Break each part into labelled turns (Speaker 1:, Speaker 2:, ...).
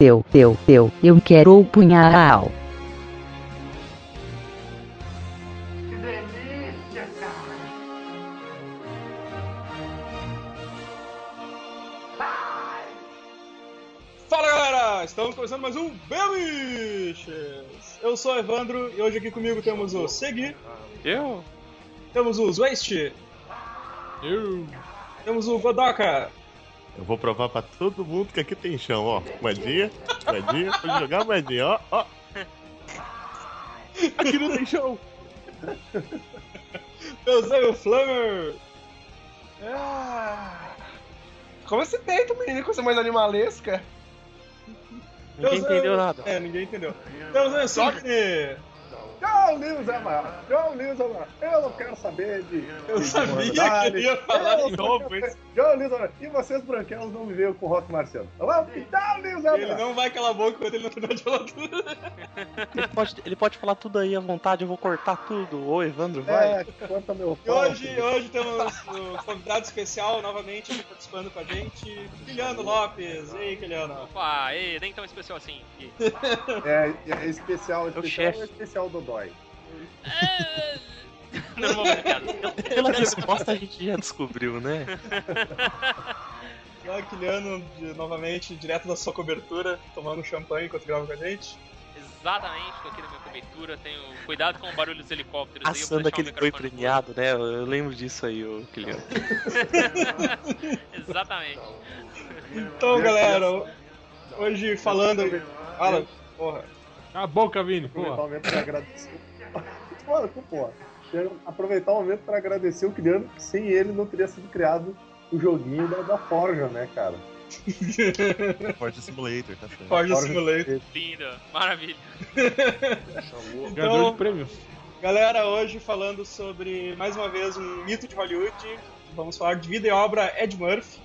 Speaker 1: teu, teu, teu, eu quero o punhal.
Speaker 2: Que delícia, cara.
Speaker 3: Fala galera, estamos começando mais um Beliches! Eu sou o Evandro e hoje aqui comigo temos o Segui,
Speaker 4: Eu?
Speaker 3: temos o Zwaste,
Speaker 4: Eu?
Speaker 3: temos o Godaka,
Speaker 5: Eu vou provar pra todo mundo que aqui tem chão, ó. Moedinha, moedinha, pode jogar moedinha, ó, ó. Aqui não tem chão.
Speaker 3: meu Zé o Flammer!
Speaker 2: Ah.
Speaker 4: Como você tenta, menino, coisa mais animalesca? Ninguém
Speaker 3: Deus,
Speaker 4: entendeu
Speaker 3: eu-
Speaker 4: nada.
Speaker 3: É, ninguém entendeu. Temos o Insigne!
Speaker 6: Tchau, Lewis Amar! Tchau, Lewis Amar! Eu não quero saber de.
Speaker 3: Eu sabia que ele ia falar de novo isso.
Speaker 6: Tchau, Lewis Amar! E vocês, branquelos, não me veio com o Rock Marciano, tá bom? Tchau, Lewis Amar!
Speaker 3: Ele não vai calar a boca enquanto ele não terminar de falar tudo.
Speaker 4: Ele pode, ele pode falar tudo aí à vontade, eu vou cortar tudo. Ô, Evandro, vai.
Speaker 6: É, corta meu
Speaker 3: E
Speaker 6: pau.
Speaker 3: hoje, hoje temos um convidado especial novamente aqui participando com a gente, Kiliano Lopes. E aí, Kiliano?
Speaker 7: Opa, Tipo, "Ah, e nem tão especial assim. E-
Speaker 6: É, é especial, especial,
Speaker 4: chefe.
Speaker 6: é especial Dodói.
Speaker 7: Não vou fazer piada.
Speaker 4: Pela resposta a gente já descobriu, né?
Speaker 3: Olá, Kiliano, de- novamente, direto da sua cobertura, tomando champanhe enquanto grava com a gente.
Speaker 7: Exatamente, tô aqui na minha cobertura, tenho cuidado com o barulho dos helicópteros aí, eu vou
Speaker 4: Assando
Speaker 7: deixar o
Speaker 4: aquele boi
Speaker 7: microfone
Speaker 4: premiado, né? Eu eu lembro disso aí, ô Kilian.
Speaker 7: fora. Exatamente.
Speaker 3: Então, galera, hoje falando. Fala, porra.
Speaker 8: Cala a boca, Vini,
Speaker 6: Aproveitar
Speaker 8: pô.
Speaker 6: o momento pra agradecer. Mano, com porra. Quero aproveitar o momento pra agradecer o Criano, que sem ele não teria sido criado o joguinho da, da Forja, né, cara?
Speaker 5: Forte Simulator, tá certo.
Speaker 3: Forge Simulator.
Speaker 7: Lindo, maravilha.
Speaker 8: Ganhador
Speaker 3: Então,
Speaker 8: de prêmio.
Speaker 3: galera, hoje falando sobre mais uma vez um mito de Hollywood. Vamos falar de vida e obra Ed Murphy.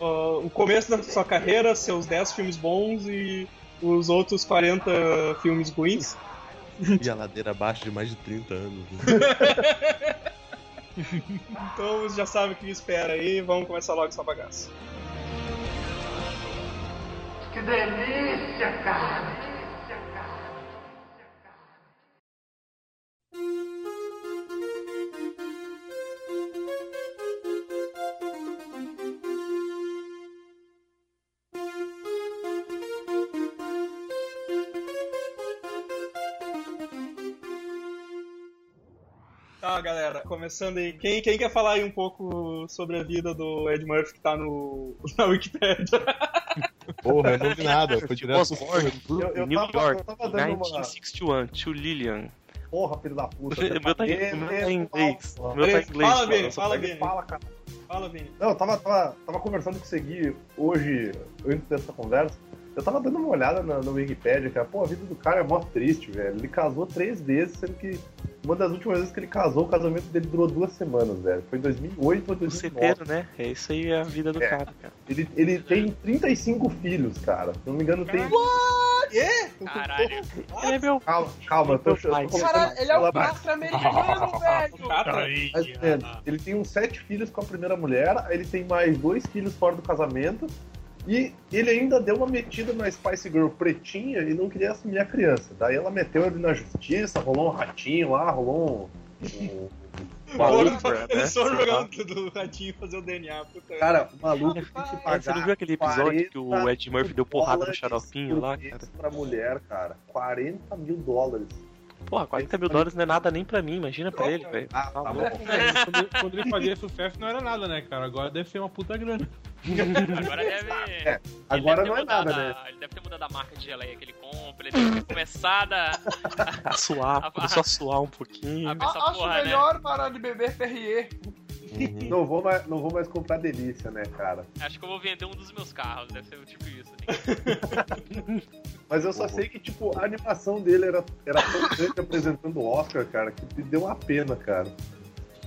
Speaker 3: Ah, o começo da sua carreira, seus 10 filmes bons e os outros 40 filmes ruins.
Speaker 5: E a ladeira abaixo de mais de 30 anos. né?
Speaker 3: Então vocês já sabem o que espera aí, vamos começar logo essa bagaça.
Speaker 2: Que delícia, cara.
Speaker 3: Tá, galera, começando aí. Quem, quem quer falar aí um pouco sobre a vida do Ed Murphy que tá no, na Wikipédia?
Speaker 5: Porra, eu não vi nada. Foi
Speaker 8: Tipo,
Speaker 5: direto pro
Speaker 4: Osborne,
Speaker 6: Eu, eu
Speaker 4: New
Speaker 6: tava,
Speaker 4: York,
Speaker 6: eu tava dando uma.
Speaker 4: 1961, tio Lillian.
Speaker 6: Porra, filho da puta.
Speaker 4: O meu tá em- o meu tá em inglês. O meu tá em inglês.
Speaker 3: Fala, Vini,
Speaker 4: só
Speaker 3: fala,
Speaker 4: pra-
Speaker 3: Vini.
Speaker 6: Fala, cara.
Speaker 3: Fala, Vini.
Speaker 6: Não, eu tava, tava, tava conversando com o Segui hoje, antes dessa conversa. Eu tava dando uma olhada na, na Wikipédia, cara. Pô, a vida do cara é mó triste, velho. Ele casou três vezes, sendo que uma das últimas vezes que ele casou, o casamento dele durou duas semanas, velho. Foi em 2008 ou
Speaker 4: O
Speaker 6: 2009.
Speaker 4: seteiro, né? É isso aí, é a vida do
Speaker 6: É.
Speaker 4: cara, cara.
Speaker 6: Ele, ele tem 35 filhos, cara. Se não me engano, tem.
Speaker 7: Caralho.
Speaker 4: Ele é meu
Speaker 6: Calma, calma, eu tô,
Speaker 9: Então,
Speaker 6: eu tô
Speaker 4: Caralho,
Speaker 6: começando a
Speaker 2: ele é
Speaker 6: falar
Speaker 2: o Catra americano, velho.
Speaker 3: Catra.
Speaker 6: mais ou menos. Ele tem uns sete filhos com a primeira mulher, aí ele tem mais dois filhos fora do casamento. E ele ainda deu uma metida na Spice Girl pretinha e não queria assumir a criança. Daí ela meteu ele na justiça, rolou um ratinho lá, rolou um. um maluco.
Speaker 4: Oprah, né?
Speaker 3: Eles
Speaker 9: Tá.
Speaker 3: foram
Speaker 4: Sei lá.
Speaker 3: jogar o do ratinho e fazer o DNA. Puta.
Speaker 2: Tá.
Speaker 6: Cara, o maluco tem que
Speaker 4: É,
Speaker 6: pagar.
Speaker 4: você não viu aquele episódio que o Ed Murphy deu é porrada no xaropinho lá?
Speaker 6: Isso
Speaker 4: Cara?
Speaker 6: pra mulher, cara. 40 mil dólares.
Speaker 4: Porra, 40 mil dólares não é nada nem pra mim, imagina pra ele, velho.
Speaker 6: Ah,
Speaker 4: Tá
Speaker 6: tá
Speaker 4: bom.
Speaker 6: bom.
Speaker 8: Quando, quando ele fazia sucesso não era nada, né, cara? Agora deve ser uma puta grana.
Speaker 7: Agora deve.
Speaker 6: É,
Speaker 7: ele
Speaker 6: Agora
Speaker 7: deve ter
Speaker 6: não é
Speaker 7: mudado
Speaker 6: nada,
Speaker 7: a-
Speaker 6: né?
Speaker 7: Ele deve ter mudado a marca de geleia que ele compra, ele deve ter começado a,
Speaker 4: A suar, começou a suar um pouquinho.
Speaker 7: a ver essa
Speaker 2: Acho
Speaker 7: porra, né?
Speaker 2: melhor parar de beber Perrier.
Speaker 5: Uhum.
Speaker 6: Não vou, mais, não vou mais comprar delícia, né, cara?
Speaker 7: Acho que eu vou vender um dos meus carros, deve ser tipo isso. Assim.
Speaker 6: Mas eu
Speaker 3: Uhum.
Speaker 6: só sei que, tipo, a animação dele era, era tão grande apresentando o Oscar, cara, que me deu uma pena, cara.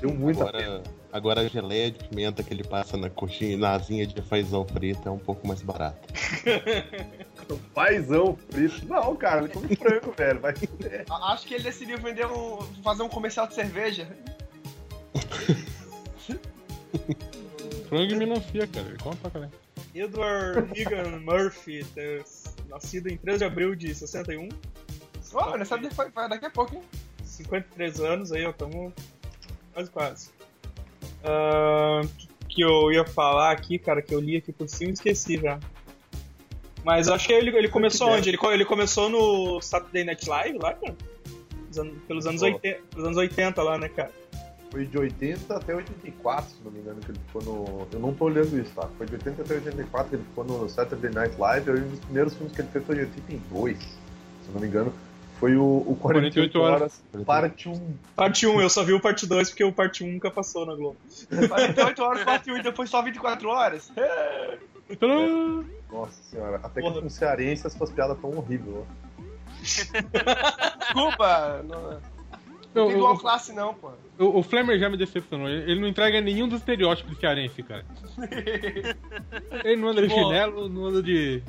Speaker 6: Deu muita pena.
Speaker 5: Agora, agora a geleia de pimenta que ele passa na coxinha e na asinha de fazão frito é um pouco mais barata.
Speaker 6: Paizão frito. Não, cara, ele come frango, velho. Vai se fuder.
Speaker 2: A- Acho que ele decidiu vender um, fazer um comercial de cerveja.
Speaker 8: Frango e melancia, cara. Ele come pra caralho.
Speaker 3: Edward Egan Murphy, Deus. nascido em 3 de abril de 61.
Speaker 2: Ó, olha, sabe que foi, foi daqui a pouco, hein?
Speaker 3: 53 anos aí, ó, tamo quase quase. Ahn, que- que eu ia falar aqui, cara, que eu li aqui por cima e esqueci já. Mas eu acho que ele, ele começou
Speaker 6: Que
Speaker 3: onde? Ele, co- ele começou no Saturday Night Live lá, cara? Nos an- Pelos anos,
Speaker 6: Pô.
Speaker 3: 80, pelos anos 80 lá, né, cara?
Speaker 6: Foi de 80 até 84, se não me engano, que ele ficou no. Eu não tô olhando isso, tá? Foi de 80 até 84 que ele ficou no Saturday Night Live. E um dos primeiros filmes que ele fez foi de 82, se não me engano. Foi o, o 48,
Speaker 8: 48 horas.
Speaker 6: horas, parte 1.
Speaker 3: Parte 1, eu só vi o parte 2 porque o parte 1 nunca passou na Globo.
Speaker 2: 48 horas, 4 e um, depois só 24 horas.
Speaker 8: Tcharam!
Speaker 6: Nossa senhora. Até
Speaker 3: Porra.
Speaker 6: que com cearense as suas piadas tão horríveis, ó.
Speaker 2: Desculpa, não, não
Speaker 8: Não,
Speaker 2: tem dual
Speaker 8: o,
Speaker 2: classe não, pô.
Speaker 8: o, o Flamer já me decepcionou. Ele, ele não entrega nenhum dos estereótipos de cearense, cara. Ele não anda de
Speaker 3: Tipo-
Speaker 8: chinelo, não anda de.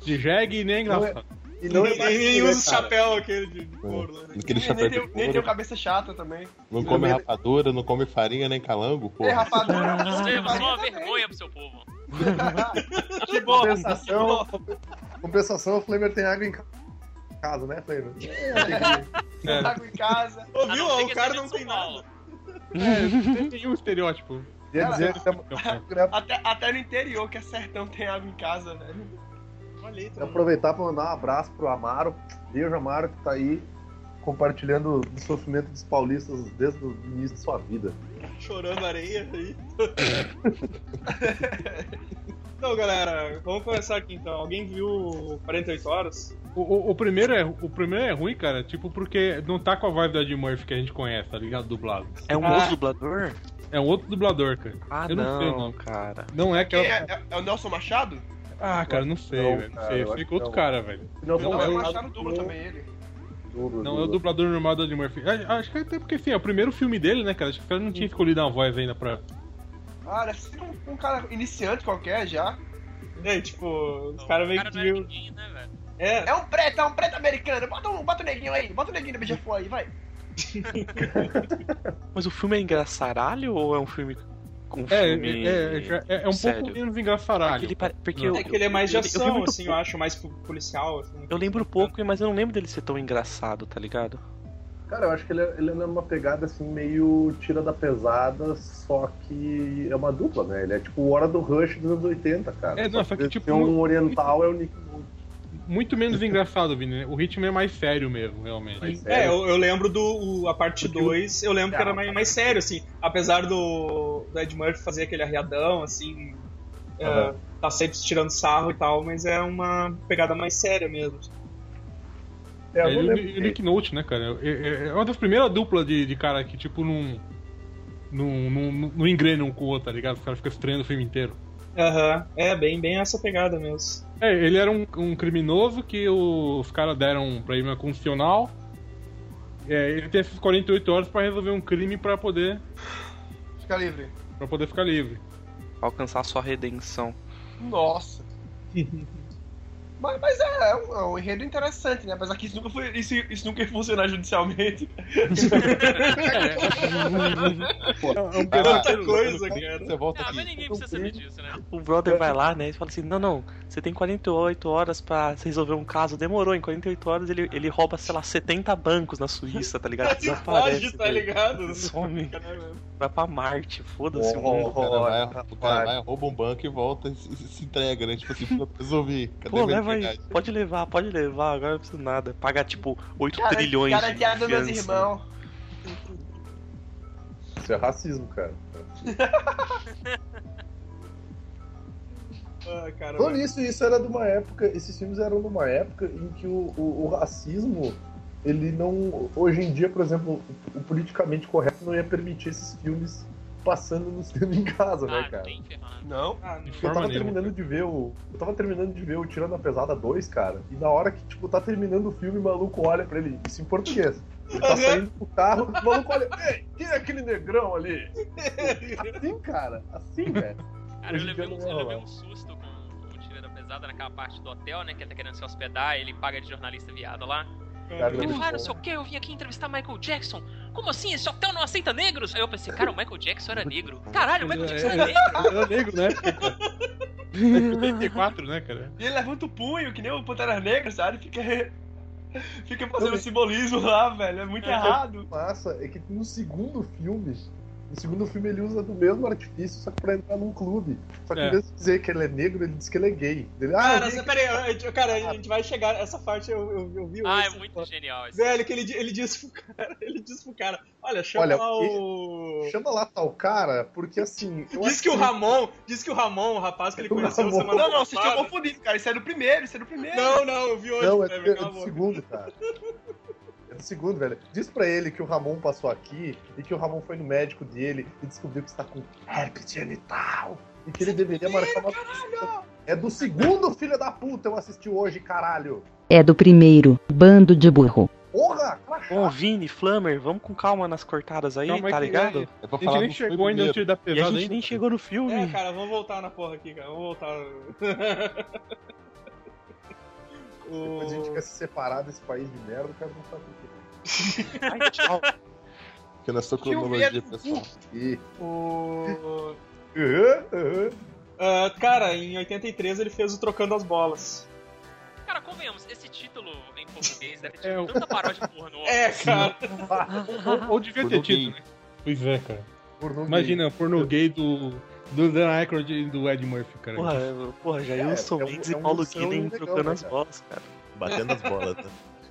Speaker 8: de jegue e nem é engraçado.
Speaker 6: E
Speaker 3: Não,
Speaker 6: não é
Speaker 3: nem,
Speaker 6: mais
Speaker 3: nem
Speaker 6: né,
Speaker 3: usa o
Speaker 6: cara?
Speaker 3: chapéu aquele de, de couro, lá, né?
Speaker 5: Aquele
Speaker 2: nem,
Speaker 5: chapéu
Speaker 2: tem,
Speaker 5: de
Speaker 2: nem tem
Speaker 5: couro.
Speaker 2: o cabeça chata também.
Speaker 5: Não come rapadura, não come farinha, nem calango, pô.
Speaker 2: Ei, rapadura.
Speaker 3: Ah,
Speaker 7: Isso é uma
Speaker 2: rapadura também.
Speaker 7: vergonha pro seu povo.
Speaker 2: que bom.
Speaker 6: Compensação, compensação, o Flamer tem água em ca- casa, né, Flamer?
Speaker 8: É.
Speaker 2: Água tá em casa.
Speaker 3: Ô,
Speaker 7: A
Speaker 3: viu?
Speaker 7: não ser
Speaker 3: Ó,
Speaker 7: que
Speaker 3: O cara
Speaker 7: seja
Speaker 3: não
Speaker 7: de São
Speaker 3: tem
Speaker 7: Paulo.
Speaker 3: nada.
Speaker 8: É, não tem nenhum estereótipo.
Speaker 6: Queria dizer que é- queria
Speaker 2: Até, até no interior, que é sertão, tem água em casa, velho.
Speaker 3: né? Olha aí,
Speaker 6: Quero
Speaker 3: tá
Speaker 6: aproveitar para mandar um abraço pro Amaro. Beijo, Amaro, que tá aí compartilhando o sofrimento dos paulistas desde o início de sua vida.
Speaker 3: chorando areia tá aí. então, galera, vamos começar aqui então. Alguém viu 48 horas?
Speaker 8: O, o- o primeiro é, o primeiro é ruim, cara, tipo, porque não tá com a vibe do Ed Murphy que a gente conhece, tá ligado? Dublado.
Speaker 9: É um
Speaker 3: Ah.
Speaker 9: outro dublador?
Speaker 8: É um outro dublador, cara.
Speaker 9: Ah,
Speaker 8: Eu não
Speaker 9: não,
Speaker 8: sei o nome.
Speaker 9: cara.
Speaker 8: Não é
Speaker 2: Que
Speaker 8: aquela.
Speaker 2: é, é- é o Nelson Machado?
Speaker 8: Ah, cara, não sei,
Speaker 6: Não,
Speaker 8: velho. Não
Speaker 6: cara,
Speaker 8: sei.
Speaker 6: eu acho
Speaker 8: Fica
Speaker 6: que
Speaker 8: outro
Speaker 6: não.
Speaker 8: cara, velho.
Speaker 6: Não, um
Speaker 2: Não,
Speaker 8: Não,
Speaker 2: é
Speaker 8: é
Speaker 2: o
Speaker 8: o-
Speaker 2: Machado dubla também ele.
Speaker 6: né?
Speaker 8: Não, é o dublador normal do Ed Murphy. A- Acho que até porque, assim, é o primeiro filme dele, né, cara? Acho que o cara não tinha escolhido uma voz ainda pra.
Speaker 2: Ah, deve ser um, um cara iniciante qualquer já.
Speaker 3: É, tipo, os caras meio que
Speaker 7: não era
Speaker 3: viu.
Speaker 7: ninguém, né, velho?
Speaker 3: É,
Speaker 2: É um preto, é um preto americano. Bota um, bota um neguinho aí, bota um neguinho da BGFO aí, vai.
Speaker 9: Mas o filme é engraçaralho ou é um filme com
Speaker 8: É,
Speaker 9: filme...
Speaker 8: é, é, já- é- é um pouco
Speaker 9: sério.
Speaker 8: menos
Speaker 9: Porque
Speaker 8: engraçaralho.
Speaker 9: ele pare- porque eu-
Speaker 3: é que ele é mais de
Speaker 9: eu- eu vi
Speaker 3: ação,
Speaker 9: muito
Speaker 3: assim, eu
Speaker 9: pouco.
Speaker 3: acho, mais pu- policial, assim.
Speaker 9: Eu lembro pouco, mas eu não lembro dele ser tão engraçado, tá ligado?
Speaker 6: Cara, eu acho que ele é, ele é numa pegada assim, meio tira da pesada, só que é uma dupla, né? Ele é tipo o Hora do Rush dos anos 80, cara.
Speaker 8: É, não, só que,
Speaker 6: esse
Speaker 8: tipo,
Speaker 6: tem um oriental é o Nick Nolte.
Speaker 8: Muito menos engraçado, Vini. né? O ritmo é mais sério mesmo, realmente.
Speaker 3: É,
Speaker 6: sério.
Speaker 3: eu, eu lembro do o- a parte
Speaker 6: Porque o-
Speaker 3: 2, eu lembro que era
Speaker 6: Ah,
Speaker 3: mais, mais sério, assim. Apesar do, do Ed Murphy fazer aquele arriadão, assim, é,
Speaker 6: Aham.
Speaker 3: tá sempre tirando sarro e tal, mas é uma pegada mais séria mesmo.
Speaker 6: É, eu
Speaker 8: É,
Speaker 6: não
Speaker 8: e o,
Speaker 6: lembro
Speaker 8: e o
Speaker 6: quem.
Speaker 8: Nick Note, né, cara? É, é- é uma das primeiras duplas de, de cara que, tipo, não. Não, não, não engrena um com o outro, tá ligado? Os caras ficam estranhos o filme inteiro.
Speaker 3: Aham, é bem, bem essa pegada mesmo.
Speaker 8: É, ele era um, um criminoso que o- os caras deram pra ele uma constitucional. É, ele tem essas 48 horas pra resolver um crime pra poder,
Speaker 2: Fica livre.
Speaker 8: pra poder ficar livre.
Speaker 9: Pra alcançar a sua redenção.
Speaker 2: Nossa. mas, mas é, é um, é um enredo interessante, né? Apesar que isso nunca, foi, isso, isso nunca ia funcionar judicialmente.
Speaker 3: Tanta coisa, cara.
Speaker 5: Você volta
Speaker 7: Ah,
Speaker 5: aqui.
Speaker 7: mas ninguém precisa saber disso, né?
Speaker 9: O
Speaker 8: É.
Speaker 9: brother vai lá, né, e fala assim, não, não, você tem 48 horas pra se resolver um caso. Demorou, em 48 horas ele, ele rouba, sei lá, 70 bancos na Suíça, tá ligado?
Speaker 3: Pode,
Speaker 9: Desaparece,
Speaker 3: tá
Speaker 9: velho.
Speaker 3: ligado? né,
Speaker 9: Some,
Speaker 3: Caramba.
Speaker 9: vai pra Marte, foda-se o
Speaker 5: O
Speaker 9: mundo.
Speaker 5: né? cara, vai, o cara
Speaker 6: rapaz.
Speaker 5: vai, rouba um banco e volta e se, se entrega, né? Tipo assim, pra resolver.
Speaker 6: Tá
Speaker 5: Cadê
Speaker 9: Pô,
Speaker 5: minha
Speaker 9: leva aí,
Speaker 5: identidade?
Speaker 9: pode levar, pode levar, agora não preciso nada. Pagar, tipo, 8
Speaker 2: Cara,
Speaker 9: trilhões
Speaker 2: Garantiado
Speaker 9: de
Speaker 2: dos meus
Speaker 9: fiança.
Speaker 2: irmãos.
Speaker 6: Isso é racismo, cara.
Speaker 3: Ah, cara,
Speaker 6: Falando nisso, isso era de uma época. Esses filmes eram de uma época em que o, o- o racismo, ele não. Hoje em dia, por exemplo, o, o politicamente correto não ia permitir esses filmes passando no cinema em casa, né,
Speaker 7: Ah,
Speaker 6: cara?
Speaker 7: tem ferrado.
Speaker 2: Não.
Speaker 3: Ah, não.
Speaker 8: De
Speaker 6: Eu
Speaker 8: forma
Speaker 6: tava
Speaker 8: nenhuma.
Speaker 5: né?
Speaker 6: terminando de ver o. Eu tava terminando de ver o Tirando a Pesada 2, cara, e na hora que, tipo, tá terminando o filme, o maluco olha pra ele, isso em português. Ele tá
Speaker 3: Aham.
Speaker 6: saindo do carro, o maluco olha, ei, quem é aquele negrão ali? Assim, cara, assim, velho.
Speaker 7: Cara, eu
Speaker 6: Hoje em
Speaker 7: levei,
Speaker 6: dia
Speaker 7: um,
Speaker 6: não
Speaker 7: eu levei
Speaker 6: rola.
Speaker 7: um susto com o tireira pesada naquela parte do hotel, né? Que ele tá querendo se hospedar, ele paga de jornalista viado lá.
Speaker 6: Cara,
Speaker 7: Ele
Speaker 6: Muito
Speaker 7: falou, ah,
Speaker 6: bom.
Speaker 7: não sei o que, eu vim aqui entrevistar Michael Jackson. Como assim? Esse hotel não aceita negros? Aí eu pensei, cara, o Michael Jackson era negro. Caralho, o Michael Jackson é negro.
Speaker 8: Era negro, né? 84, né, cara?
Speaker 2: E ele levanta o punho, que nem o Pantera Negra, sabe? Fica. Fica fazendo simbolismo lá, velho. É muito errado.
Speaker 6: Massa é que no segundo filme, no segundo filme ele usa do mesmo artifício, só que pra entrar num clube. Só que
Speaker 8: É.
Speaker 6: em vez de dizer que ele é negro, ele diz que ele é gay. Ele, ah,
Speaker 3: Cara,
Speaker 6: eu vi
Speaker 3: você-
Speaker 6: que-
Speaker 3: peraí, a gente- cara, a gente vai chegar. Essa parte eu, eu, eu vi
Speaker 7: Ah, é
Speaker 3: isso.
Speaker 7: muito genial isso.
Speaker 3: Velho, que ele, di- ele disse pro cara, ele disse pro cara, olha, chama
Speaker 6: Olha,
Speaker 3: lá o.
Speaker 6: Chama lá tal cara, porque assim. eu
Speaker 3: Diz
Speaker 6: acho
Speaker 3: que o Ramon, diz que o Ramon, o rapaz que ele
Speaker 6: O
Speaker 3: conheceu
Speaker 6: Ramon.
Speaker 3: semana
Speaker 2: Não, não, vocês estão
Speaker 3: passada.
Speaker 2: confundindo, cara. Isso é do primeiro, isso é do primeiro.
Speaker 3: Não, não, eu vi hoje, né,
Speaker 6: Não, é,
Speaker 3: velho,
Speaker 6: do- é
Speaker 3: cala a
Speaker 6: do
Speaker 3: boca.
Speaker 6: segundo, cara. É do segundo, velho. Diz pra ele que o Ramon passou aqui e que o Ramon foi no médico dele e descobriu que está com herpes genital e que ele deveria marcar uma. É do segundo, filho da puta, eu assisti hoje, caralho.
Speaker 1: É do primeiro, bando de burro.
Speaker 6: Porra, cara.
Speaker 9: Bom, Vini, Flammer, vamos com calma nas cortadas aí,
Speaker 8: Calma aí
Speaker 9: tá
Speaker 8: que-
Speaker 9: ligado?
Speaker 4: É pra
Speaker 8: A gente nem chegou ainda no tiro da
Speaker 9: E a
Speaker 8: pesada.
Speaker 9: gente nem chegou no filme.
Speaker 3: É, cara, vamos voltar na porra aqui, cara. Vamos voltar. O-
Speaker 6: Depois a gente quer se separar desse país de merda, o cara não sabe o que.
Speaker 9: Ai, tchau.
Speaker 4: Porque na sua cronologia, pessoal.
Speaker 6: E.
Speaker 3: o-
Speaker 6: Uhum, uhum.
Speaker 3: Ah, cara, em 83 ele fez o Trocando as Bolas.
Speaker 7: Cara, convenhamos, esse título em português deve ter
Speaker 8: É, o-
Speaker 7: tanta paródia pornô.
Speaker 3: É, cara.
Speaker 8: Ou, ou devia ter
Speaker 4: Porno
Speaker 8: tido,
Speaker 4: gay.
Speaker 8: né? Pois é, cara.
Speaker 6: Pornô
Speaker 8: Imagina,
Speaker 9: É.
Speaker 8: porno gay do, do Dan Aykroyd e do Ed Murphy, cara.
Speaker 9: Porra, eu- porra, Jailson
Speaker 6: É, é um-
Speaker 9: Mendes
Speaker 6: é
Speaker 9: e
Speaker 6: um
Speaker 9: Paulo
Speaker 6: missão
Speaker 9: Guilherme
Speaker 6: legal,
Speaker 9: trocando
Speaker 6: né,
Speaker 9: as
Speaker 6: cara?
Speaker 9: bolas, cara.
Speaker 5: Batendo as bolas, né?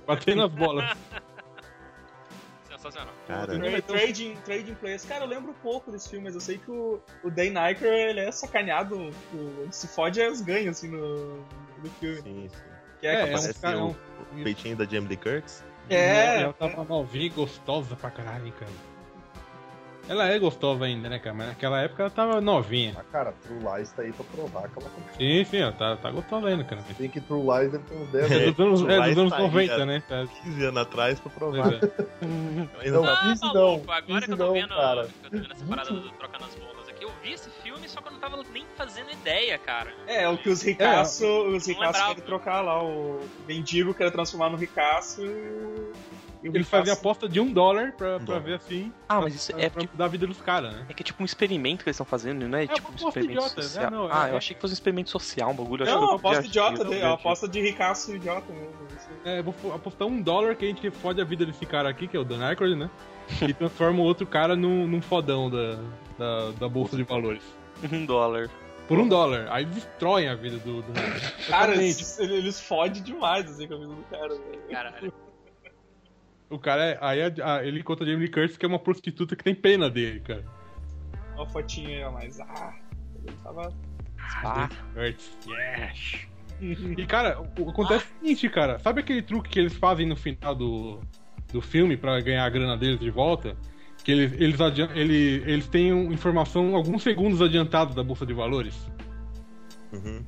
Speaker 8: Batendo as bolas.
Speaker 7: Sensacional.
Speaker 5: Cara,
Speaker 3: Tra- é Trading, trading Players. Cara, eu lembro pouco desse filme, mas eu sei que o, o Dan Aykroyd ele é sacaneado. o- ele se fode as ganhas, assim, no, no filme.
Speaker 5: sim, sim.
Speaker 3: Que é,
Speaker 8: É, é um
Speaker 5: Aparece
Speaker 8: cara-
Speaker 5: o,
Speaker 8: um-
Speaker 5: o peitinho da Jamie Lee Curtis.
Speaker 3: É.
Speaker 8: Ela tava novinha e gostosa pra caralho, cara. Ela é gostosa ainda, né, cara? Mas naquela época ela tava novinha.
Speaker 6: Ah, cara, True Lies tá aí pra provar que ela
Speaker 8: Sim, sim, ela tá, tá gostosa ainda, cara.
Speaker 6: tem que True Lies deve ter uns 10
Speaker 8: É
Speaker 5: É,
Speaker 8: dos anos, é, dos
Speaker 5: Lies
Speaker 8: anos
Speaker 5: tá aí,
Speaker 8: 90,
Speaker 5: cara.
Speaker 8: né? Tá,
Speaker 5: 15 anos atrás pra provar.
Speaker 8: pois é.
Speaker 5: Ainda
Speaker 6: Não,
Speaker 7: ah,
Speaker 6: 15 não,
Speaker 7: maluco, agora que
Speaker 6: 15
Speaker 7: eu tô
Speaker 6: não,
Speaker 7: vendo,
Speaker 6: cara.
Speaker 7: que eu tô vendo essa parada do Trocando as Bolas aqui, eu vi esse filme, só que eu não tava nem fazendo ideia, cara.
Speaker 3: É, o que os ricaços os
Speaker 7: Não
Speaker 3: ricaços
Speaker 7: lembrava.
Speaker 3: querem trocar lá. O mendigo quer transformar no ricaço. e o
Speaker 8: Ele
Speaker 3: ricaço-
Speaker 8: fazia aposta de um dólar
Speaker 5: Um
Speaker 8: pra, pra
Speaker 5: dólar.
Speaker 8: ver assim.
Speaker 9: Ah, mas isso é
Speaker 8: pra
Speaker 9: porque.
Speaker 8: mudar a vida dos caras, né?
Speaker 9: É que é tipo um experimento que eles estão fazendo, né? É,
Speaker 8: uma
Speaker 9: tipo um
Speaker 8: aposta
Speaker 9: experimento
Speaker 8: idiota, né?
Speaker 9: social.
Speaker 8: Não, é-
Speaker 9: ah, eu
Speaker 8: é-
Speaker 9: achei que fosse um experimento social, um bagulho. eu
Speaker 3: Não,
Speaker 9: achei
Speaker 3: uma
Speaker 9: que eu
Speaker 3: aposta
Speaker 9: viajei,
Speaker 3: idiota,
Speaker 9: eu
Speaker 3: né?
Speaker 9: viajei.
Speaker 3: uma aposta de ricaço idiota mesmo. assim. isso.
Speaker 8: É, vou fo- apostar um dólar que a gente fode a vida desse cara aqui, que é o Dan Aykroyd, né? E transforma o outro cara num, num fodão da, da, da bolsa de valores.
Speaker 9: Um dólar.
Speaker 8: Por um dólar. Aí destroem a vida do, do Dan Aykroyd.
Speaker 3: Cara,
Speaker 8: Totalmente.
Speaker 3: eles, eles fodem demais assim, a camisa do cara. velho.
Speaker 7: Caralho.
Speaker 8: O cara é. Aí a- a- ele conta a Jamie Lee Curtis que é uma prostituta que tem pena dele, cara.
Speaker 3: Uma fotinha aí, ó, mas. Ah, ele tava.
Speaker 9: Ah,
Speaker 8: Curtis. Yes! E, cara, o- acontece o seguinte, cara. Sabe aquele truque que eles fazem no final do, do filme pra ganhar a grana deles de volta? Que eles, eles, adian- ele- eles têm um- informação alguns segundos adiantados da Bolsa de Valores.
Speaker 5: Uhum.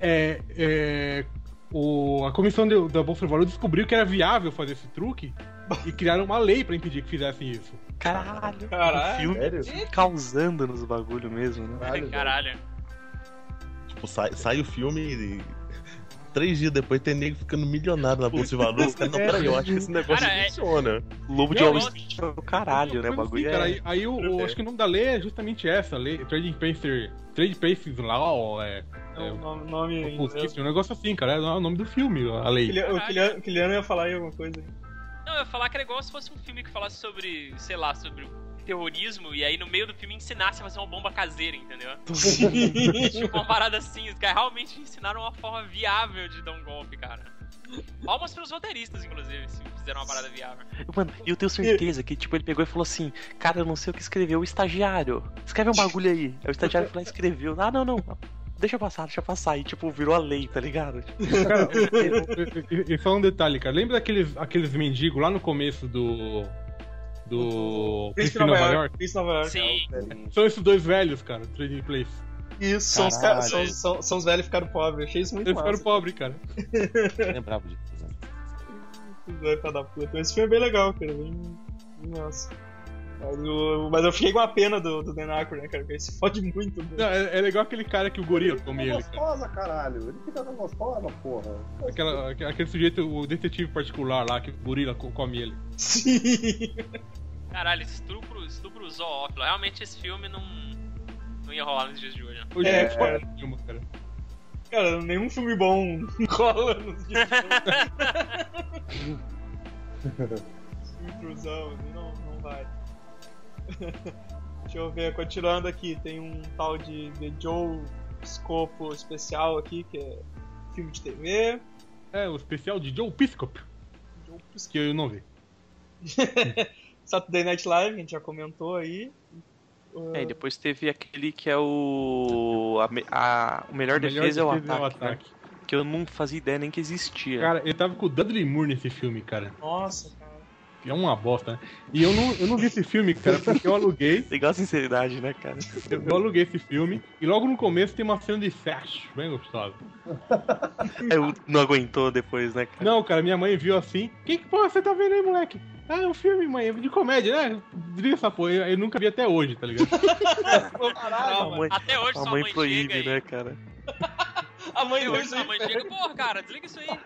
Speaker 8: É, é, o- a comissão de- da Bolsa de Valores descobriu que era viável fazer esse truque e criaram uma lei pra impedir que fizessem isso.
Speaker 9: caralho.
Speaker 3: Caralho.
Speaker 9: O filme
Speaker 6: Sério?
Speaker 9: causando nos bagulho mesmo, né?
Speaker 6: Caralho,
Speaker 7: Caralho.
Speaker 5: Tipo, sai, sai o filme e. Três dias depois tem nego ficando milionário na bolsa de valores.
Speaker 8: É.
Speaker 5: Cara, não, peraí, eu acho que esse negócio
Speaker 7: Cara, é-
Speaker 5: funciona.
Speaker 9: Lobo de
Speaker 7: Não,
Speaker 9: Wall
Speaker 7: não.
Speaker 9: Street
Speaker 8: tipo,
Speaker 9: é do caralho, né? O
Speaker 8: Coisa assim,
Speaker 9: bagulho
Speaker 8: cara,
Speaker 9: é.
Speaker 8: aí- aí o, o- acho que o nome da lei é justamente essa, lei, Trading Pacer, Trade Paces Law, é,
Speaker 3: O um nome, nome em
Speaker 8: Putz,
Speaker 3: inglês. é-
Speaker 8: um negócio assim, cara, é o nome do filme, a lei.
Speaker 3: Quiliano- O Quiliano- o Quiliano ia falar aí alguma coisa.
Speaker 7: Não, eu ia falar que era igual se fosse um filme que falasse sobre, sei lá, sobre terrorismo e aí no meio do filme ensinasse a fazer uma bomba caseira, entendeu? tipo, uma parada assim, os caras realmente ensinaram uma forma viável de dar um golpe, cara. Palmas pros roteiristas, inclusive, se fizeram uma parada viável.
Speaker 9: Mano, e eu tenho certeza que, tipo, ele pegou e falou assim: Cara, eu não sei o que escreveu o estagiário. Escreve um bagulho aí. Aí o estagiário foi lá e escreveu. Ah, não, não. Deixa passar, deixa passar. E, tipo, virou a lei, tá ligado? Tipo,
Speaker 8: Cara, e- e- e só um detalhe, cara. Lembra daqueles aqueles mendigos lá no começo do. Do. Príncipe de Nova York?
Speaker 3: Príncipe Nova York.
Speaker 7: Sim,
Speaker 8: São esses dois velhos, cara, Trading Place.
Speaker 3: Isso, são os, caras- são,
Speaker 7: Caralho.
Speaker 3: são, são os velhos que ficaram pobres. Achei isso muito
Speaker 8: Eles
Speaker 3: massa.
Speaker 8: ficaram pobres, cara.
Speaker 4: Eu lembrava disso. né?
Speaker 3: Vai pra dar puta. Esse filme é bem legal, cara. Bem, bem massa. Mas, o- mas eu fiquei com a pena do, do Dan Aykroyd, né, cara? Porque ele se fode muito. né?
Speaker 8: Não, é, é legal aquele cara que o gorila come ele, cara.
Speaker 6: gostosa, caralho. Ele fica com gostosa, porra.
Speaker 8: Aquela- aquele- aquele sujeito, o detetive particular lá, que o gorila co- come ele.
Speaker 3: Sim.
Speaker 7: caralho, estupro, estupro zoófilo. Realmente esse filme não. Não ia rolar nos dias de hoje, né?
Speaker 8: Hoje
Speaker 3: É,
Speaker 8: é, é, cara.
Speaker 3: Cara, nenhum filme bom rola nos dias Intrusão, assim, não, não vai. Deixa eu ver, continuando aqui, tem um tal de The Joe Scopo especial aqui, que é filme de TV.
Speaker 8: É, o especial de Joe Piscop. Joe Piscop. Que eu não vi.
Speaker 3: Saturday Night Live, a gente já comentou aí.
Speaker 9: É, e depois teve aquele que é o. A, me- a- o melhor, defesa é o
Speaker 8: defesa
Speaker 9: ataque. né? Que eu não fazia ideia nem que existia.
Speaker 8: Cara, ele tava com o Dudley Moore nesse filme, cara.
Speaker 3: Nossa, cara.
Speaker 8: É uma bosta, né? E eu não, eu não vi esse filme, cara, porque eu aluguei.
Speaker 9: Legal a sinceridade, né, cara?
Speaker 8: Eu, eu aluguei esse filme. E logo no começo tem uma cena de sexo, bem gostosa.
Speaker 9: Eu não aguentou depois, né, cara?
Speaker 8: Não, cara, minha mãe viu assim. Que que porra você tá vendo aí, moleque? Ah, é um filme, mãe, é de comédia, né? Diga essa porra, eu, eu nunca vi até hoje, tá ligado?
Speaker 9: a
Speaker 3: Caralho,
Speaker 9: mãe,
Speaker 7: Até hoje
Speaker 9: a
Speaker 7: sua
Speaker 9: mãe
Speaker 7: mãe
Speaker 9: proíbe,
Speaker 7: chega
Speaker 9: né,
Speaker 7: aí.
Speaker 9: cara?
Speaker 3: a mãe
Speaker 7: Até hoje
Speaker 3: hoje.
Speaker 7: sua mãe chega. Porra, cara, desliga isso aí.
Speaker 9: não.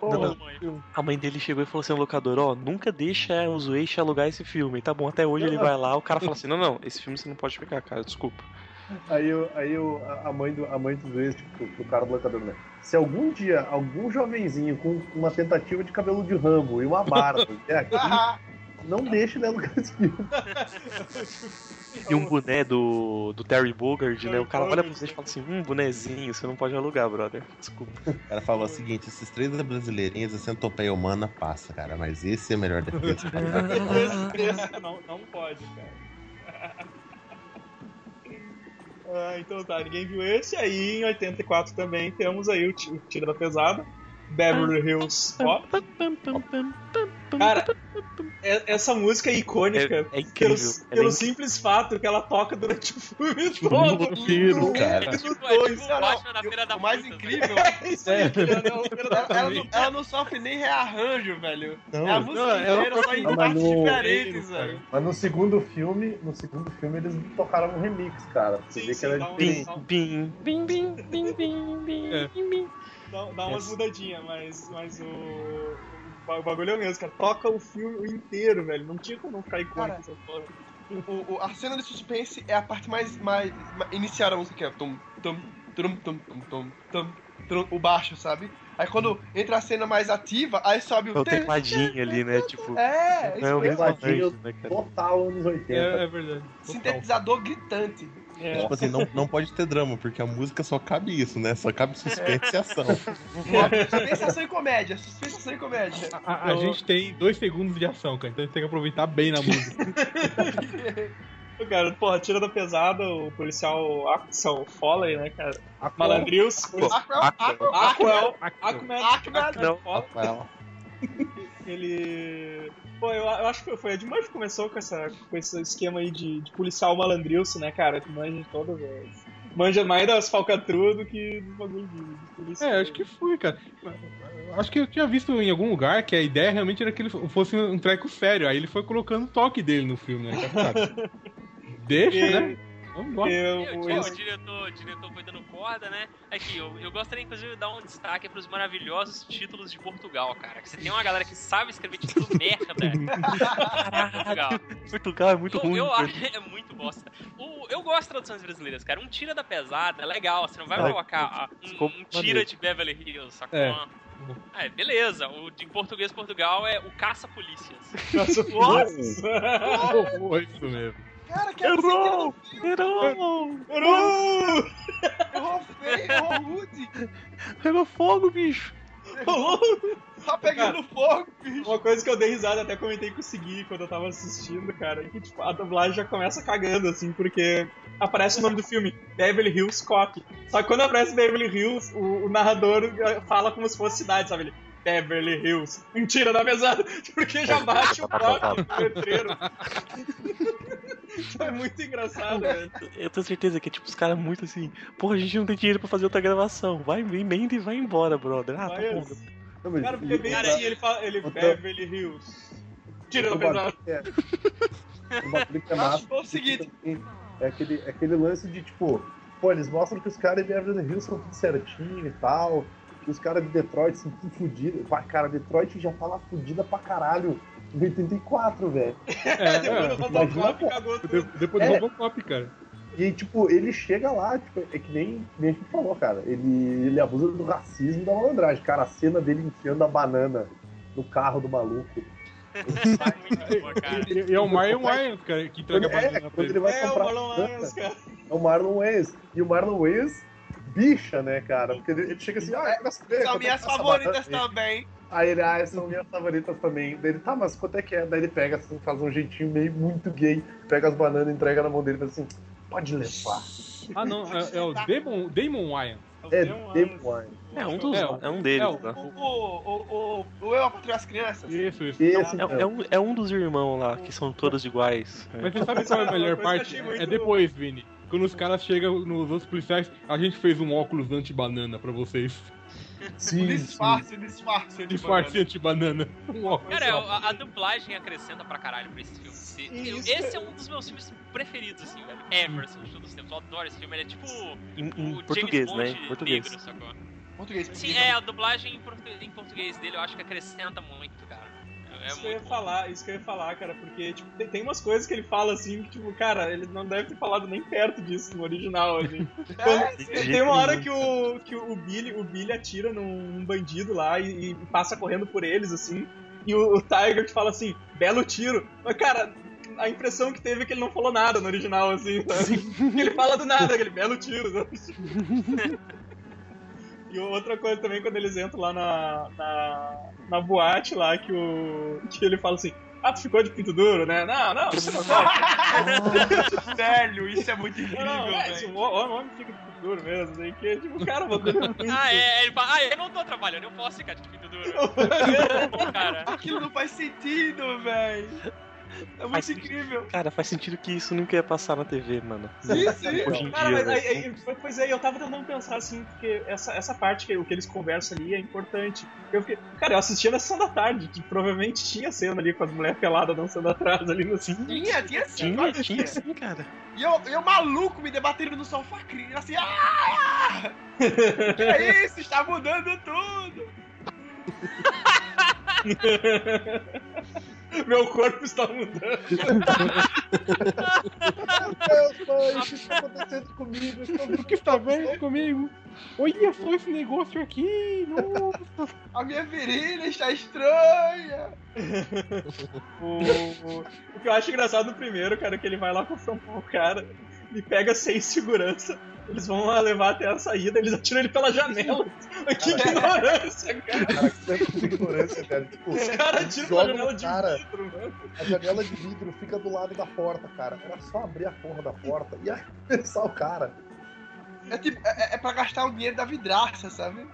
Speaker 7: Porra, mãe.
Speaker 9: A mãe dele chegou e falou assim: ao locador, ó, nunca deixa os ex alugar esse filme. Tá bom, até hoje ele vai lá, o cara fala assim: não, não, esse filme você não pode pegar, cara, desculpa.
Speaker 6: Aí, eu, aí eu, a a mãe do, a mãe do ex, tipo, do cara do locador, né? Se algum dia algum jovenzinho com uma tentativa de cabelo de rambo e uma barba é aqui, não deixe ele alugar esse filme.
Speaker 9: E um boné do, do Terry Bogard, né? O cara olha pra
Speaker 3: Bogard.
Speaker 9: você e fala assim: hum, bonezinho, você não pode alugar, brother. Desculpa.
Speaker 5: O cara falou o seguinte: esses três brasileirinhos, a centopeia humana passa, cara, mas esse é a melhor defesa.
Speaker 3: Esse não, não pode, cara. Ah, então tá, ninguém viu esse. Aí em 84 também temos aí o, ti- o Tiro da Pesada, Beverly Hills Cop. Cara, é- essa música é icônica.
Speaker 9: É, é
Speaker 3: Pelo,
Speaker 9: incrível. Tipo, Ela
Speaker 3: pelo
Speaker 9: é
Speaker 3: simples fato que ela toca durante o filme todo.
Speaker 8: Todo filme,
Speaker 5: cara.
Speaker 7: É tipo, é
Speaker 3: Dois,
Speaker 7: tipo o
Speaker 2: não,
Speaker 7: Batman na
Speaker 2: E
Speaker 7: feira da
Speaker 2: o mais
Speaker 7: fruta,
Speaker 2: incrível,
Speaker 3: É isso aí, cara, é o filme da-
Speaker 2: ela, tá ela não, ela não sofre nem rearranjo, velho.
Speaker 5: Não,
Speaker 2: é a música
Speaker 8: não, ela
Speaker 2: inteira, só em
Speaker 6: não,
Speaker 2: partes
Speaker 6: não.
Speaker 2: diferentes, velho.
Speaker 6: Mas no segundo filme, no segundo filme eles tocaram um remix, cara. Pra Você
Speaker 3: Sim,
Speaker 6: vê
Speaker 3: sim,
Speaker 6: que é era
Speaker 3: dá um-
Speaker 9: Bim,
Speaker 6: diferente.
Speaker 9: bim, bim, bim, bim, bim, bim,
Speaker 8: É.
Speaker 9: bim.
Speaker 3: Dá, dá umas mudadinhas, mas, mas o, o bagulho é o mesmo, cara. Toca o filme inteiro, velho. Não tinha como não ficar icônico
Speaker 2: Cara,
Speaker 3: essa porra.
Speaker 2: O, o- a cena de suspense é a parte mais, mais, mais inicial da música, que é tum, tum, tum, tum, tum, tum, tum, tum, o baixo, sabe? Aí quando entra a cena mais ativa, aí sobe
Speaker 9: É
Speaker 2: o...
Speaker 9: o tecladinho ali, né? Tipo,
Speaker 2: É,
Speaker 9: é o
Speaker 2: isso mesmo.
Speaker 9: mesmo
Speaker 6: tecladinho.
Speaker 9: arranjo, né, cara?
Speaker 6: Total anos 80.
Speaker 8: É, é verdade. Total.
Speaker 2: sintetizador gritante.
Speaker 3: É.
Speaker 5: Tipo assim, não, não pode ter drama, porque a música só cabe isso, né? Só cabe suspense e ação.
Speaker 2: Suspensação e comédia, suspensação e comédia.
Speaker 8: A, a- a
Speaker 3: Eu-
Speaker 8: gente tem dois segundos de ação, cara, então a gente tem que aproveitar bem na música.
Speaker 3: Cara, porra, tira da pesada o policial Axel Foley, né, cara?
Speaker 6: Aqua-
Speaker 3: Malandrius.
Speaker 2: Aquel, Aquel,
Speaker 3: Aquel. Aquel.
Speaker 2: Aquel,
Speaker 9: Não,
Speaker 3: Foley.
Speaker 5: Well,
Speaker 3: Ele. Pô, eu, eu acho que foi a Edmar que começou com, essa, com esse esquema aí de, de policial malandrilso, né, cara? Que manja de todas as. Manja mais das falcatruas do que do bagulho de, de polícia.
Speaker 8: É, acho que foi, cara. Acho que eu tinha visto em algum lugar que a ideia realmente era que ele fosse um treco sério. Aí ele foi colocando o toque dele no filme, né? cara? Deixa, né? Vamos embora.
Speaker 3: Porque
Speaker 7: Eu,
Speaker 3: o-
Speaker 7: tio, o
Speaker 3: eles-
Speaker 7: diretor, o diretor foi dando corda, né? Aqui, eu, eu gostaria inclusive de dar um destaque pros maravilhosos títulos de Portugal, cara. Que você tem uma galera que sabe escrever título merda de Portugal.
Speaker 9: Portugal é muito
Speaker 7: eu,
Speaker 9: ruim.
Speaker 7: eu
Speaker 9: cara.
Speaker 7: acho é muito bosta. O- eu gosto de traduções brasileiras, cara. Um tira da pesada, é legal. Você não vai
Speaker 9: Ah,
Speaker 7: colocar ah, um,
Speaker 9: ficou
Speaker 7: um tira
Speaker 9: maneiro.
Speaker 7: de Beverly Hills, sacou?
Speaker 8: É.
Speaker 7: Ah, É. beleza. O de em português Portugal é o caça-polícias.
Speaker 3: Nossa, nossa.
Speaker 8: Oh, isso mesmo.
Speaker 2: Cara, que
Speaker 9: Errou! Errou!
Speaker 3: Errou!
Speaker 2: Errou feio, errou rude.
Speaker 9: Pegou fogo, bicho!
Speaker 2: Tá pegando fogo.
Speaker 3: Uma coisa que eu dei risada, até comentei com o Segui quando eu tava assistindo, cara, é que tipo, a dublagem já começa cagando, assim, porque aparece o nome do filme, Beverly Hills Cop. Só que quando aparece Beverly Hills, o, o narrador eh, fala como se fosse cidade, sabe? Ele, Beverly Hills, mentira da pesada, porque já bate o cop no letreiro. é muito engraçado, velho.
Speaker 9: Eu tenho certeza que é tipo os caras muito assim, porra, a gente não tem dinheiro pra fazer outra gravação. Vai, emenda e vai embora, brother. Ah, tá
Speaker 3: Vai,
Speaker 9: bom.
Speaker 3: assim.
Speaker 6: Não, mas-
Speaker 3: Cara, porque é bem
Speaker 6: e-
Speaker 3: assim, ele fala, ele,
Speaker 6: Então-
Speaker 3: Beverly Hills, tá mentira da
Speaker 6: O
Speaker 3: pesada.
Speaker 6: Batric é- o Batric é massa,
Speaker 2: Foi o seguinte,
Speaker 6: É aquele, é aquele lance de tipo, pô, eles mostram que os caras em Beverly Hills são tudo certinho e tal, que os caras de Detroit são tudo fudido. Pá, Cara, Detroit já tá lá fudida pra caralho em 84, velho.
Speaker 8: É, é.
Speaker 3: Depois do Robocop,
Speaker 6: Imagina,
Speaker 3: um cagou tudo.
Speaker 8: De- Depois do
Speaker 6: É.
Speaker 8: Robocop, cara.
Speaker 6: E, tipo, ele chega lá, tipo, é que nem, nem a gente falou, cara. Ele, ele abusa do racismo da malandragem. Cara, a cena dele enfiando a banana no carro do maluco.
Speaker 7: Muito boa, cara.
Speaker 8: E é o Marlon Wayans, cara, que entrega a
Speaker 6: É,
Speaker 8: banana pra
Speaker 6: quando
Speaker 8: ele.
Speaker 6: ele vai
Speaker 3: É o
Speaker 6: comprar.
Speaker 3: Marlon
Speaker 6: banana,
Speaker 3: Wayans, cara.
Speaker 6: É o Marlon Wayans. E o Marlon Wayans bicha, né, cara? Porque ele, ele chega assim, ah, eu quero saber
Speaker 2: São
Speaker 6: quanto é que
Speaker 2: minhas
Speaker 6: tá essa
Speaker 2: favoritas
Speaker 6: banana aí.
Speaker 2: também.
Speaker 6: Aí ele, ah, são minhas favoritas também. Daí ele, tá, mas quanto é que é? Daí ele pega assim, faz um jeitinho meio muito gay, pega as bananas, entrega na mão dele e fala assim, pode levar.
Speaker 8: Ah, não, é, é o
Speaker 6: Tá.
Speaker 8: Damon, Damon Wayans.
Speaker 6: É,
Speaker 3: Deu um-
Speaker 6: Dave Wine.
Speaker 9: É um dos.
Speaker 8: É,
Speaker 9: É um deles,
Speaker 8: é o-
Speaker 9: né?
Speaker 2: O, o, o, o, o Eu Patrulho as Crianças.
Speaker 8: Isso, isso.
Speaker 6: Esse,
Speaker 9: É, é um, é um dos irmãos lá, que são todos iguais. É.
Speaker 8: Mas você sabe qual é a melhor
Speaker 3: Uma coisa que eu
Speaker 8: parte?
Speaker 3: achei
Speaker 8: É
Speaker 3: muito-
Speaker 8: depois, Vini. Quando os caras chegam nos outros policiais, a gente fez um óculos anti-banana pra vocês.
Speaker 2: O
Speaker 6: sim,
Speaker 2: disfarce, o disfarce. de
Speaker 8: Disfarce anti-banana. Um óculos.
Speaker 7: Cara, eu- a, a dublagem acrescenta pra caralho pra esse filme. Se- eu-
Speaker 3: Isso.
Speaker 7: esse é um dos meus filmes preferidos, assim, velho. Ever, assim, de todos os tempos. Eu adoro esse filme. Ele é tipo
Speaker 9: Em, em
Speaker 7: o
Speaker 9: português,
Speaker 7: James
Speaker 9: né?
Speaker 7: Bond
Speaker 9: Em português.
Speaker 7: negro, sacou?
Speaker 2: banana. Português,
Speaker 7: Sim,
Speaker 2: português.
Speaker 7: é, a dublagem em portu- em português dele eu acho que acrescenta muito, cara. É
Speaker 3: Isso que eu ia
Speaker 7: muito bom.
Speaker 3: falar, isso que eu ia falar, cara, porque tipo, tem, tem umas coisas que ele fala assim que, tipo, cara, ele não deve ter falado nem perto disso no original, assim.
Speaker 7: né?
Speaker 3: Quando-
Speaker 9: De jeito
Speaker 3: tem uma hora
Speaker 9: nenhum.
Speaker 3: que o, que o Billy, o Billy atira num, num bandido lá e, e passa correndo por eles, assim, e o, o Tiger te fala assim, belo tiro. Mas, cara, a impressão que teve é que ele não falou nada no original, assim, sabe? Que ele fala do nada, aquele belo tiro, sabe? E outra coisa também, quando eles entram lá na, na, na boate lá, que, o, que ele fala assim, ah, tu ficou de pinto duro, né? Não, não, você não vai.
Speaker 2: Velho, isso é muito incrível,
Speaker 3: Não, não, é,
Speaker 2: velho.
Speaker 3: tipo, o o homem fica de pinto duro mesmo, assim, que tipo, cara, mano.
Speaker 7: Ah, é, ele fala, ah, eu não tô trabalhando, eu posso ficar de pinto duro. Bom, cara.
Speaker 2: Aquilo não faz sentido, velho. É
Speaker 9: Faz
Speaker 2: muito
Speaker 9: sentido.
Speaker 2: incrível.
Speaker 9: Cara, faz sentido que isso nunca ia passar na TV, mano.
Speaker 3: Sim, sim.
Speaker 9: Hoje em
Speaker 3: Cara,
Speaker 9: dia,
Speaker 3: mas
Speaker 9: né?
Speaker 3: aí- aí- foi- pois é, eu tava tentando pensar assim, porque essa, essa parte, que, o que eles conversam ali, é importante. Eu fiquei, cara, eu assistia na sessão da tarde, que provavelmente tinha cena ali com as mulheres peladas dançando atrás ali no assim.
Speaker 2: Tinha, tinha sim.
Speaker 9: Tinha,
Speaker 2: claro que
Speaker 9: tinha sim, cara.
Speaker 2: E eu, eu maluco me debatendo no sofá, criança, assim, ah! Que é isso? Está mudando tudo!
Speaker 3: Meu corpo está mudando.
Speaker 6: Meu Deus, isso tá acontecendo comigo. isso tá
Speaker 8: O que está vendo comigo? Olha só esse negócio aqui! Nossa.
Speaker 2: A minha virilha está estranha!
Speaker 3: O, o- o que eu acho engraçado no primeiro, cara, é que ele vai lá confrontar o cara e pega seis segurança. Eles vão lá levar até a saída, eles atiram ele pela janela. Mas Que ignorância, cara.
Speaker 6: Cara, que tanta ignorância, velho. Tipo,
Speaker 3: Os caras atiram pela
Speaker 6: joga
Speaker 3: janela
Speaker 6: no
Speaker 3: de
Speaker 6: cara.
Speaker 3: vidro, mano.
Speaker 6: a janela de vidro fica do lado da porta, cara. Era só abrir a porra da porta e arremessar o cara.
Speaker 2: É tipo, é, é pra gastar o dinheiro da vidraça, sabe?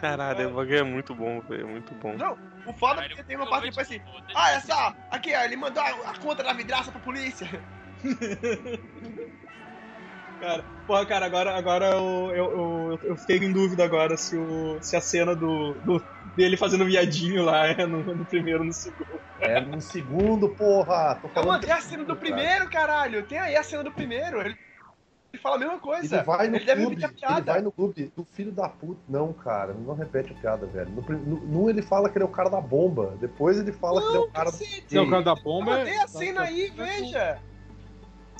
Speaker 9: Caralho, o bagulho é muito bom, velho. É muito bom.
Speaker 2: O foda é
Speaker 7: Caralho,
Speaker 2: porque tem uma
Speaker 7: eu
Speaker 2: parte
Speaker 7: vou
Speaker 2: que foi
Speaker 7: te-
Speaker 2: assim,
Speaker 7: vou te-
Speaker 2: olha só, aqui ó, ele mandou a, a conta da vidraça pra polícia.
Speaker 3: Cara, porra, cara, agora, agora eu, eu, eu, eu fiquei em dúvida agora se, o, se a cena do, do- dele fazendo viadinho lá é no, no primeiro ou no segundo.
Speaker 6: É, no segundo, porra. Tô
Speaker 2: Eu
Speaker 6: falando.
Speaker 2: mandei Tá a É cena do primeiro, caralho. Tem aí a cena do primeiro. Ele, ele fala a mesma coisa.
Speaker 6: Ele vai no
Speaker 2: Ele deve
Speaker 6: clube,
Speaker 2: meter a
Speaker 6: ele
Speaker 2: piada.
Speaker 6: vai no clube do filho da puta. Não, cara, não repete a piada, velho. No, prim- no- num ele fala que ele é o cara da bomba, depois ele fala que ele é o cara do
Speaker 2: Cacete,
Speaker 8: Não, o cara da bomba é.
Speaker 2: Mandei a cena aí, veja.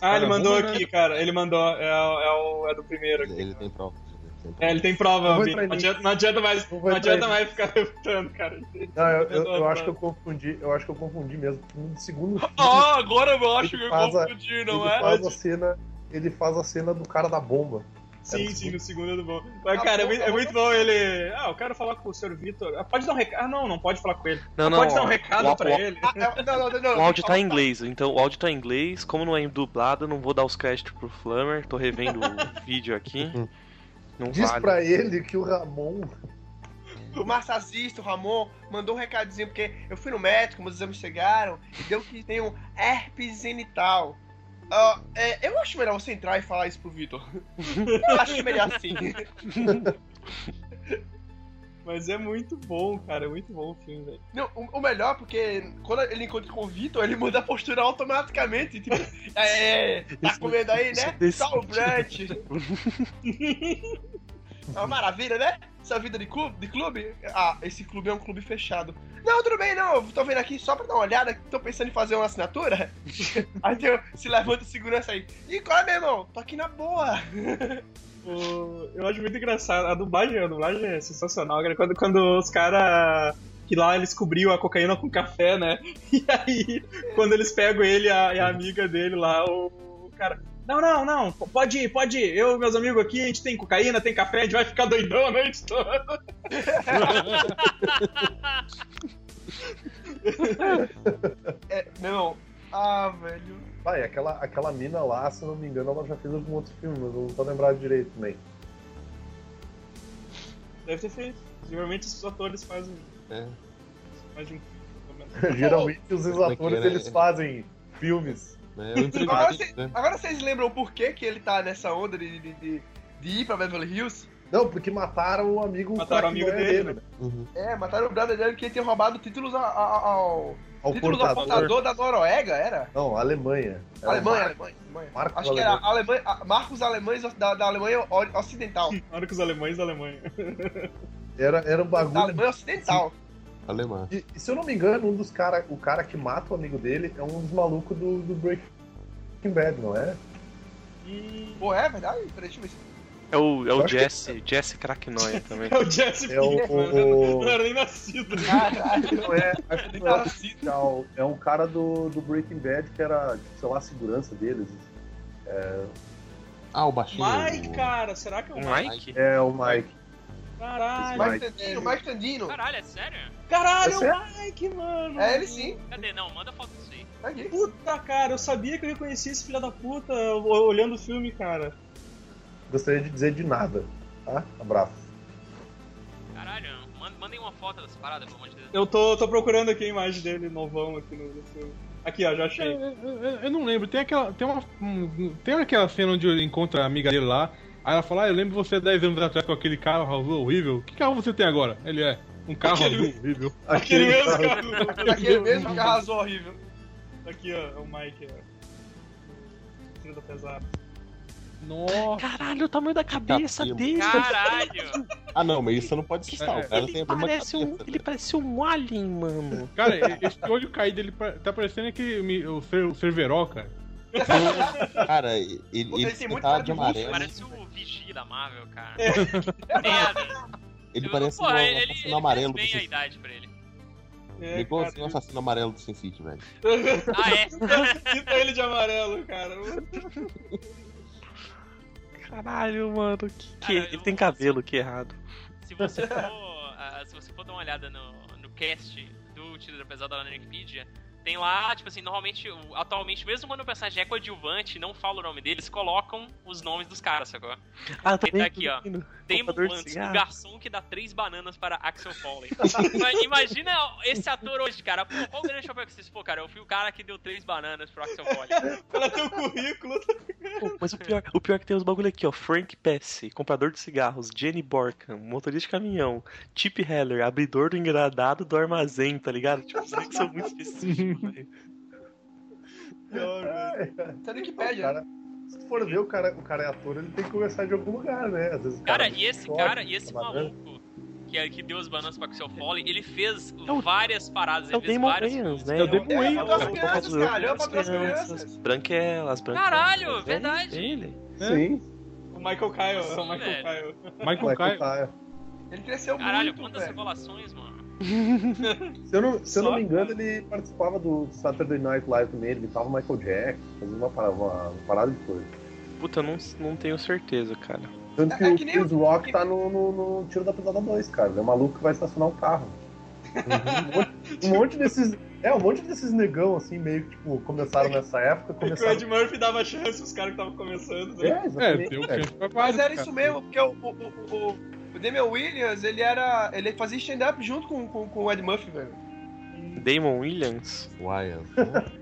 Speaker 3: Ah, ele
Speaker 8: Cara,
Speaker 3: mandou
Speaker 8: vamos, né?
Speaker 3: aqui, cara. Ele mandou. É, o- é, o- é do primeiro aqui.
Speaker 5: Ele tem prova.
Speaker 4: né?
Speaker 5: ele tem prova.
Speaker 3: É, ele tem prova,
Speaker 6: Eu vou
Speaker 3: Vini.
Speaker 6: entrar
Speaker 3: não
Speaker 6: nisso.
Speaker 3: adianta, não adianta mais,
Speaker 6: Eu
Speaker 3: não
Speaker 6: vou entrar
Speaker 3: adianta
Speaker 6: nisso.
Speaker 3: mais ficar reputando, cara.
Speaker 6: Não, eu, eu- eu acho que eu confundi, eu acho que eu confundi mesmo. No segundo filme,
Speaker 2: Ah, agora eu acho
Speaker 6: Ele
Speaker 2: que eu
Speaker 6: faz a-
Speaker 2: confundi,
Speaker 6: ele
Speaker 2: não é?
Speaker 6: faz a cena, ele faz a cena do cara da bomba.
Speaker 3: Sim,
Speaker 6: no
Speaker 3: sim,
Speaker 6: segundo.
Speaker 3: no segundo é do bom. Mas,
Speaker 2: Tá
Speaker 3: cara, é
Speaker 2: bom,
Speaker 3: muito,
Speaker 2: tá
Speaker 3: é
Speaker 2: bom.
Speaker 3: muito bom ele. Ah, eu quero falar com o senhor Vitor. Ah, pode dar um recado. Ah, não, não pode falar com ele.
Speaker 9: Não, não.
Speaker 3: pode dar
Speaker 9: ó,
Speaker 3: um recado
Speaker 9: o,
Speaker 3: pra
Speaker 9: o-
Speaker 3: ele.
Speaker 2: Ah, é- não, não, não, não.
Speaker 9: O áudio tá em inglês, então o áudio tá em inglês. Como não é dublado, não vou dar os créditos pro Flammer. Tô revendo o vídeo aqui. Não
Speaker 6: Diz
Speaker 9: vale.
Speaker 6: pra ele que o Ramon
Speaker 2: O massagista, o Ramon, mandou um recadinho, porque eu fui no médico, meus exames chegaram, e deu que tem um herpes genital. Ah, é, eu acho melhor você entrar e falar isso pro Vitor. Eu acho melhor assim.
Speaker 3: Mas é muito bom, cara. É muito bom o filme, velho.
Speaker 2: Não, o, o melhor, porque quando ele encontra com o Vitor, ele muda a postura automaticamente. Tipo, é, é, tá comendo aí,
Speaker 9: isso
Speaker 2: né?
Speaker 9: desse-
Speaker 2: Só o brunch. É uma maravilha, né? essa vida de clube, de clube? Ah, esse clube é um clube fechado. Não, tudo bem, não. Eu tô vendo aqui só pra dar uma olhada. Tô pensando em fazer uma assinatura. aí eu, se levanta o segurança aí. E qual é, meu irmão? Tô aqui na boa.
Speaker 3: O- Eu acho muito engraçado. A dublagem, a dublagem é sensacional, cara. Quando, quando os caras. Que lá eles cobriam a cocaína com café, né? E aí, quando eles pegam ele e a, e a amiga dele lá, o, o cara. Não, não, não, pode ir, pode ir. Eu e meus amigos aqui, a gente tem cocaína, tem café, a gente vai ficar doidão a noite toda.
Speaker 2: É, meu irmão. Ah, velho.
Speaker 6: Vai, aquela, aquela mina lá, se não me engano, ela já fez algum outro filme, mas eu não tô lembrado direito também.
Speaker 3: Deve ter feito. Geralmente os atores fazem. Fazem um filme, pelo menos.
Speaker 6: Geralmente os
Speaker 4: Como é que
Speaker 6: atores
Speaker 4: era?
Speaker 6: eles fazem filmes.
Speaker 4: É, o emprego
Speaker 2: Agora,
Speaker 4: dele,
Speaker 2: cê-
Speaker 4: né?
Speaker 2: agora vocês lembram por que, que ele tá nessa onda de, de, de- de ir pra Beverly Hills?
Speaker 6: Não, porque mataram o amigo
Speaker 3: Mataram o
Speaker 6: craque
Speaker 3: amigo
Speaker 6: maior
Speaker 3: dele, né?
Speaker 4: Uhum.
Speaker 2: É, mataram o brother dele porque ele tinha roubado títulos a- a- ao.
Speaker 6: Ao
Speaker 2: títulos ao
Speaker 6: portador.
Speaker 2: portador da Noruega, era?
Speaker 6: Não, Alemanha. Era
Speaker 2: Alemanha,
Speaker 6: Mar-
Speaker 2: Alemanha, Alemanha.
Speaker 6: Marcos
Speaker 2: Acho que era Alemanha, a- Marcos Alemães da, da Alemanha o- Ocidental.
Speaker 3: Claro que os alemães da Alemanha.
Speaker 6: Era, era um
Speaker 2: Da
Speaker 6: bagulho.
Speaker 2: Alemanha Ocidental.
Speaker 4: Alemã.
Speaker 6: E, e se eu não me engano, um dos cara, o cara que mata o amigo dele é um dos malucos do, do Breaking Bad, não é?
Speaker 3: Hum,
Speaker 2: Pô, é verdade? Peraí, deixa eu ver se.
Speaker 9: É o, é
Speaker 6: Eu
Speaker 9: o
Speaker 6: acho que-
Speaker 9: Jesse, Jesse Cracknoia também.
Speaker 3: é o Jesse
Speaker 6: É o.
Speaker 3: Pinkman,
Speaker 6: o-
Speaker 3: Não era nem nascido.
Speaker 2: Caralho.
Speaker 6: não é, acho que
Speaker 2: Ele
Speaker 6: não é,
Speaker 2: tá
Speaker 6: o
Speaker 2: assim.
Speaker 6: oficial, é um cara do, do Breaking Bad que era, tipo, sei lá, a segurança deles.
Speaker 4: Ah, o baixinho.
Speaker 3: Mike, cara, será que é o
Speaker 9: O
Speaker 3: Mike?
Speaker 9: Mike?
Speaker 6: É, o Mike.
Speaker 3: Caralho.
Speaker 2: Mike Tandino, Mike Tandino.
Speaker 7: Caralho, é sério?
Speaker 3: Caralho,
Speaker 6: Você-
Speaker 3: o Mike, mano!
Speaker 2: É ele sim,
Speaker 7: Cadê? Não, manda foto disso aí.
Speaker 2: tá aqui.
Speaker 3: Puta, cara, eu sabia que eu reconhecia esse filho da puta o- olhando o filme, cara.
Speaker 6: Gostaria de dizer de nada. Tá? Abraço.
Speaker 7: Caralho, manda- mandem uma foto dessa parada, pelo amor de Deus.
Speaker 3: Eu tô, tô procurando aqui a imagem dele novão aqui no, no filme. Aqui, ó, já achei.
Speaker 8: Eu, eu- eu não lembro. Tem aquela, tem, uma, um- tem aquela cena onde ele encontra a amiga dele lá. Aí ela fala: ah, Eu lembro você 10 anos atrás com aquele carro azul horrível. Que carro você tem agora? Ele é um carro
Speaker 3: Aquele-
Speaker 8: azul horrível.
Speaker 3: Aquele mesmo,
Speaker 6: cara-
Speaker 3: cara.
Speaker 2: Aquele mesmo que arrasou horrível.
Speaker 3: Aqui, ó, é o Mike, ó. Filho da pesada.
Speaker 8: Nossa.
Speaker 9: Caralho, o tamanho da cabeça
Speaker 4: Capilo.
Speaker 9: dele.
Speaker 7: Caralho!
Speaker 4: Ah, não, mas isso você não pode citar.
Speaker 8: É,
Speaker 4: o cara tem a mesma
Speaker 9: Parece um,
Speaker 4: cabeça, né?
Speaker 9: ele parece um alien, mano.
Speaker 8: Cara, e- esse olho caído ele pa- tá parecendo aquele, mi- o, cer, o Cerveró, cara.
Speaker 4: né? Cara, ele, ele,
Speaker 2: tem muito
Speaker 4: tá
Speaker 2: cara
Speaker 4: de
Speaker 2: de
Speaker 4: amarelo.
Speaker 7: Parece o Vigia da Marvel, cara. Merda.
Speaker 4: Ele
Speaker 7: Eu-
Speaker 4: parece um
Speaker 7: Porra, ele, ele,
Speaker 4: assassino amarelo do
Speaker 7: fez bem a
Speaker 4: Sin City.
Speaker 7: idade pra ele.
Speaker 3: É,
Speaker 4: Ele é igualzinho o
Speaker 3: cara.
Speaker 4: assassino amarelo do Sin City, velho.
Speaker 7: Ah, é?
Speaker 3: Pinta ele de amarelo, cara.
Speaker 9: Caralho, mano. Que, que-
Speaker 7: Caralho,
Speaker 9: ele
Speaker 7: eu-
Speaker 9: tem cabelo, que errado.
Speaker 7: Se você for, ah, se você for dar uma olhada no, no cast do Tiro da Pesada lá na Wikipedia, tem lá, tipo assim, normalmente, o- atualmente, mesmo quando o personagem é coadjuvante e não fala o nome deles, colocam os nomes dos caras, sacou?
Speaker 9: Ah, também.
Speaker 7: tá aqui, ó. Tem
Speaker 9: Comprador de
Speaker 7: Mulantes, o
Speaker 9: cigarro.
Speaker 7: garçom que dá três bananas para Axel Foley. Ima- Imagina esse ator hoje, cara. Pô, qual o grande papel que vocês Pô, cara, eu fui o cara que deu três bananas pro Axel Foley.
Speaker 3: Pela teu um currículo.
Speaker 9: Pô, mas o pior, o pior é que tem os bagulho aqui, ó. Frank Pesce, comprador de cigarros, Jenny Borkan, motorista de caminhão, Chip Heller, abridor do engradado do armazém, tá ligado? Tipo, os que são muito específicos, velho.
Speaker 3: Pior, velho.
Speaker 2: Tá no
Speaker 6: O
Speaker 2: Wikipedia.
Speaker 6: cara- se tu for ver o cara, o cara é ator, ele tem que começar de algum lugar, né? Às vezes o
Speaker 7: Cara,
Speaker 6: cara
Speaker 7: e esse
Speaker 6: chora,
Speaker 7: cara, e esse
Speaker 6: tá maluco.
Speaker 7: maluco que, é, que deu as bananas pra Axel Foley, ele fez
Speaker 9: o-
Speaker 7: várias paradas,
Speaker 9: É
Speaker 7: ele
Speaker 9: o
Speaker 7: fez
Speaker 9: Damon
Speaker 7: várias
Speaker 9: Wayans,
Speaker 7: coisas.
Speaker 9: né?
Speaker 8: É o Damon
Speaker 2: Wayans,
Speaker 9: É
Speaker 2: cara.
Speaker 9: o Patrão
Speaker 2: Crianças,
Speaker 9: Azul,
Speaker 2: cara, é o Patrão Crianças.
Speaker 9: Branquelas, branquelas.
Speaker 7: Caralho,
Speaker 9: É
Speaker 7: verdade.
Speaker 9: Ele.
Speaker 6: É. Sim,
Speaker 3: O Michael Kyle, é o Michael
Speaker 7: Velho.
Speaker 3: Kyle.
Speaker 8: Michael
Speaker 6: vai
Speaker 8: Caio.
Speaker 6: contar.
Speaker 2: Ele cresceu
Speaker 7: Caralho,
Speaker 2: muito,
Speaker 7: quantas
Speaker 2: velho.
Speaker 7: revelações, mano.
Speaker 6: Se eu não, se eu não
Speaker 3: Só-
Speaker 6: me engano, ele participava do Saturday Night Live também, ele imitava o Michael Jackson, fazia uma parada, uma, uma parada de coisa.
Speaker 9: Puta, eu não, não tenho certeza, cara.
Speaker 6: Tanto que
Speaker 2: É
Speaker 6: o
Speaker 2: que nem
Speaker 6: Chris
Speaker 2: o-
Speaker 6: Rock tá no, no- no Tiro da Pesada 2, cara. Ele é um maluco que vai estacionar o carro.
Speaker 7: Uhum.
Speaker 6: Um monte- Um monte desses. É, um monte desses negão, assim, meio que, tipo, começaram nessa época,
Speaker 3: Que o Ed
Speaker 6: começaram.
Speaker 3: Murphy dava chance pros caras que estavam começando, né?
Speaker 6: É,
Speaker 8: É,
Speaker 6: exatamente.
Speaker 8: deu
Speaker 6: cara.
Speaker 8: chance pra vários,
Speaker 2: Mas era
Speaker 8: cara.
Speaker 2: isso mesmo, porque o, o, o, o- o Damian Williams, ele era. ele fazia stand-up junto com, com, com o Ed Murphy, velho.
Speaker 9: Damon Williams?
Speaker 4: Wyatt.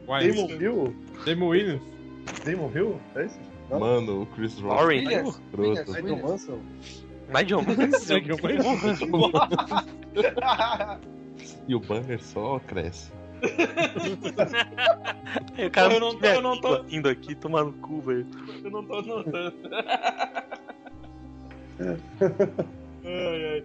Speaker 8: Wayans.
Speaker 6: Damon Hill?
Speaker 8: Damon Williams.
Speaker 6: Damon Hill? É isso? Não.
Speaker 4: Mano, o Chris Rock. é
Speaker 9: Lauren?
Speaker 2: Williams.
Speaker 4: Broto.
Speaker 6: Nigel Mansell?
Speaker 9: Nigel Mansell?
Speaker 3: um
Speaker 4: E o banner só cresce.
Speaker 9: Aí o cara tipo,
Speaker 3: Eu não tô- eu não tô-
Speaker 9: indo aqui tomar no cu, velho.
Speaker 3: Eu não tô notando.
Speaker 6: É.
Speaker 3: Ai, ai.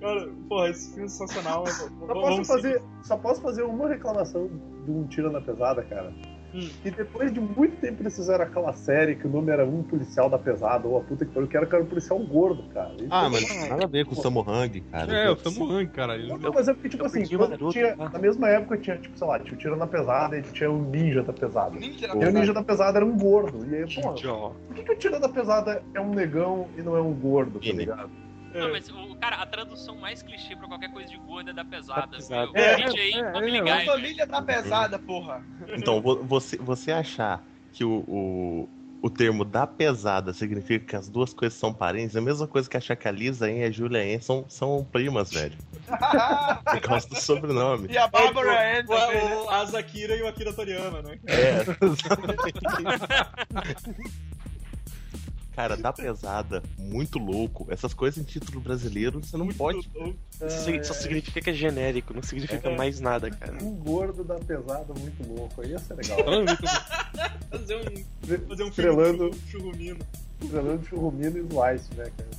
Speaker 3: Cara, porra, esse filme é sensacional.
Speaker 6: Só posso, fazer, só posso fazer uma reclamação de um tiro na pesada, cara.
Speaker 3: Hum.
Speaker 6: E depois de muito tempo eles fizeram aquela série que o nome era Um Policial da Pesada, ou a puta que pariu, que era, que era um policial gordo, cara. E
Speaker 5: Ah,
Speaker 6: depois-
Speaker 5: mas nada a ver com o Samohang, cara.
Speaker 8: É, o Samuhan, cara. ele-
Speaker 6: Não, não, mas é porque, tipo
Speaker 9: eu
Speaker 6: assim,
Speaker 9: perdi o
Speaker 6: quando
Speaker 9: garoto,
Speaker 6: tinha,
Speaker 9: tá?
Speaker 6: na mesma época tinha, tipo, sei lá, tinha o Tiro na Pesada e tinha o Ninja da Pesada.
Speaker 2: Ninja né?
Speaker 6: E o Ninja da Pesada era um gordo. E aí, porra,
Speaker 9: Tipo, Ó,
Speaker 6: por que, que o Tiro da Pesada é um negão e não é um gordo, tá
Speaker 5: Ele.
Speaker 6: ligado?
Speaker 7: Não, mas, o, cara, a tradução mais clichê pra qualquer coisa de gorda é da pesada.
Speaker 9: Da pesada.
Speaker 7: viu?
Speaker 3: É,
Speaker 7: Corrige aí,
Speaker 8: é,
Speaker 7: vamos
Speaker 8: é,
Speaker 7: ligar.
Speaker 2: A
Speaker 7: hein,
Speaker 2: família tá pesada, porra.
Speaker 5: Então, vo- você, você achar que o, o, o termo da pesada significa que as duas coisas são parentes, é a mesma coisa que achar que a Lisa hein, e a Julia hein, são, são primas, velho. Por causa do sobrenome.
Speaker 2: e a Bárbara
Speaker 3: o,
Speaker 2: entra. né?
Speaker 3: o, a Zakira e o Akira Toriyama, né?
Speaker 5: É. Cara, da pesada, muito louco. Essas coisas em título brasileiro, você não pode.
Speaker 9: Isso sig- só significa que é genérico, não significa
Speaker 3: É.
Speaker 9: mais nada, cara.
Speaker 6: Um gordo da pesada muito louco. Aí ia ser legal.
Speaker 3: Fazer um, fazer um
Speaker 6: Estrelando.
Speaker 3: filme de churrumino.
Speaker 6: Fernando Churrumino e Slice, né, cara?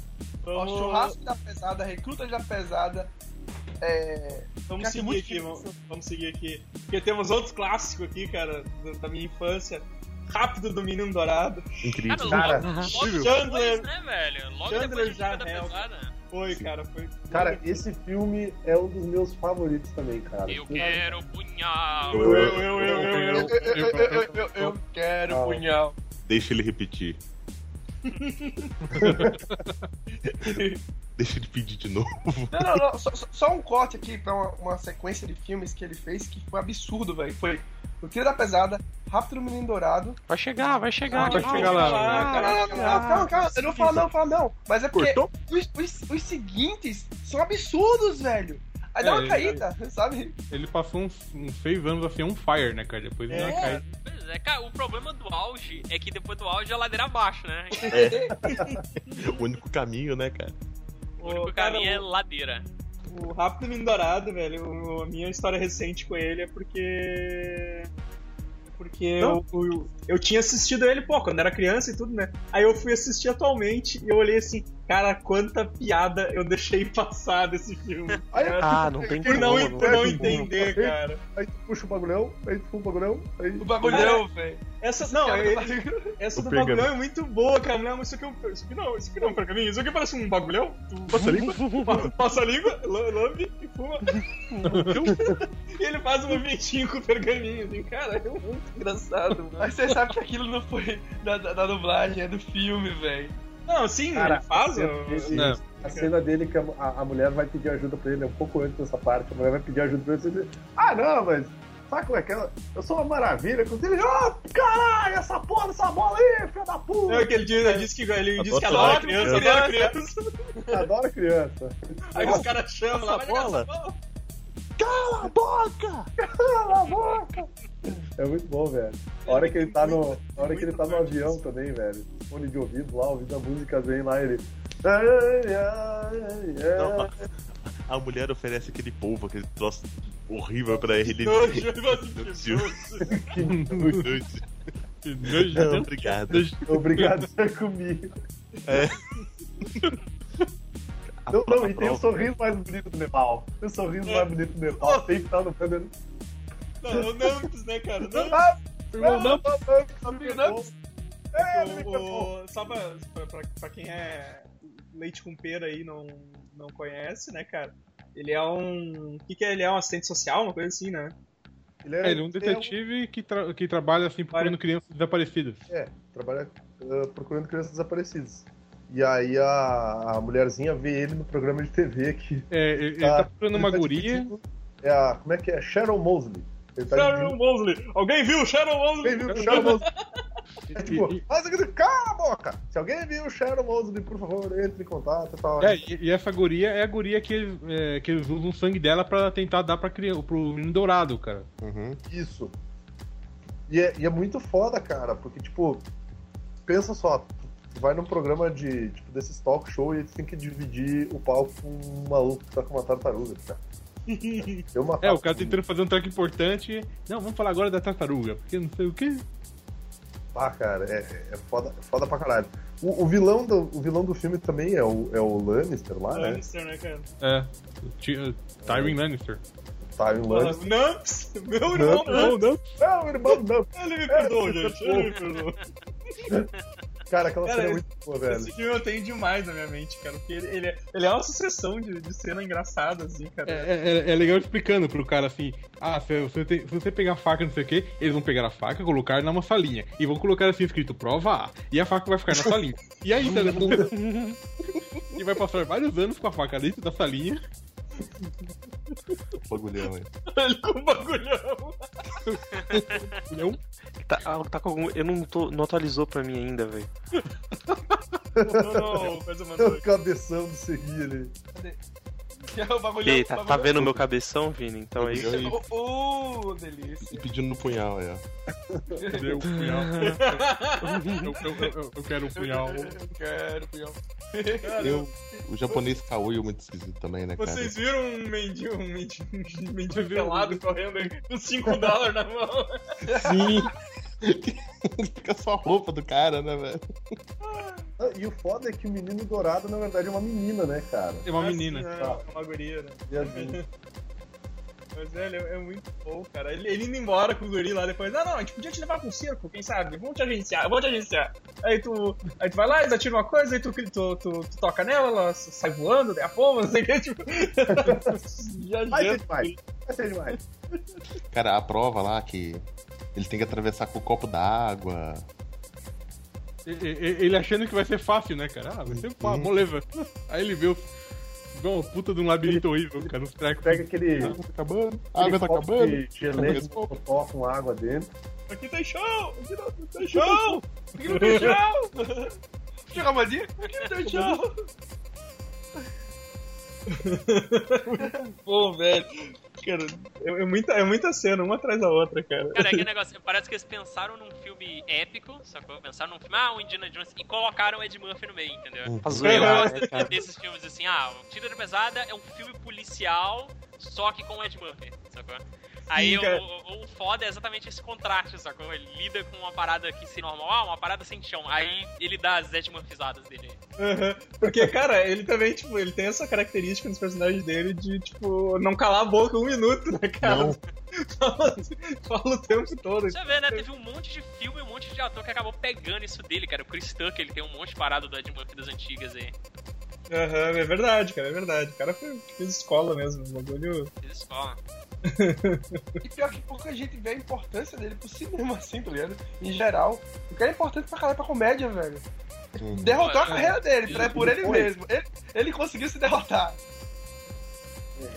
Speaker 2: Ó,
Speaker 3: Vamos,
Speaker 2: churrasco da pesada, recruta da pesada. É.
Speaker 3: vamos
Speaker 2: Cara, tem
Speaker 3: seguir
Speaker 2: muito
Speaker 3: aqui,
Speaker 2: filme.
Speaker 3: vamos, vamos seguir aqui. Porque temos outros clássicos aqui, cara, da, da minha infância. Rápido do Menino Dourado.
Speaker 5: Incrível.
Speaker 6: Cara,
Speaker 7: logo depois,
Speaker 3: Chandler-
Speaker 7: né, velho? Logo
Speaker 3: Chandler
Speaker 7: depois do
Speaker 3: já
Speaker 7: Filho da
Speaker 3: é o-
Speaker 7: pesada.
Speaker 3: Foi, cara, foi.
Speaker 6: Cara, esse filme é um dos meus favoritos também, cara.
Speaker 7: Eu quero punhal.
Speaker 3: Eu, eu, eu, eu, eu, eu.
Speaker 2: Eu, eu, eu, eu, eu quero
Speaker 6: Ah.
Speaker 2: punhal.
Speaker 5: Deixa ele repetir. Deixa ele pedir de novo.
Speaker 2: Não, não, não. Só, só- só um corte aqui pra uma, uma sequência de filmes que ele fez que foi um absurdo, velho. Foi O Tiro da Pesada, Rápido do Menino Dourado.
Speaker 9: Vai chegar, vai chegar.
Speaker 8: Vai
Speaker 9: calma.
Speaker 8: chegar lá.
Speaker 2: Não, não, não, não, calma, calma. Eu não falo não, eu falo não. Mas é porque
Speaker 9: Cortou?
Speaker 2: os, os- os seguintes são absurdos, velho. Aí dá
Speaker 8: É,
Speaker 2: uma
Speaker 8: é,
Speaker 2: caída, sabe?
Speaker 8: Ele passou uns, uns seis anos assim, um fire, né, cara? Depois ele
Speaker 2: É.
Speaker 8: vai cair.
Speaker 7: Pois é, cara, o problema do auge é que depois do auge é a ladeira abaixo, né?
Speaker 5: O único caminho, né, cara?
Speaker 7: O único
Speaker 3: Ô, cara,
Speaker 7: caminho é
Speaker 3: o-
Speaker 7: ladeira.
Speaker 3: O Rápido e Menino Dourado, velho, o- a minha história recente com ele é porque. Porque eu, eu, eu tinha assistido ele, pô, quando era criança e tudo, né? Aí eu fui assistir atualmente e eu olhei assim, cara, quanta piada eu deixei passar desse filme.
Speaker 6: Aí, eu-
Speaker 9: Ah, não tem
Speaker 3: Por
Speaker 9: como.
Speaker 3: não, é
Speaker 9: não
Speaker 3: por não
Speaker 9: tem como.
Speaker 3: entender, cara.
Speaker 6: aí tu puxa o bagulhão, aí tu puxa o bagulhão, aí.
Speaker 2: O bagulhão, velho.
Speaker 3: Essa, tá não,
Speaker 2: Cara, tá
Speaker 3: ele- essa
Speaker 5: O
Speaker 3: do
Speaker 5: pergaminho.
Speaker 3: bagulhão é muito boa, cara. Não, isso aqui, é um- isso aqui não, isso aqui não é um pergaminho. Isso aqui parece um bagulhão. Tu
Speaker 6: Passa a língua?
Speaker 3: passa a língua, la- lambe e fuma. e ele faz uma vinhetinha com o pergaminho, assim, cara, é muito engraçado, mano.
Speaker 2: Mas você sabe que aquilo não foi da, da, da dublagem, é do filme, velho.
Speaker 3: Não, sim,
Speaker 6: Cara,
Speaker 3: ele faz.
Speaker 6: eu-
Speaker 3: eu-
Speaker 6: esse-
Speaker 8: Não.
Speaker 6: A cena dele que a, a mulher vai pedir ajuda pra ele, é um pouco antes dessa parte, a mulher vai pedir ajuda pra ele e ele. Ah, não, mas. Sabe como é que é? Eu sou uma maravilha. Quando ele. Ah, caralho, essa porra dessa bola aí, filho da puta!
Speaker 3: É que ele diz, ele diz que ele diz que
Speaker 5: Adoro
Speaker 3: adora criança,
Speaker 5: criança.
Speaker 3: adora criança.
Speaker 6: Adora criança.
Speaker 3: Aí os caras chamam lá,
Speaker 9: Essa
Speaker 3: "Vai jogar
Speaker 9: bola?"
Speaker 3: essa bola.
Speaker 5: Cala a boca!
Speaker 6: Cala a boca! É muito bom, velho. A hora que ele tá no, a hora que ele tá no avião também, velho. Fone de ouvido lá, ouvindo a música, vem lá ele. Ai, ai, ai.
Speaker 5: Não, a mulher oferece aquele polvo, aquele troço horrível pra ele.
Speaker 3: Nojo, nojo,
Speaker 5: Tio.
Speaker 3: nojo.
Speaker 6: É
Speaker 8: Que nojo,
Speaker 5: Não,
Speaker 8: né?
Speaker 5: obrigado.
Speaker 8: Nojo.
Speaker 6: Obrigado por comigo.
Speaker 5: É.
Speaker 6: Não, não, e tem o sorriso mais bonito do Nepal. Tem o sorriso mais bonito do Nepal. Tem que estar no banner.
Speaker 3: Não, o Numbs, né, cara? Numbs.
Speaker 6: Ah, Não, não,
Speaker 3: O- o- só pra, pra- pra- pra quem é leite com pera aí e não, não conhece, né, cara? Ele é um. O que, que é? Ele é um assistente social, uma coisa assim, né?
Speaker 8: É, ele é um detetive que, tra- que trabalha assim procurando crianças desaparecidas.
Speaker 6: trabalha ah, procurando crianças desaparecidas. E aí a, a mulherzinha vê ele no programa de TV que
Speaker 8: É, ele, ele
Speaker 6: Ah,
Speaker 8: tá procurando uma
Speaker 6: ele tá
Speaker 8: guria.
Speaker 6: dividindo- É a. Como é que é? Sharon Mosley. Ele tá
Speaker 3: Sharon
Speaker 6: dividindo-
Speaker 3: Mosley! Alguém viu o Sharon
Speaker 6: Alguém
Speaker 3: Mosley?
Speaker 6: viu Sharon Mosley? É
Speaker 8: e- e-
Speaker 6: tipo, faz aquele. Cala a boca! Se alguém viu Sharon Mosley, por favor, entre em contato e tal.
Speaker 8: É, e, e essa guria é a guria que eles, é, que eles usam o sangue dela pra tentar dar pra criança, pro menino dourado, cara.
Speaker 5: Uhum.
Speaker 6: Isso. E é, e é muito foda, cara, porque, tipo, pensa só, tu vai num programa de, tipo, desses talk show e eles têm que dividir o palco com um maluco que tá com uma tartaruga, cara. Eu
Speaker 8: É,
Speaker 6: matava.
Speaker 8: o cara tentando fazer um track importante. Não, vamos falar agora da tartaruga, porque não sei o que.
Speaker 6: Ah, cara, é, é foda, é foda pra caralho. O, o vilão do, o vilão do filme também é o, é o Lannister lá, né?
Speaker 3: Lannister, né, cara?
Speaker 8: É. Ti- uh, Tywin Lannister.
Speaker 6: Tywin
Speaker 3: Fala,
Speaker 6: Tá, Lannister.
Speaker 3: Numps! Meu irmão,
Speaker 8: Não, não.
Speaker 6: Não, É, irmão, não.
Speaker 3: ele me perdoou, gente. Ele me perdoou.
Speaker 6: Cara, aquela
Speaker 3: Cara,
Speaker 6: cena é
Speaker 3: esse-
Speaker 6: muito boa, velho.
Speaker 3: Esse filme eu tenho demais na minha mente, cara. Porque ele, ele é, ele é uma sucessão de, de cena engraçada, assim, cara.
Speaker 8: É, é- é legal explicando pro cara assim: ah, se você, tem- se você pegar a faca, não sei o quê, eles vão pegar a faca, colocar numa salinha. E vão colocar assim escrito prova A. E a faca vai ficar na salinha. E aí, tá ligado? E vai passar vários anos com a faca dentro da salinha.
Speaker 5: Bagulhão, hein?
Speaker 3: Ele com o bagulhão.
Speaker 8: Ele é um
Speaker 9: Tá, ah, tá com algum. Eu não tô. Não atualizou pra mim ainda, velho.
Speaker 3: Não, não, o coisa mandou.
Speaker 6: O cabeção de seguir ali.
Speaker 3: É o bagulhão.
Speaker 9: Ei, tá,
Speaker 3: o
Speaker 9: tá
Speaker 3: bagulhão.
Speaker 9: vendo o meu cabeção, Vini? Então é isso.
Speaker 3: Oh, oh, delícia.
Speaker 5: E pedindo no punhal aí, ó.
Speaker 8: deu um punhal. Eu, eu- eu- eu quero um punhal.
Speaker 3: Eu quero, pião.
Speaker 5: Eu, o japonês Kaui é muito esquisito também, né, cara?
Speaker 3: Vocês viram um mendigo, um mendigo, um mendigo pelado correndo aí com 5 dólares na mão?
Speaker 5: Fica só a roupa do cara, né, velho?
Speaker 6: Ah, E o foda é que o menino dourado, na verdade, é uma menina, né, cara?
Speaker 8: É uma menina.
Speaker 3: É, uma guria, né?
Speaker 6: E assim,
Speaker 3: Mas, velho, é é muito bom, cara. Ele, ele indo embora com o guri lá depois. Não, não, a gente podia te levar pro circo, quem sabe? Vamos te agenciar, vamos te agenciar. Aí tu, aí tu vai lá, eles atiram uma coisa, aí tu, tu, tu, tu toca nela, ela sai voando, daí a pomba, não sei o que, tipo...
Speaker 6: vai ser
Speaker 3: Viajando.
Speaker 6: demais. Vai ser demais.
Speaker 5: Cara, a prova lá que ele tem que atravessar com o copo d'água.
Speaker 8: E- e- Ele achando que vai ser fácil, né, cara? Ah, vai ser pá, moleza. Aí ele vê o. vê uma puta de um labirinto horrível, cara, uns trecos.
Speaker 6: Pega
Speaker 8: Ah,
Speaker 6: aquele.
Speaker 5: Água tá acabando,
Speaker 6: aquele
Speaker 5: água tá
Speaker 6: copo
Speaker 5: acabando.
Speaker 6: de Gelé de
Speaker 5: Esse copo.
Speaker 6: cocó com água dentro.
Speaker 3: Aqui tem show! Aqui não não tem show! Aqui não tem show!
Speaker 2: Jogar uma dica?
Speaker 3: Aqui não tem show! Pô, velho. Cara, é, é muita, é muita cena, uma atrás da outra, cara.
Speaker 7: Cara, é aquele negócio, parece que eles pensaram num filme épico, sacou? Pensaram num filme, ah, o Indiana Jones, e colocaram o Ed Murphy no meio, entendeu?
Speaker 9: A zoeira lá, né, cara?
Speaker 7: Desses filmes assim, ah, o Tira da Pesada é um filme policial, só que com o Ed Murphy, sacou? Aí
Speaker 3: Sim,
Speaker 7: o,
Speaker 3: cara.
Speaker 7: o- o foda é exatamente esse contraste, sacou? Ele lida com uma parada que se normal, ah, uma parada sem chão. Aí ele dá as Ed Murphyzadas dele.
Speaker 3: Aham. Porque, cara, ele também, tipo, ele tem essa característica nos personagens dele de, tipo, não calar a boca um minuto, né, cara?
Speaker 5: Não.
Speaker 3: Fala, fala o tempo todo.
Speaker 7: Você vê, né? Teve um monte de filme e um monte de ator que acabou pegando isso dele, cara. O Chris Tucker, ele tem um monte de parada do Ed Murphy das antigas aí.
Speaker 3: Aham, é verdade, cara, é verdade. O cara foi- fez escola mesmo, um bagulho.
Speaker 7: Eles falam.
Speaker 2: E pior que pouca gente vê a importância dele pro cinema, assim, tá ligado? Em geral. O cara é importante pra caralho pra comédia, velho. Derrotou a carreira dele, pra, é por ele mesmo. Ele, ele conseguiu se derrotar.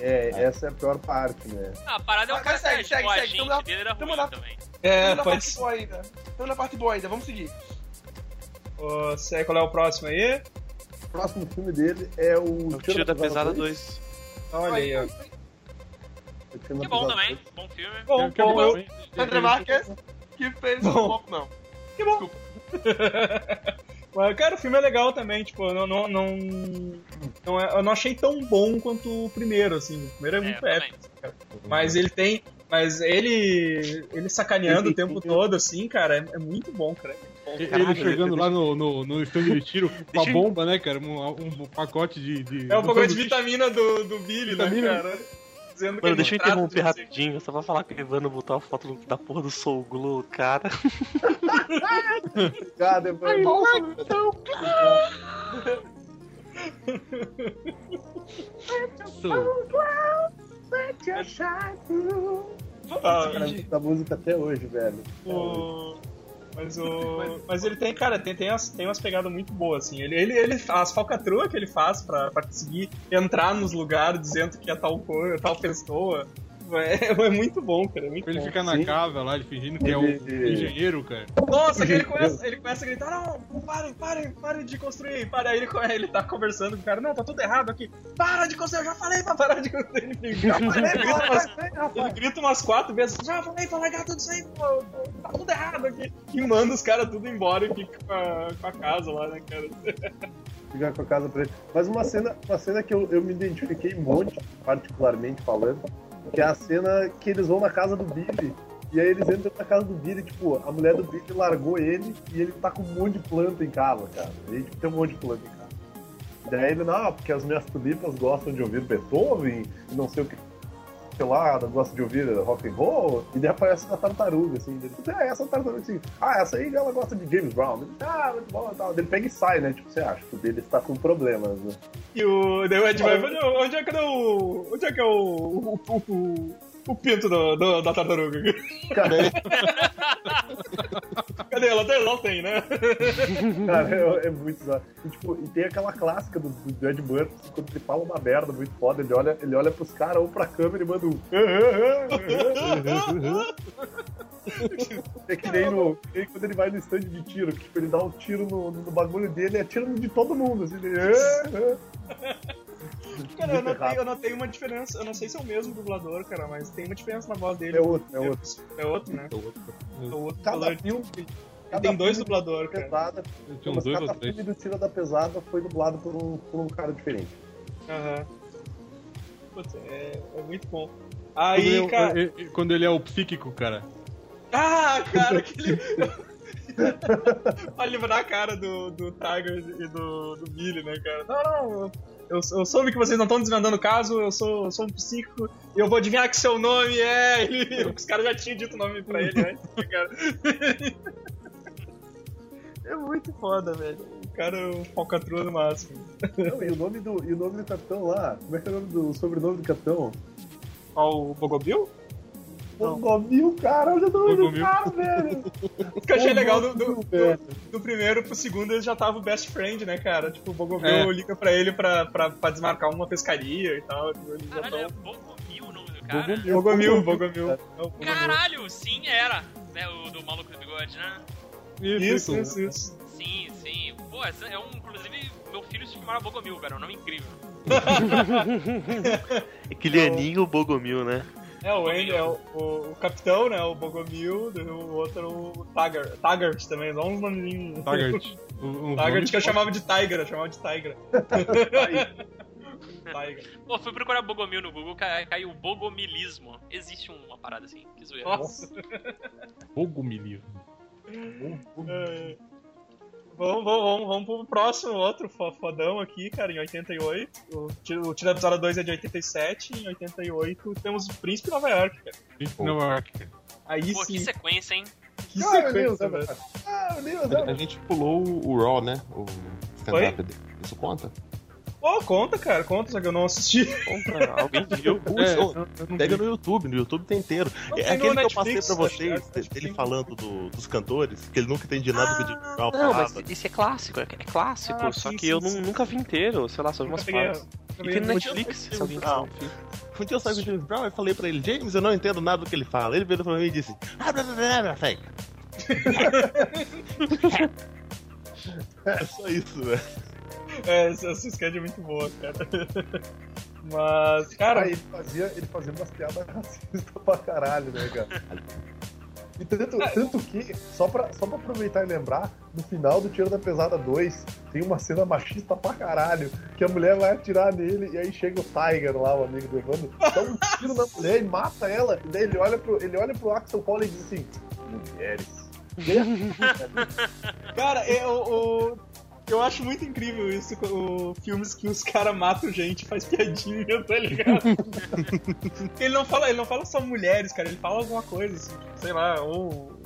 Speaker 6: É, essa é a pior parte, né?
Speaker 7: Ah, a parada é
Speaker 2: Ah,
Speaker 7: uma
Speaker 2: cara,
Speaker 7: cara
Speaker 2: segue, segue,
Speaker 7: a
Speaker 2: segue.
Speaker 7: gente
Speaker 2: Tamo na-
Speaker 7: dele era
Speaker 2: tamo
Speaker 7: ruim
Speaker 2: na-
Speaker 7: também.
Speaker 3: É,
Speaker 2: Tamo na
Speaker 3: pode
Speaker 2: parte boa ainda. Tamo na parte boa ainda, vamos seguir.
Speaker 3: Ô, sei qual é o próximo aí?
Speaker 6: O próximo filme dele é o
Speaker 9: O um tiro da pesada 2.
Speaker 3: Olha aí, ó.
Speaker 6: O
Speaker 8: um
Speaker 6: Tiro da
Speaker 7: Que bom
Speaker 6: Pesada
Speaker 7: também,
Speaker 6: 2.
Speaker 7: bom filme.
Speaker 3: Bom,
Speaker 8: Que é
Speaker 3: bom, eu...
Speaker 8: hein?
Speaker 2: André Marques, que fez um
Speaker 3: Bom.
Speaker 2: pouco, não.
Speaker 3: que bom. Mas, cara, o filme é legal também, tipo, eu não, não, não, não é- eu não achei tão bom quanto o primeiro, assim. O primeiro é
Speaker 7: É,
Speaker 3: muito
Speaker 7: também.
Speaker 3: épico. Mas ele tem. Mas ele. ele sacaneando o tempo todo, assim, cara, é, é muito bom, cara.
Speaker 8: E-
Speaker 9: Caralho, tá
Speaker 8: ele chegando lá no, no, no stand de tiro com a
Speaker 9: eu-
Speaker 8: bomba, né, cara? Um, um pacote de. de-
Speaker 3: É o pacote de vitamina do, do Billy, né,
Speaker 8: Vitamina?
Speaker 3: cara? Dizendo que
Speaker 9: Mano,
Speaker 3: ele
Speaker 9: deixa eu
Speaker 3: trata
Speaker 9: interromper
Speaker 3: de-
Speaker 9: rapidinho. Eu só vou falar que o Evandro botou a foto do- da porra do Soul Glow, cara.
Speaker 6: Obrigado, Evandro.
Speaker 8: Isso.
Speaker 3: Ah,
Speaker 6: Cara, da música até hoje, velho.
Speaker 3: O- Mas, o... Mas ele tem, cara, tem, tem, umas, tem umas pegadas muito boas, assim. Ele, ele, ele, as falcatruas que ele faz pra, pra conseguir entrar nos lugares dizendo que é tal coisa, tal pessoa. É, é muito bom, cara. É muito
Speaker 8: Pra ele
Speaker 3: bom.
Speaker 8: ficar na
Speaker 6: Sim.
Speaker 8: casa lá, ele fingindo que é um
Speaker 6: Ele-
Speaker 8: engenheiro, cara.
Speaker 3: Nossa, que ele começa, ele começa a gritar: Não, parem, parem, parem de construir. Para aí, ele, co- ele tá conversando com o cara: Não, tá tudo errado aqui. Para de construir, eu já falei pra parar de construir. Ele grita,
Speaker 6: é
Speaker 3: ele grita umas Ele grita umas quatro vezes, já falei pra largar tudo isso aí, pô, tá tudo errado aqui. E manda os caras tudo embora e fica com a, com a casa lá, né, cara?
Speaker 6: Ficar com a casa pra ele. Mas uma cena, uma cena que eu, eu me identifiquei um monte, particularmente falando, que é a cena que eles vão na casa do Billy. E aí eles entram na casa do Billy, tipo, a mulher do Billy largou ele e ele tá com um monte de planta em casa, cara. Ele tipo, tem um monte de planta em casa. Daí ele, não, porque as minhas tulipas gostam de ouvir Beethoven, e não sei o que sei lá, gosta de ouvir rock and roll, e daí aparece uma tartaruga, assim, ele diz, ah, essa tartaruga, assim, ah, essa aí ela gosta de James Brown, ele diz, ah, muito bom, tal. Ele pega e sai, né, tipo, você acha que o dele está com problemas, né.
Speaker 3: E o, daí o Ed vai, onde é que é o, onde é que é o, o, o, o pinto do, do, da tartaruga?
Speaker 6: Cara,
Speaker 3: Cadê ela? Até ela tem, né?
Speaker 6: Cara, é, é muito bizarro. E, tipo, e tem aquela clássica do, do Ed Murphy, que quando ele fala uma merda muito foda, ele olha, ele olha pros caras ou pra câmera e manda um. É que nem, no, que nem quando ele vai no stand de tiro, que tipo, ele dá um tiro no, no bagulho dele e atira de todo mundo, assim, ele...
Speaker 3: Cara, eu notei, eu notei uma diferença. Eu não sei se é o mesmo dublador, cara, mas tem uma diferença na voz dele.
Speaker 6: É outro, é outro.
Speaker 3: É outro, né? É
Speaker 8: outro.
Speaker 3: É outro
Speaker 6: Cada
Speaker 3: dublador.
Speaker 6: filme,
Speaker 3: E tem dois dubladores, cara.
Speaker 6: É pesada,
Speaker 8: Eu tinha uns
Speaker 6: mas
Speaker 8: dois ou
Speaker 6: cada
Speaker 8: três.
Speaker 6: filme do Tira da Pesada foi dublado por um, por um cara diferente.
Speaker 3: Aham. Putz, é, é muito bom.
Speaker 8: Quando
Speaker 3: Aí,
Speaker 8: ele é o-
Speaker 3: cara.
Speaker 8: é- é- Quando ele é o psíquico, cara.
Speaker 3: Ah, cara, aquele. pra livrar a cara do, do Tiger e do, do Billy, né, cara? Não, não, eu, eu, eu soube que vocês não estão desvendando o caso, eu sou, eu sou um psíquico e eu vou adivinhar que seu nome é. E os caras já tinham dito o nome pra ele antes, né, cara? é muito foda, velho. O cara é um falcatrua no máximo.
Speaker 6: Não, e, o nome do, e o nome do capitão lá, como é que é o, nome do, o sobrenome do capitão?
Speaker 3: Ó, o Bogobil? Não.
Speaker 6: Bogomil, cara, olha o nome do
Speaker 8: Bogomil.
Speaker 3: tá-
Speaker 6: cara, velho!
Speaker 3: O que eu achei legal do, do, do,
Speaker 6: velho.
Speaker 3: do primeiro pro segundo ele já tava o best friend, né, cara? Tipo, o Bogomil
Speaker 8: É.
Speaker 3: liga pra ele pra, pra, pra desmarcar uma pescaria e tal.
Speaker 8: um
Speaker 3: Ele já
Speaker 7: Caralho, é
Speaker 3: tá...
Speaker 7: Bogomil o nome do cara?
Speaker 6: Bogomil.
Speaker 3: Bogomil, Bogomil.
Speaker 6: Cara.
Speaker 8: um
Speaker 3: É o Bogomil.
Speaker 7: Caralho, sim, era. Né, o do maluco do bigode, né?
Speaker 8: É tipo
Speaker 3: Isso, isso, isso.
Speaker 7: Sim, sim. Pô, essa é um. Inclusive, meu filho se chamava Bogomil, cara. É um nome incrível.
Speaker 9: Aquele aninho Bogomil, né?
Speaker 3: É o Andy, é o, o, o capitão, né? O Bogomil, daí o outro é o Taggart. Taggart também, só uns nomezinhos.
Speaker 8: Taggart. Um-
Speaker 3: Taggart
Speaker 8: um Tá, nome
Speaker 3: que eu chamava de Tiger, eu chamava de Tiger. Tiger.
Speaker 7: Pô, fui procurar Bogomil no Google, ca- caiu bogomilismo. Existe uma parada assim, que zoeira.
Speaker 3: Nossa.
Speaker 8: Bogomil.
Speaker 3: É. Vamos, vamos, vamos, vamos pro próximo, outro fo- fodão aqui, cara, em 88. O Ti- O Tira da Pisada 2 é de 87, em 88 temos o Príncipe de Nova York, cara.
Speaker 8: Nova York. cara.
Speaker 3: Aí
Speaker 7: Pô, que
Speaker 3: sim,
Speaker 7: sequência, hein?
Speaker 3: que
Speaker 6: Cara, Deus,
Speaker 3: sequência, né, velho.
Speaker 6: Ah, meu Deus,
Speaker 5: A, a gente pulou o, o Raw, né? O stand-up dele. Isso conta?
Speaker 3: Pô, conta, cara, conta, só que eu não assisti.
Speaker 9: Compra, alguém viu?
Speaker 5: Putz,
Speaker 8: É,
Speaker 5: ô,
Speaker 8: eu- eu não
Speaker 5: Pega
Speaker 8: vi.
Speaker 5: no YouTube, no YouTube tem inteiro.
Speaker 3: Não,
Speaker 5: É
Speaker 3: tem no
Speaker 5: aquele que eu passei
Speaker 3: Netflix,
Speaker 5: pra vocês,
Speaker 3: acho que Ah, é
Speaker 5: dele
Speaker 3: Netflix.
Speaker 5: falando do- dos cantores, que ele nunca entende nada do que o Jimmy Brown
Speaker 9: Não,
Speaker 5: falava.
Speaker 9: mas esse é clássico, é é clássico.
Speaker 3: Ah,
Speaker 9: só
Speaker 3: sim,
Speaker 9: que eu
Speaker 3: sim,
Speaker 9: nu-
Speaker 3: sim.
Speaker 9: nunca vi inteiro, sei lá, só vi
Speaker 3: Nunca
Speaker 9: umas
Speaker 3: peguei,
Speaker 9: partes.
Speaker 3: nunca
Speaker 9: E
Speaker 3: peguei
Speaker 9: tem no
Speaker 3: nenhum.
Speaker 9: Netflix, se
Speaker 3: Ah,
Speaker 9: alguém
Speaker 5: Não.
Speaker 9: quiser.
Speaker 5: Um dia eu saí com o James Brown e falei pra ele, James, eu não entendo nada do que ele fala. Ele virou pra mim e disse, ah, blá, blá, blá, blá, fake. É só isso, velho.
Speaker 3: É, essa essa sketch é muito boa, cara. Mas, cara,
Speaker 6: Cara, ele fazia, ele fazia umas piadas racistas pra caralho, né, cara? E tanto, tanto que, só pra, só pra aproveitar e lembrar, no final do Tiro da Pesada 2, tem uma cena machista pra caralho, que a mulher vai atirar nele e aí chega o Tiger lá, o amigo do Evandro, dá um tiro na mulher e mata ela, e daí ele olha pro, ele olha pro Axel Paul e diz assim, mulheres. E aí,
Speaker 3: Cara, eu, eu, eu acho muito incrível isso, o, filmes que os caras matam gente e faz piadinha, tá ligado? ele, não fala, ele não fala só mulheres, cara, ele fala alguma coisa, assim, tipo, sei lá, ou.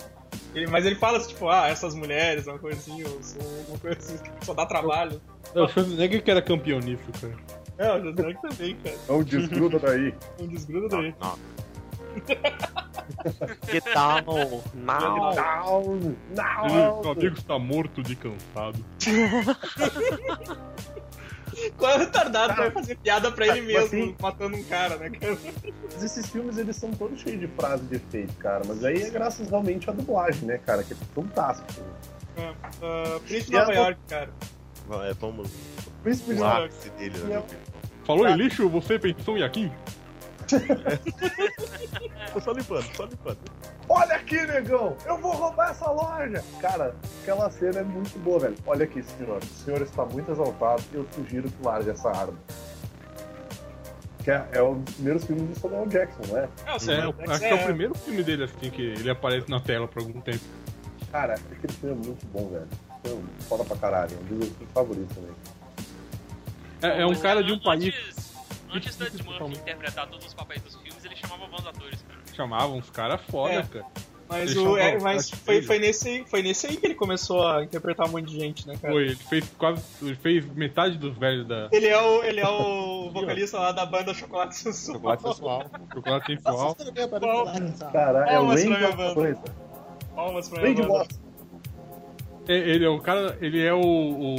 Speaker 3: ele- mas ele fala assim, tipo, ah, essas mulheres, uma coisa assim, ou, ou alguma coisa assim, que só dá trabalho.
Speaker 8: É, O Schwarzenegger que era campeão nisso, cara.
Speaker 3: É, o José que também, cara.
Speaker 6: não desgruda daí.
Speaker 3: Não desgruda daí.
Speaker 9: Get down, now.
Speaker 6: Down,
Speaker 3: Ah,
Speaker 8: Ele, meu
Speaker 6: down.
Speaker 8: amigo está morto de cansado.
Speaker 3: Qual é o retardado que vai fazer piada pra
Speaker 8: tipo
Speaker 3: ele
Speaker 6: Mas
Speaker 3: mesmo,
Speaker 6: assim-
Speaker 3: matando um cara, né, cara?
Speaker 6: Mas esses filmes eles são todos cheios de frase de efeito, cara. Mas aí é graças realmente à dublagem, né, cara? Que é fantástico.
Speaker 3: Ah, Príncipe de
Speaker 6: Eu
Speaker 3: Nova
Speaker 6: tô-
Speaker 3: York, cara.
Speaker 5: Não, é, vamos
Speaker 6: Príncipe de
Speaker 5: o
Speaker 6: Nova
Speaker 5: ápice dele, né?
Speaker 8: Falou
Speaker 3: Tá.
Speaker 8: em lixo, você pensou em aqui?
Speaker 5: Tô só limpando, só limpando.
Speaker 6: Olha aqui, negão! Eu vou roubar essa loja! Cara, aquela cena é muito boa, velho. Olha aqui, senhor. O senhor está muito exaltado. Eu sugiro que largue essa arma. que é, é um dos primeiros filmes de Samuel Jackson, não é?
Speaker 8: É, assim, é,
Speaker 3: Uhum.
Speaker 8: eu acho que é o primeiro filme dele, assim, que ele aparece na tela por algum tempo.
Speaker 6: Cara, aquele filme é muito bom, velho. Esse filme é Foda pra caralho. É um dos meus filmes favoritos também.
Speaker 8: É, é um cara de um país
Speaker 7: Antes, antes da Ed Murphy interpretar todos os papéis dos filmes, ele chamava bons atores, cara.
Speaker 8: que chamava uns caras foda,
Speaker 3: É.
Speaker 8: cara.
Speaker 3: Mas,
Speaker 8: Ele
Speaker 3: o,
Speaker 8: chamou-
Speaker 3: é, mas
Speaker 8: acho que
Speaker 3: foi,
Speaker 8: ele-
Speaker 3: foi, nesse, foi nesse aí que ele começou a interpretar um monte de gente, né, cara?
Speaker 8: Foi, ele fez quase. Ele fez metade dos velhos da
Speaker 3: Ele é o, ele é o vocalista lá da banda Chocolate Sensual.
Speaker 5: Chocolate sensual.
Speaker 8: Chocolate Sensual.
Speaker 6: Caralho, é o
Speaker 3: Palmas pra
Speaker 6: Randy
Speaker 3: minha
Speaker 6: alguma
Speaker 3: banda.
Speaker 6: coisa.
Speaker 3: Palmas pra
Speaker 6: Randy
Speaker 3: minha banda.
Speaker 6: Watson.
Speaker 8: É, Ele é o cara. Ele é o,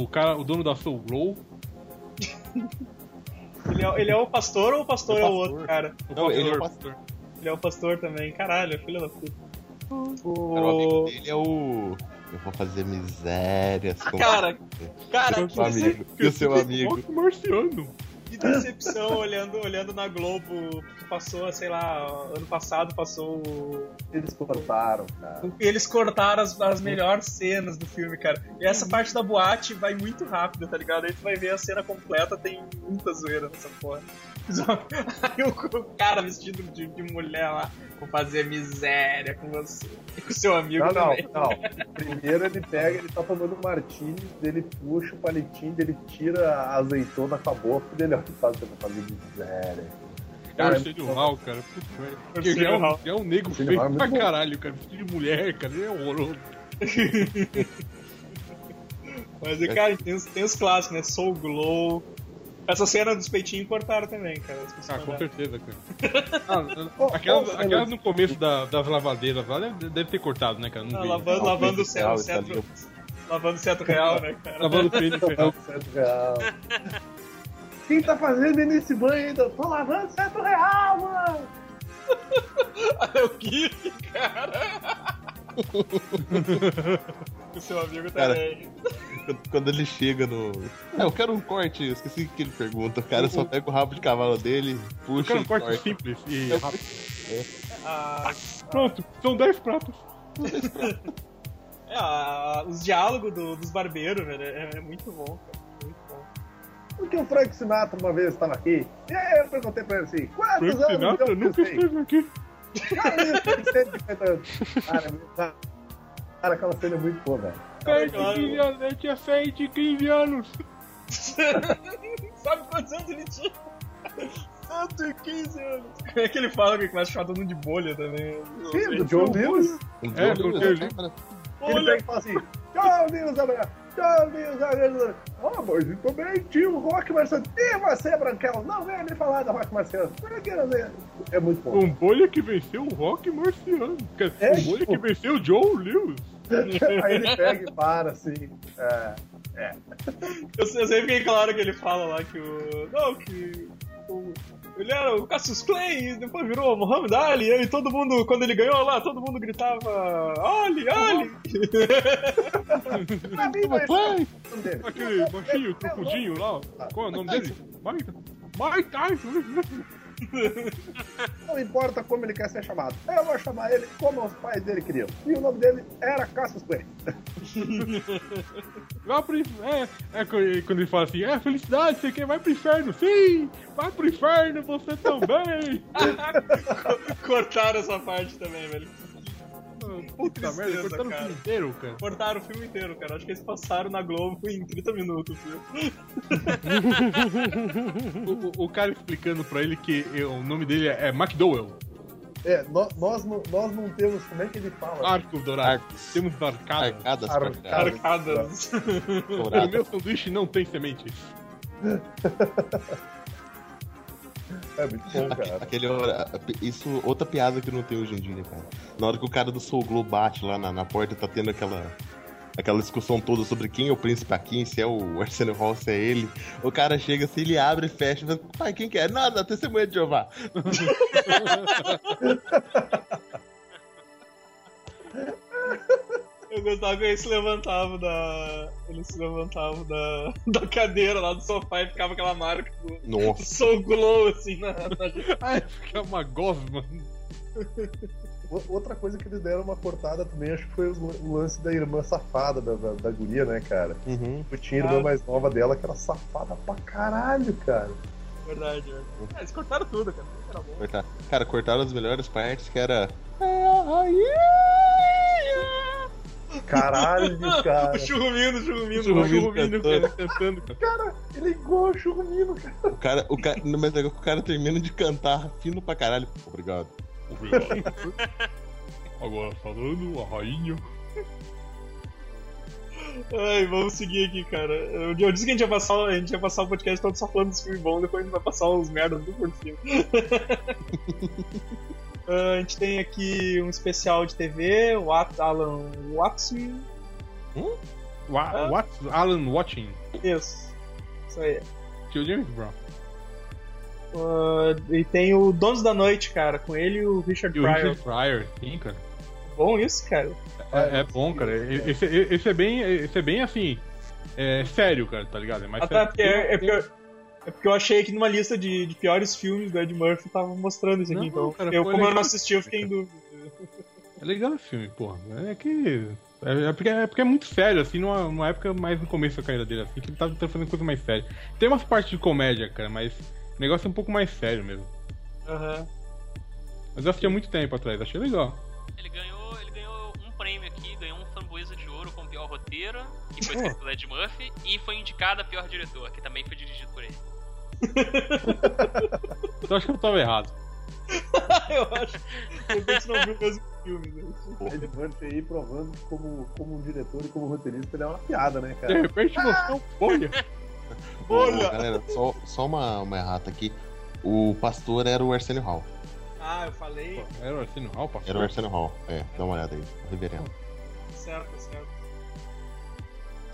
Speaker 8: o cara, o dono da Soul Glow.
Speaker 3: Ele é, ele é o pastor ou o pastor
Speaker 5: O
Speaker 3: é o
Speaker 5: pastor.
Speaker 3: outro, cara?
Speaker 8: O
Speaker 4: Não, ele é o
Speaker 8: pastor.
Speaker 3: Ele é o pastor também. Caralho, filho da puta.
Speaker 5: Cara, o amigo
Speaker 3: O...
Speaker 5: dele é o. Eu vou fazer misérias com
Speaker 3: Cara, Cara,
Speaker 5: o
Speaker 3: que,
Speaker 5: seu
Speaker 3: dece-
Speaker 5: amigo. E o seu amigo.
Speaker 8: Nossa, marciano.
Speaker 3: que decepção olhando, olhando na Globo que passou, sei lá, ano passado passou. o-
Speaker 6: Eles cortaram, cara.
Speaker 3: Eles cortaram as, as melhores cenas do filme, cara. E essa
Speaker 8: Uhum.
Speaker 3: parte da boate vai muito rápido, tá ligado? Aí tu vai ver a cena completa, tem muita zoeira nessa porra. Aí o, o cara vestido de, de mulher lá, vou fazer miséria com você. E com seu amigo
Speaker 6: Não, não,
Speaker 3: também.
Speaker 6: não. Primeiro ele pega, ele tá tomando um martini, ele puxa o palitinho, ele tira a azeitona com a boca e ele olha e fala, "Você vai fazer miséria.
Speaker 8: É o
Speaker 6: Cara,
Speaker 8: Arsenio Hall, cara. Puta, velho.
Speaker 3: Arsenio
Speaker 8: Ele é, um,
Speaker 3: Hall.
Speaker 8: ele é um nego
Speaker 6: Arsenio
Speaker 8: feio
Speaker 6: Hall é muito
Speaker 8: pra
Speaker 6: bom.
Speaker 8: caralho, cara. Vestido de mulher, cara. Ele é horroroso.
Speaker 3: Mas, cara, tem, os- tem os clássicos, né? Soul Glow. Essa cena dos peitinhos cortaram também, cara. As pessoas
Speaker 8: Ah, com
Speaker 3: olharam.
Speaker 8: certeza, cara. Ah, aquelas,
Speaker 6: ô,
Speaker 8: aquelas no começo da- das lavadeiras lá deve, deve ter cortado, né, cara? Não
Speaker 3: Ah,
Speaker 8: vi.
Speaker 3: lavando, lavando o
Speaker 5: Real,
Speaker 3: cetro,
Speaker 5: italiano.
Speaker 3: cetro, lavando o cetro real, né, cara?
Speaker 8: Lavando o pênis,
Speaker 6: Não,
Speaker 8: cara.
Speaker 6: certo real. Quem tá fazendo aí nesse banho ainda? Tô lavando certo real, mano!
Speaker 3: É o GIF, cara! o seu amigo tá
Speaker 5: Cara,
Speaker 3: aí.
Speaker 5: Quando- Quando ele chega no. Uhum. Ah, eu quero um corte, eu esqueci o que ele pergunta. O cara só pega o rabo de cavalo dele,
Speaker 8: Eu
Speaker 5: puxa.
Speaker 8: quero um
Speaker 5: e
Speaker 8: corte
Speaker 5: corta.
Speaker 8: simples e rápido.
Speaker 3: Ah,
Speaker 8: Pronto, são 10 pratos.
Speaker 3: é, ah, os diálogos do- dos barbeiros, velho, é, é muito bom, cara. Muito bom.
Speaker 6: Porque o Frank Sinatra uma vez estava aqui, e aí eu perguntei pra ele assim, quantos
Speaker 8: Frank
Speaker 6: anos
Speaker 8: Sinatra
Speaker 6: eu
Speaker 8: nunca esteve aqui.
Speaker 6: Cara, ele tem 150 anos. Cara, é muito- cara, aquela cena é muito boa, velho.
Speaker 8: Fez
Speaker 3: claro.
Speaker 8: 15 anos, ele tinha feito 15 anos.
Speaker 3: Sabe quantos anos ele tinha? 115 anos. Como é que ele fala que começa a chamar todo mundo de bolha também?
Speaker 6: Filho do John Lewis.
Speaker 5: Um
Speaker 8: É, porque ele-
Speaker 6: Ele
Speaker 3: Olha,
Speaker 6: pega e fala assim: Tchau, Deus, abraço. Tchau, Deus, abraço. Ah, mas eu também tinha o Rock Marciano. E você, Branquelo? Não venha me falar do Rock Marciano. Não quero ver. É muito bom.
Speaker 8: Um bolha que venceu o rock marciano. Cara,
Speaker 6: É,
Speaker 8: um bolha
Speaker 6: tipo-
Speaker 8: que venceu o Joe Lewis.
Speaker 6: Aí ele pega e para assim. É,
Speaker 3: eu, sei- eu sei porque claro que ele fala lá que o. Não, que. O, ele era o Cassius Clay e depois virou o Muhammad Ali. E aí todo mundo, quando ele ganhou lá, todo mundo gritava: Ali, Ali!
Speaker 6: pra mim, vai
Speaker 8: Vai!
Speaker 6: dele.
Speaker 8: Aquele baixinho, trocudinho lá. Qual é o nome dele?
Speaker 6: tá-
Speaker 8: Mike. Mike Tyson.
Speaker 6: Não importa como ele quer ser chamado. Eu vou chamar ele como os pais dele queriam. E o nome dele era Cassius Clay.
Speaker 8: Vai pro inferno. É, é quando ele- quando ele fala assim, é felicidade, você quer, vai pro inferno, sim! Vai pro inferno, você também!
Speaker 3: Cortaram essa parte também, velho.
Speaker 8: Puta
Speaker 3: tristeza,
Speaker 8: merda, cortaram o
Speaker 3: cara.
Speaker 8: filme inteiro, cara.
Speaker 3: Cortaram o filme inteiro, cara. Acho que eles passaram na Globo em 30 minutos, viu?
Speaker 8: O, o- o cara explicando pra ele que eh, o nome dele é McDowell,
Speaker 6: É, nó- nós, não- nós não temos. Como é que ele fala?
Speaker 8: Arcos Dourados. Temos barcadas.
Speaker 5: Arcadas
Speaker 6: Arcadas.
Speaker 5: cortadas,
Speaker 3: Arcadas.
Speaker 8: O
Speaker 5: douradas.
Speaker 8: meu sanduíche não tem sementes.
Speaker 6: É muito bom, cara.
Speaker 5: Aquele hora. Isso, outra piada que não tem hoje em dia, cara. Na hora que o cara do Soul Glow bate lá na, na porta, tá tendo aquela. Aquela discussão toda sobre quem é o príncipe aqui, se é o Arsenio Hall, se é ele. O cara chega assim, ele abre e fecha, e fala, pai, quem que é? Nada, testemunha de Jeová.
Speaker 3: Eu gostava que eles se levantavam da. Eles se levantavam da, da cadeira lá do sofá e ficava aquela marca do
Speaker 5: Nossa.
Speaker 3: Soul Glow assim na. na-
Speaker 8: Ai, fica é uma gosma.
Speaker 6: O- Outra coisa que eles deram uma cortada também, acho que foi o lan- o lance da irmã safada da, da, da guria, né, cara?
Speaker 5: Uhum.
Speaker 3: Ah.
Speaker 6: Eu tinha a irmã mais nova dela que era safada pra caralho, cara.
Speaker 3: Verdade, é. Ah, eles cortaram tudo, cara. Era bom.
Speaker 5: Coitado. Cara, cortaram as melhores partes que era.
Speaker 6: Caralho, cara.
Speaker 3: O churrumino, o churrumino, o
Speaker 8: Churrumino
Speaker 3: churrumino, cara.
Speaker 8: cantando. Cantando, cara.
Speaker 6: Cara, ele é igual ao churrumino, cara.
Speaker 5: O cara, o cara, não, mas é que o cara termina de cantar fino pra caralho. Obrigado.
Speaker 8: Agora falando, a rainha.
Speaker 3: Ai, vamos seguir aqui, cara. Eu, eu disse que a gente ia passar, a gente ia passar o podcast todo só falando dos filmes bons, depois a gente vai passar os merdas tudo por cima. Ah, a gente tem aqui um especial de TV, o At- Alan Watson.
Speaker 8: Wa-
Speaker 3: Ah.
Speaker 8: What's Alan watching?
Speaker 3: Isso. Isso aí.
Speaker 8: Tio James Brown.
Speaker 3: Ah, e tem o Donos da Noite, cara, com ele e o Richard
Speaker 8: E o
Speaker 3: Pryor.
Speaker 8: Richard Pryor, sim, cara.
Speaker 3: Bom isso, cara.
Speaker 8: É, é bom, cara. Esse, esse é bem. Esse é bem assim. É sério, cara, tá ligado? É mais
Speaker 3: Ah, tá, porque
Speaker 8: sério.
Speaker 3: é, é porque eu, é porque eu achei que numa lista de, de piores filmes do Ed Murphy tava mostrando isso aqui,
Speaker 8: Não,
Speaker 3: então.
Speaker 8: cara,
Speaker 3: eu,
Speaker 8: foi
Speaker 3: como eu não
Speaker 8: legal.
Speaker 3: assisti, eu fiquei em dúvida.
Speaker 8: É legal o filme, porra. É que. É, é porque, é porque é muito sério, assim, numa, numa época mais no começo da carreira dele, assim, que ele tava tentando fazer coisa mais séria. Tem umas partes de comédia, cara, mas o negócio é um pouco mais sério mesmo.
Speaker 3: Aham.
Speaker 8: Mas eu assisti há muito tempo atrás, achei legal.
Speaker 7: Ele ganhou, ele ganhou um prêmio aqui, ganhou um framboesa de ouro com o pior roteiro, que foi escrito pelo Ed Murphy, e foi indicado a pior diretor, que também foi dirigido por ele.
Speaker 8: Então acho que eu tava errado.
Speaker 3: eu acho. Eu penso que não viu o mesmo filme. Né?
Speaker 6: Ed Murphy aí provando que como, como um diretor e como roteirista ele é uma piada, né,
Speaker 8: De
Speaker 6: cara?
Speaker 8: repente você é um bolha.
Speaker 5: Ô, galera, só, só uma, uma errata aqui. O pastor era o Arsenio Hall.
Speaker 3: Ah, eu falei.
Speaker 8: Era um o Arsenio Hall,
Speaker 5: Era o
Speaker 8: pastor.
Speaker 5: Arsenio Hall. É, dá uma olhada aí. Reverendo.
Speaker 3: Certo, certo.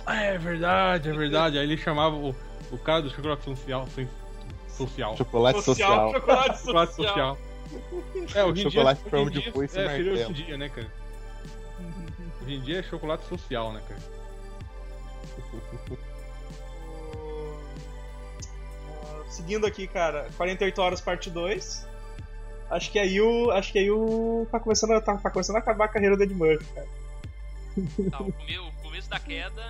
Speaker 8: Ah, é verdade, é verdade. Aí ele chamava o, o cara do chocolate social. sem- Social.
Speaker 5: Chocolate social.
Speaker 3: chocolate social.
Speaker 8: Chocolate social. É, hoje em
Speaker 5: Chocolate
Speaker 8: dia.
Speaker 5: pra
Speaker 8: hoje
Speaker 5: onde
Speaker 8: em dia-
Speaker 5: foi esse
Speaker 8: é, seria hoje em
Speaker 5: martelo.
Speaker 8: dia, né, cara? Hoje em dia é chocolate social, né, cara?
Speaker 3: Ah, Seguindo aqui, cara, 48 horas parte 2. Acho que aí o. Acho que aí o. Tá começando, a- tá, tá começando a acabar a carreira do Ed Murphy, cara.
Speaker 7: Tá, o, come- o começo da queda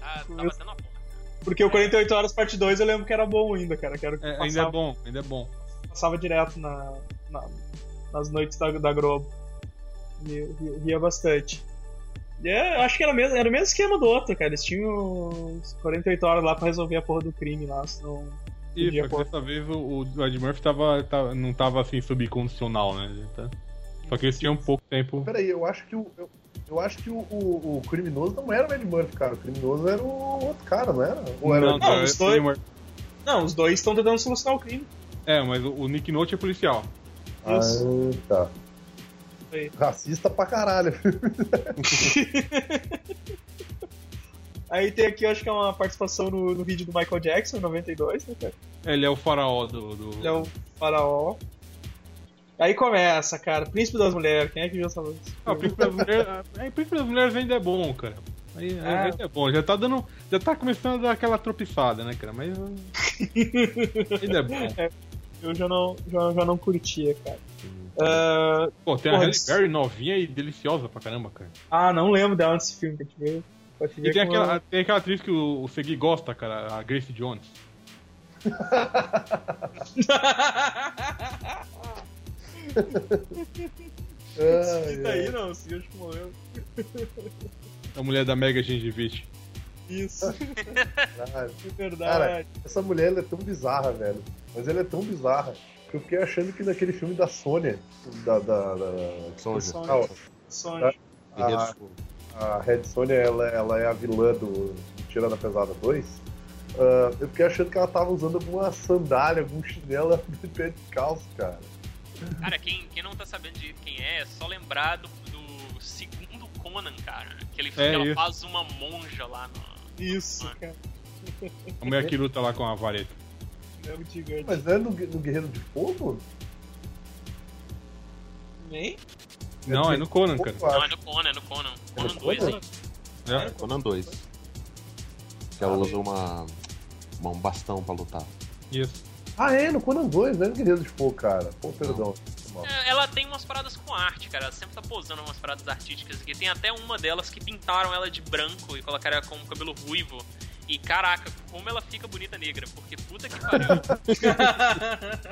Speaker 7: tá, tá
Speaker 3: Começo.
Speaker 7: batendo a porta.
Speaker 3: Porque o 48 horas parte 2 eu lembro que era bom ainda, cara. Que era o que
Speaker 8: É, ainda é
Speaker 3: passava,
Speaker 8: bom, ainda é bom.
Speaker 3: passava direto na, na- nas noites da, da Globo. Via, via- via bastante. E é, eu acho que era, mesmo, era o mesmo esquema do outro, cara. Eles tinham uns 48 horas lá pra resolver a porra do crime lá, senão.
Speaker 8: Isso,
Speaker 3: Podia
Speaker 8: só que dessa vez o, o Ed Murphy tava, tava- não tava assim sob condicional, né? Ele tá- Só que eles tinham pouco tempo.
Speaker 6: Peraí, eu acho que o. Eu, eu acho que o, o- o criminoso não era o Ed Murphy, cara. O criminoso era o outro cara, não era? Ou era Ah,
Speaker 8: Não,
Speaker 3: não,
Speaker 8: o
Speaker 3: os dois-
Speaker 8: Ed Murphy-
Speaker 3: Não, os dois estão tentando solucionar o crime.
Speaker 8: É, mas o, o Nick Note é policial.
Speaker 6: Ah,
Speaker 3: Isso.
Speaker 6: tá.
Speaker 3: Aí.
Speaker 6: Racista pra caralho.
Speaker 3: Aí tem aqui, eu acho que é uma participação no, no vídeo do Michael Jackson, 92, né, cara?
Speaker 8: Ele é o faraó do. do...
Speaker 3: Ele é o faraó. Aí começa, cara, Príncipe das Mulheres, quem é que viu essa luz?
Speaker 8: Ah, o Príncipe das Mulheres, é, o Príncipe das Mulheres ainda é bom, cara. Aí, aí
Speaker 3: Ah.
Speaker 8: ainda é bom. Já tá dando. Já tá começando a dar aquela tropiçada, né, cara? Mas. eh, ainda é bom.
Speaker 3: Eu já não, já, já não curtia, cara. Ah,
Speaker 8: Pô, tem a
Speaker 3: Pô,
Speaker 8: Halle
Speaker 3: isso-
Speaker 8: Berry novinha e deliciosa pra caramba, cara.
Speaker 3: ah, não lembro dela nesse filme que a gente viu. Pra te
Speaker 8: E
Speaker 3: ver
Speaker 8: é tem
Speaker 3: como
Speaker 8: aquela, tem aquela atriz que o, o Segui gosta, cara, a Grace Jones.
Speaker 3: ela-
Speaker 6: Ai,
Speaker 3: Isso aí né? não, sim, acho que morreu.
Speaker 8: A mulher da Mega Gengivite.
Speaker 3: Isso,
Speaker 6: caralho.
Speaker 3: é verdade.
Speaker 6: Essa mulher ela é tão bizarra, velho. Mas ela é tão bizarra que eu fiquei achando que naquele filme da Sônia, da, da, da-
Speaker 5: Sonja.
Speaker 3: Sonja.
Speaker 6: Ah,
Speaker 3: Sonho.
Speaker 5: Guerreiro
Speaker 6: Ah.
Speaker 5: Escuro.
Speaker 6: a Red Sonja ela, ela é a vilã do Tira da Pesada 2. ah, eu fiquei achando que ela tava usando alguma sandália, algum chinelo de pé de calço, cara.
Speaker 7: Cara, quem, quem não tá sabendo de quem é, é só lembrar do, do segundo Conan, cara. Que ele que
Speaker 8: É
Speaker 7: ela
Speaker 8: isso.
Speaker 7: faz uma monja lá no.
Speaker 3: Isso, cara.
Speaker 8: A mulher que luta lá com a vareta.
Speaker 3: Lembro de Gigante.
Speaker 6: Mas não é no, Gu- no Guerreiro de Fogo?
Speaker 3: Nem?
Speaker 8: Não, é no Conan, cara.
Speaker 6: Fogo,
Speaker 7: Não, é
Speaker 6: acho.
Speaker 7: no Conan, é no Conan.
Speaker 6: É no
Speaker 7: Conan 2,
Speaker 6: Conan?
Speaker 7: hein?
Speaker 8: É.
Speaker 5: Conan 2. Que ela usa uma, uma- um bastão pra lutar.
Speaker 8: Isso.
Speaker 6: Ah, é, no Conan 2, não é no Guerreiro de Fogo, cara. Pô, perdão.
Speaker 7: É, Ela tem umas paradas com arte, cara. Ela sempre tá posando umas paradas artísticas aqui. Tem até uma delas que pintaram ela de branco e colocaram ela com o um cabelo ruivo. E E caraca, como ela fica bonita negra, porque puta que pariu.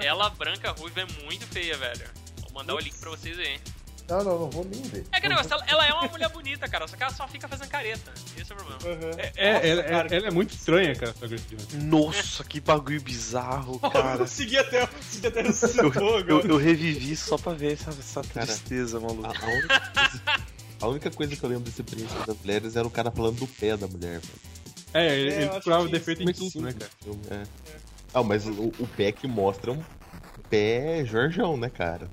Speaker 7: ela branca ruiva é muito feia, velho. Vou mandar o link pra vocês aí.
Speaker 6: Não, não, não vou nem ver.
Speaker 7: É que negócio, ela, ela é uma mulher bonita, cara, só que ela só fica fazendo careta. Esse é o problema.
Speaker 8: É, é, ela, é- ela é muito estranha, cara, essa Agripina.
Speaker 9: Nossa, que bagulho bizarro,
Speaker 3: Eu
Speaker 9: cara.
Speaker 3: consegui até, consegui até esse
Speaker 9: Eu,
Speaker 3: fogo
Speaker 9: eu,
Speaker 3: agora.
Speaker 9: eu revivi só pra ver essa, essa tristeza,
Speaker 5: A,
Speaker 9: maluco.
Speaker 5: a única coisa, a única coisa que eu lembro desse Príncipe das Mulheres era o cara falando do pé da mulher. velho.
Speaker 8: É, ele,
Speaker 3: É, eu
Speaker 8: ele
Speaker 3: acho
Speaker 8: curava
Speaker 3: que
Speaker 8: defeito em
Speaker 5: Muito
Speaker 8: tudo, né,
Speaker 5: simples
Speaker 8: cara?
Speaker 5: o filme, é. Ah, mas o, o pé que mostra é um pé Jorjão, né, cara?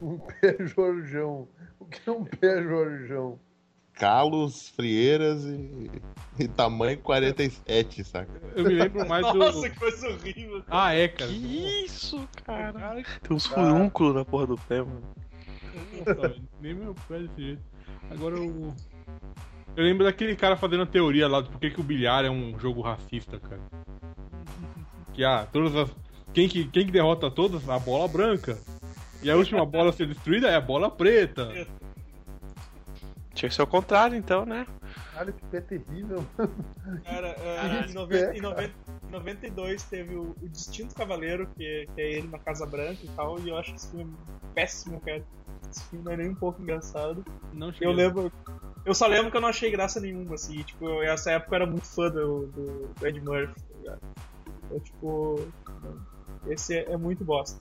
Speaker 6: Um pé Jorjão. O que é um pé Jorjão?
Speaker 5: Calos, frieiras e, e tamanho 47, saca?
Speaker 8: Eu me lembro mais do.
Speaker 3: Nossa, que coisa horrível.
Speaker 8: Ah, é, cara.
Speaker 9: Que isso, cara?
Speaker 8: Cara,
Speaker 9: Tem uns furúnculos na porra do pé, mano.
Speaker 8: Nossa, nem meu pé é desse jeito. Agora eu. Eu lembro daquele cara fazendo a teoria lá de por que, que o bilhar é um jogo racista, cara. Que ah, todas as. Quem que, quem que derrota todas? A bola branca. E a última bola a ser destruída é a bola preta.
Speaker 9: Tinha que ser o contrário, então, né?
Speaker 6: Caralho, que pé terrível.
Speaker 3: Cara, é,
Speaker 7: Caralho.
Speaker 3: em, 90, em 90 em 92 teve o, o Distinto Cavaleiro, que, que é ele na Casa Branca e tal, e eu acho esse filme péssimo, cara. Esse filme não é nem um pouco engraçado.
Speaker 8: Não cheguei.
Speaker 3: Eu lembro. Eu só lembro que eu não achei graça nenhuma, assim. Tipo, eu, essa época eu era muito fã do, do, do Ed Murphy, tá ligado? Então, tipo. Esse é, é muito bosta.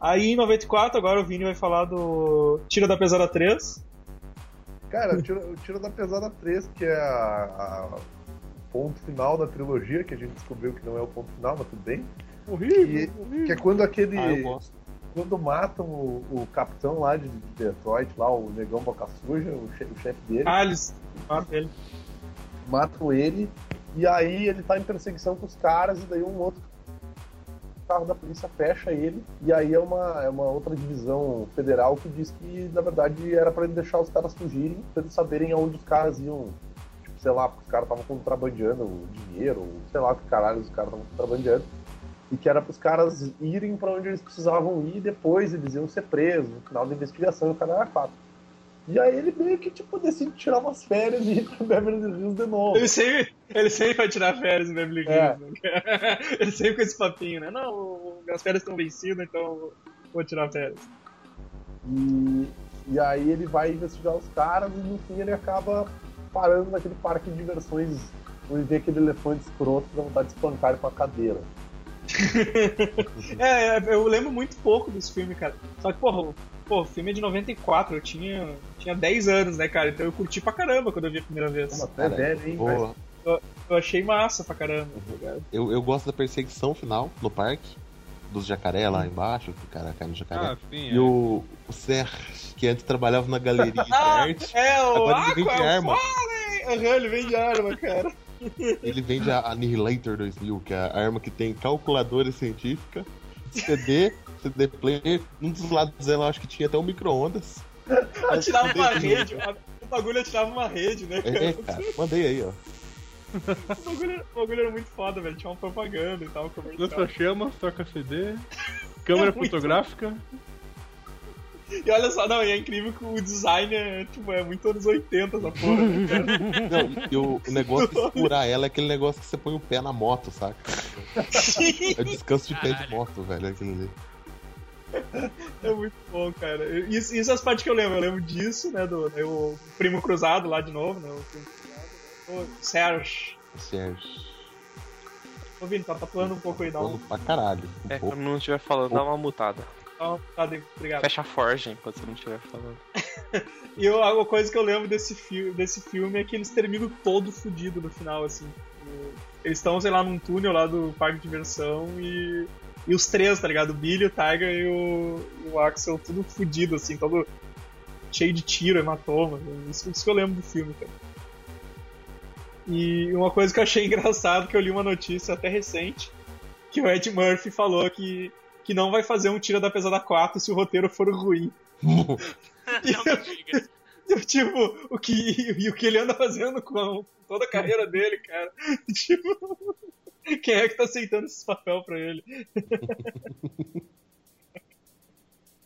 Speaker 3: Aí em 94, agora o Vini vai falar do Tira da Pesada 3.
Speaker 6: Cara, o tiro, o tiro da pesada 3, que é a, a- o ponto final da trilogia, que a gente descobriu que não é o ponto final, mas tudo bem.
Speaker 8: Horrível,
Speaker 6: E-
Speaker 8: horrível.
Speaker 6: Que é quando aquele.
Speaker 5: Ah, eu gosto.
Speaker 6: quando matam o, o capitão lá de Detroit, lá, o negão boca suja, o, che- o chefe dele,
Speaker 3: Alice. Ah, ele.
Speaker 6: matam ele, e aí ele tá em perseguição com os caras, e daí um outro carro da polícia fecha ele, e aí é uma, é uma outra divisão federal que diz que, na verdade, era pra ele deixar os caras fugirem, pra eles saberem aonde os caras iam, tipo, sei lá, porque os caras estavam contrabandeando o dinheiro, ou sei lá que caralho os caras estavam contrabandeando, e que era pros caras irem pra onde eles precisavam ir, e depois eles iam ser presos, no final da investigação, o cara era fato. E aí ele meio que, tipo, decide tirar umas férias e ir pra Beverly Hills de novo.
Speaker 3: Ele sempre, ele sempre vai tirar férias em Beverly
Speaker 6: É.
Speaker 3: Hills. né? Ele sempre com esse papinho, né? Não, o- minhas férias estão vencidas, então vou tirar férias.
Speaker 6: E, e aí ele vai investigar os caras e no fim ele acaba parando naquele parque de diversões onde vê aquele elefante escroto que dá vontade de espancar ele com a cadeira.
Speaker 3: É, é, eu lembro muito pouco desse filme, cara. Só que, porra, o- pô, o filme é de 94, eu tinha, tinha 10 anos, né, cara? Então eu curti pra caramba quando eu vi a primeira vez.
Speaker 6: Como até velho, hein? Mas,
Speaker 5: Boa.
Speaker 3: Eu achei massa pra caramba.
Speaker 5: Eu, eu gosto da perseguição final no parque, dos jacaré lá embaixo, que o cara cai no jacaré.
Speaker 8: Ah, sim, é.
Speaker 5: E o, o Serge, que antes trabalhava na galeria de
Speaker 3: Ah,
Speaker 5: arte,
Speaker 3: é, o
Speaker 5: agora ele
Speaker 3: Aqua,
Speaker 5: vende
Speaker 3: é o
Speaker 5: arma.
Speaker 3: Fallen! Aham, ele vende arma, cara.
Speaker 5: Ele vende a Annihilator 2000, que é a arma que tem calculadora científica, CD, CD player. Num dos lados dela, eu acho que tinha até um micro-ondas.
Speaker 3: Atirava uma rede, a- o bagulho atirava uma rede, né, cara?
Speaker 5: É, cara, mandei aí, ó.
Speaker 3: O bagulho, era- o bagulho era muito foda, velho. Tinha uma propaganda e tal, comercial.
Speaker 8: Lança é. chama, toca CD, câmera
Speaker 3: É muito-
Speaker 8: fotográfica.
Speaker 3: E olha só, não, e é incrível que o design é, tipo, é muito anos 80 essa porra. né, cara?
Speaker 5: Não, e o, o negócio de segurar ela é aquele negócio que você põe o pé na moto, saca? É descanso de pé de
Speaker 7: Caralho.
Speaker 5: moto, velho, aquilo ali.
Speaker 3: é muito bom, cara. Isso, isso é as partes que eu lembro. Eu lembro disso, né, do né, o Primo Cruzado lá de novo, né, o Primo Cruzado. né? O Sérgio.
Speaker 5: Assim, Serge.
Speaker 3: Ô, Vini, tá, tá pulando um pouco aí, dá um...
Speaker 5: Bom pra caralho. Um
Speaker 9: É,
Speaker 5: pouco.
Speaker 9: quando não estiver falando, dá uma mutada.
Speaker 3: Dá uma... Tá, obrigado.
Speaker 9: Fecha a forja enquanto você não estiver falando.
Speaker 3: E eu, a coisa que eu lembro desse, fi desse filme é que eles terminam todo fudido no final, assim. O- Eles estão, sei lá, num túnel lá do parque de diversão e. E os três, tá ligado? O Billy, o Tiger e o, o Axel, tudo fudido, assim, todo cheio de tiro, hematoma. Isso, isso que eu lembro do filme, cara. E uma coisa que eu achei engraçado, que eu li uma notícia até recente, que o Ed Murphy falou que, que não vai fazer um Tira da Pesada 4 se o roteiro for ruim.
Speaker 7: Não me diga.
Speaker 3: Eu, tipo, o que, e o que ele anda fazendo com a- toda a carreira dele, cara. Tipo, quem é que tá aceitando esse papel pra ele?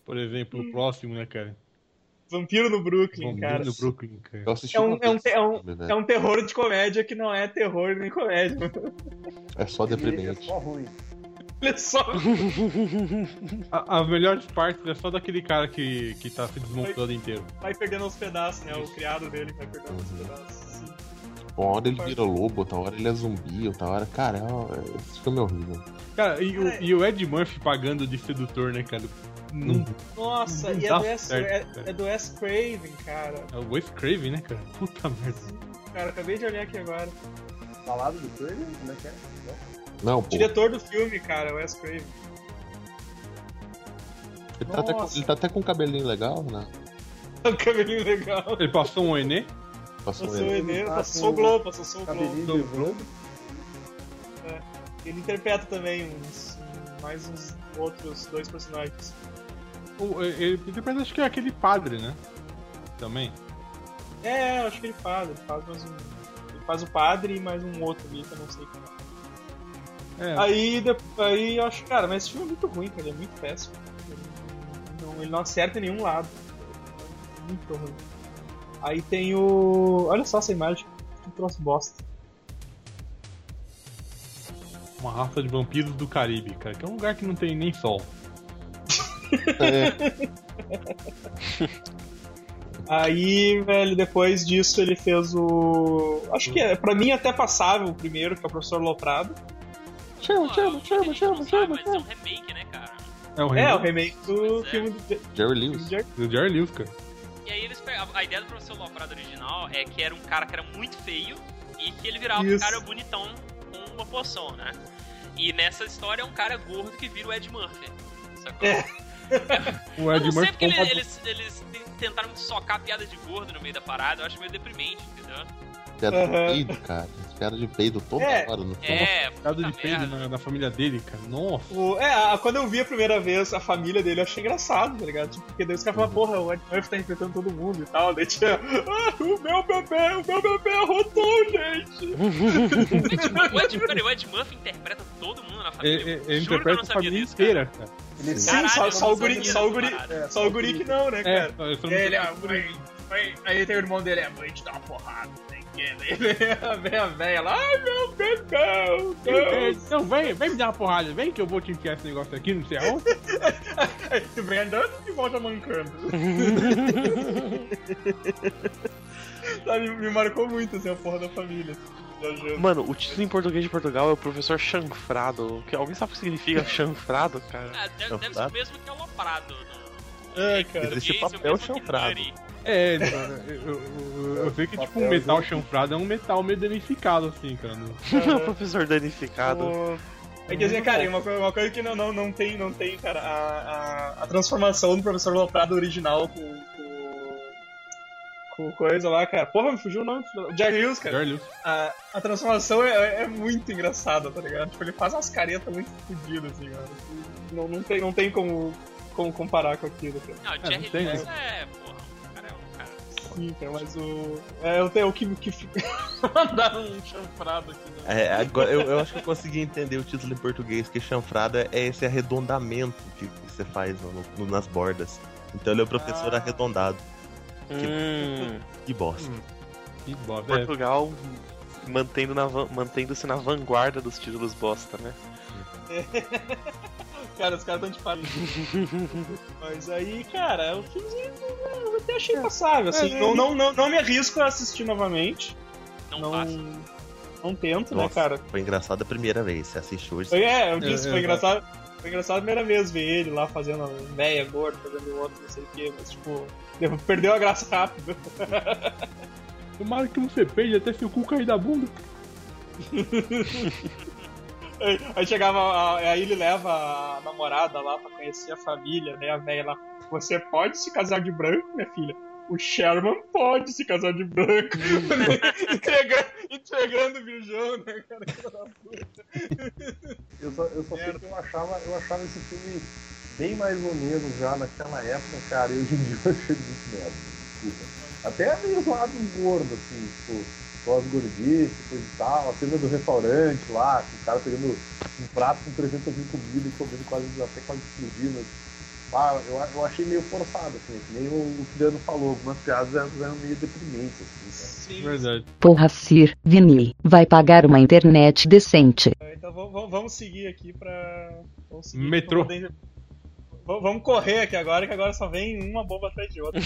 Speaker 8: Por exemplo, o próximo, né, cara?
Speaker 3: Vampiro no Brooklyn,
Speaker 8: Vampiro
Speaker 3: cara.
Speaker 8: no Brooklyn, cara.
Speaker 5: Eu assisti
Speaker 3: É um,
Speaker 5: uma
Speaker 3: é, um,
Speaker 5: vez
Speaker 3: te- é, um,
Speaker 5: esse filme, né?
Speaker 3: é um terror de comédia que não é terror nem comédia.
Speaker 5: É só
Speaker 6: Ele é
Speaker 5: deprimente.
Speaker 6: só ruim.
Speaker 3: Olha só.
Speaker 8: A- As melhores partes é só daquele cara que, que tá se desmontando inteiro.
Speaker 3: Vai perdendo aos pedaços, né? O criado dele vai perdendo
Speaker 8: Uhum.
Speaker 3: aos pedaços. assim.
Speaker 5: Uma hora ele vira lobo, outra hora ele é zumbi, outra hora. Cara, é um- esse filme é horrível.
Speaker 8: Cara, e o, e o Ed Murphy pagando de sedutor, né, cara? Não,
Speaker 3: Nossa,
Speaker 8: Não
Speaker 3: e é
Speaker 8: dá
Speaker 3: do, S,
Speaker 8: certo,
Speaker 3: é,
Speaker 8: cara.
Speaker 3: é do S. Craven, cara.
Speaker 8: é o Wes Craven, né, cara? Puta merda.
Speaker 3: Cara, acabei de olhar aqui agora.
Speaker 6: Falado do trailer? Como é que é?
Speaker 5: Não, pô.
Speaker 3: Diretor do filme, cara, o S. Craven.
Speaker 5: Ele tá, até com,
Speaker 3: Nossa.
Speaker 5: ele tá até com um cabelinho legal, né?
Speaker 3: O Um cabelinho legal.
Speaker 8: Ele passou um Enem?
Speaker 5: Passou
Speaker 3: Passou o
Speaker 5: ele.
Speaker 3: Enem,
Speaker 6: Ah,
Speaker 3: passou o
Speaker 6: com-
Speaker 3: Globo, passou o Globo.
Speaker 6: Cabelinho de Globo.
Speaker 3: Ele interpreta também uns, mais uns outros dois personagens.
Speaker 8: O- Ele interpreta, acho que é aquele padre, né? Também.
Speaker 3: É, eu acho que ele faz, ele faz mais um. Ele faz o padre e mais um outro ali que eu não sei quem é.
Speaker 8: É,
Speaker 3: Aí, de- aí eu acho, cara, mas esse filme é muito ruim, cara, ele é muito péssimo. Ele não, ele não acerta em nenhum lado. É muito ruim. Aí tem o. Olha só essa imagem, que troço bosta.
Speaker 8: uma raça de vampiros do Caribe, cara, que é um lugar que não tem nem sol.
Speaker 3: Aí, velho, depois disso ele fez o. Acho que é, pra mim é até passável o primeiro, que é o Professor Loprado.
Speaker 7: Chama, chama, chama, chama, chama. Mas é um remake, né, cara?
Speaker 8: É o
Speaker 3: É, o
Speaker 8: rei
Speaker 3: remake do
Speaker 7: Pois é.
Speaker 3: filme do Jack-
Speaker 5: Jerry
Speaker 3: do
Speaker 5: Lewis.
Speaker 3: Jack.
Speaker 8: do Jerry Lewis, cara.
Speaker 7: E aí eles pegam. A ideia do professor Loprado original é que era um cara que era muito feio e que ele virava um
Speaker 3: Isso.
Speaker 7: cara bonitão com uma poção, né? E nessa história é um cara gordo que vira o Ed Murphy. Sacou?
Speaker 3: É.
Speaker 8: O
Speaker 7: Eu
Speaker 8: Ed
Speaker 7: não sei
Speaker 8: Murphy
Speaker 7: porque ele-
Speaker 8: comprou-
Speaker 7: eles, eles tentaram socar a piada de gordo no meio da parada, eu acho meio deprimente, entendeu?
Speaker 5: Piada de
Speaker 3: Aham.
Speaker 5: é peido, cara. Piada de peido toda
Speaker 3: É.
Speaker 5: hora no filme.
Speaker 7: É,
Speaker 8: Casa de
Speaker 7: puta
Speaker 8: peido
Speaker 7: merda.
Speaker 8: na, na família dele, cara. Nossa.
Speaker 3: O- é, a- quando eu vi a primeira vez a família dele, eu achei engraçado, tá ligado? Tipo, porque daí os caras falam, porra, o Ed Murphy tá enfrentando todo mundo e tal. Daí tinha, ah, o meu bebê, o meu bebê arrotou, gente.
Speaker 7: O Ed, peraí, o Ed Murphy interpreta todo mundo na família.
Speaker 8: Ele, ele-
Speaker 7: Eu
Speaker 8: ele
Speaker 7: juro que eu
Speaker 8: interpreta
Speaker 7: não
Speaker 8: a
Speaker 7: sabia
Speaker 8: família
Speaker 7: disso, cara.
Speaker 8: inteira, cara.
Speaker 6: Ele
Speaker 5: Sim.
Speaker 3: Sim, só,
Speaker 7: Caralho,
Speaker 3: só
Speaker 7: eu
Speaker 3: o
Speaker 7: não
Speaker 3: guri,
Speaker 7: sabia
Speaker 3: só o
Speaker 7: dessa
Speaker 3: guri,
Speaker 7: parada.
Speaker 6: É,
Speaker 3: só o guri que não, né,
Speaker 8: É,
Speaker 3: cara?
Speaker 8: eu só não
Speaker 3: Ele,
Speaker 8: sei-
Speaker 3: ah, mãe, mãe. Aí tem o irmão dele, é, mãe, te dá uma porrada, não sei o que. Daí vem a- vem a velha lá, ai meu bebê,
Speaker 8: É,
Speaker 3: Deus.
Speaker 8: Não, vem, vem me dar uma porrada, vem que eu vou te enfiar esse negócio aqui, não sei aonde.
Speaker 3: Aí Tu vem andando e volta mancando. Sabe, me marcou muito assim, a porra da família. assim, viajando.
Speaker 9: Mano, o título em português de Portugal é o Professor Chanfrado. Que- Alguém sabe o que significa chanfrado, cara?
Speaker 7: Ah, deve, deve ser o mesmo que é aloprado.
Speaker 3: É, cara.
Speaker 5: Existe
Speaker 7: Esse é o
Speaker 5: papel
Speaker 7: mesmo que
Speaker 5: chanfrado.
Speaker 7: Dirty.
Speaker 8: É, eu, eu- eu sei que tipo um
Speaker 6: Papel,
Speaker 8: metal
Speaker 6: viu?
Speaker 8: chanfrado é um metal meio danificado, assim, cara. não-
Speaker 9: o professor danificado.
Speaker 3: O- É que assim, cara, uma coisa, uma coisa que não, não, não tem, não tem, cara, a, a, a transformação do professor Loprado original com, com, com coisa lá, cara. Porra, me fugiu o nome. filho da- Jack Hughes, cara.
Speaker 8: Jerry Lewis.
Speaker 3: A, a transformação é, é muito engraçada, tá ligado? Tipo, ele faz umas caretas muito fodidas, assim, cara. Não, não, tem, não tem como, como comparar com aquilo, cara.
Speaker 7: Não, o
Speaker 8: não
Speaker 7: Jerry
Speaker 8: tem,
Speaker 7: Lewis é, porra, o cara é um cara.
Speaker 3: Sim, cara, mas o. É, eu tenho o que, que fica. Mandaram um chanfrado aqui, né?
Speaker 5: É, agora eu, eu acho que eu consegui entender o título em português, que chanfrada é esse arredondamento que, que você faz no- no- nas bordas. Então ele é o professor
Speaker 3: Ah.
Speaker 5: arredondado.
Speaker 9: Hum,
Speaker 5: Que bosta.
Speaker 8: Que bosta. É,
Speaker 9: Portugal mantendo na van- mantendo-se na vanguarda dos títulos bosta, né?
Speaker 3: Cara, os caras tão de farinha. Mas aí, cara, o filmezinho eu eu até achei passável, assim. Não, não, não, não me arrisco a assistir novamente.
Speaker 7: Não,
Speaker 3: Não,
Speaker 7: passa.
Speaker 3: não tento, né,
Speaker 5: Nossa,
Speaker 3: cara?
Speaker 5: foi engraçado a primeira vez. Você assiste hoje.
Speaker 3: Foi, é, eu disse,
Speaker 8: É,
Speaker 3: foi
Speaker 8: é,
Speaker 3: engraçado. Foi engraçado a primeira vez ver ele lá fazendo a véia gorda, fazendo outro, não sei o quê, mas tipo, deu- perdeu a graça rápido.
Speaker 8: Tomara que você perde até seu cu cair da bunda.
Speaker 3: Aí- Aí chegava, a- aí ele leva a namorada lá pra conhecer a família, né? A velha lá. Você pode se casar de branco, minha filha? O Sherman pode se casar de branco. Entrega- entregando o virgão, né, cara?
Speaker 6: Eu só, eu só sei que eu achava, eu achava esse filme bem mais ou menos já naquela época, cara, e hoje em dia eu achei muito merda, desculpa. Até é meio zoado gordo, assim, tipo, com as gordices, coisa e tal, a cena do restaurante lá, com o cara pegando um prato com 300 mil comida e comendo quase até quase explodindo. Ah, eu, eu achei meio forçado, assim, que nem o, o Criano falou, algumas piadas eram, eram meio deprimentes, assim, né?
Speaker 3: Sim.
Speaker 8: Verdade.
Speaker 1: Porra, Sir, Vini, vai pagar uma internet decente.
Speaker 3: Então vamos- vamos vamos seguir aqui pra. Vamos seguir
Speaker 8: Metrô.
Speaker 3: pra poder- V- Vamos correr aqui agora, que agora só vem uma bomba atrás de outra.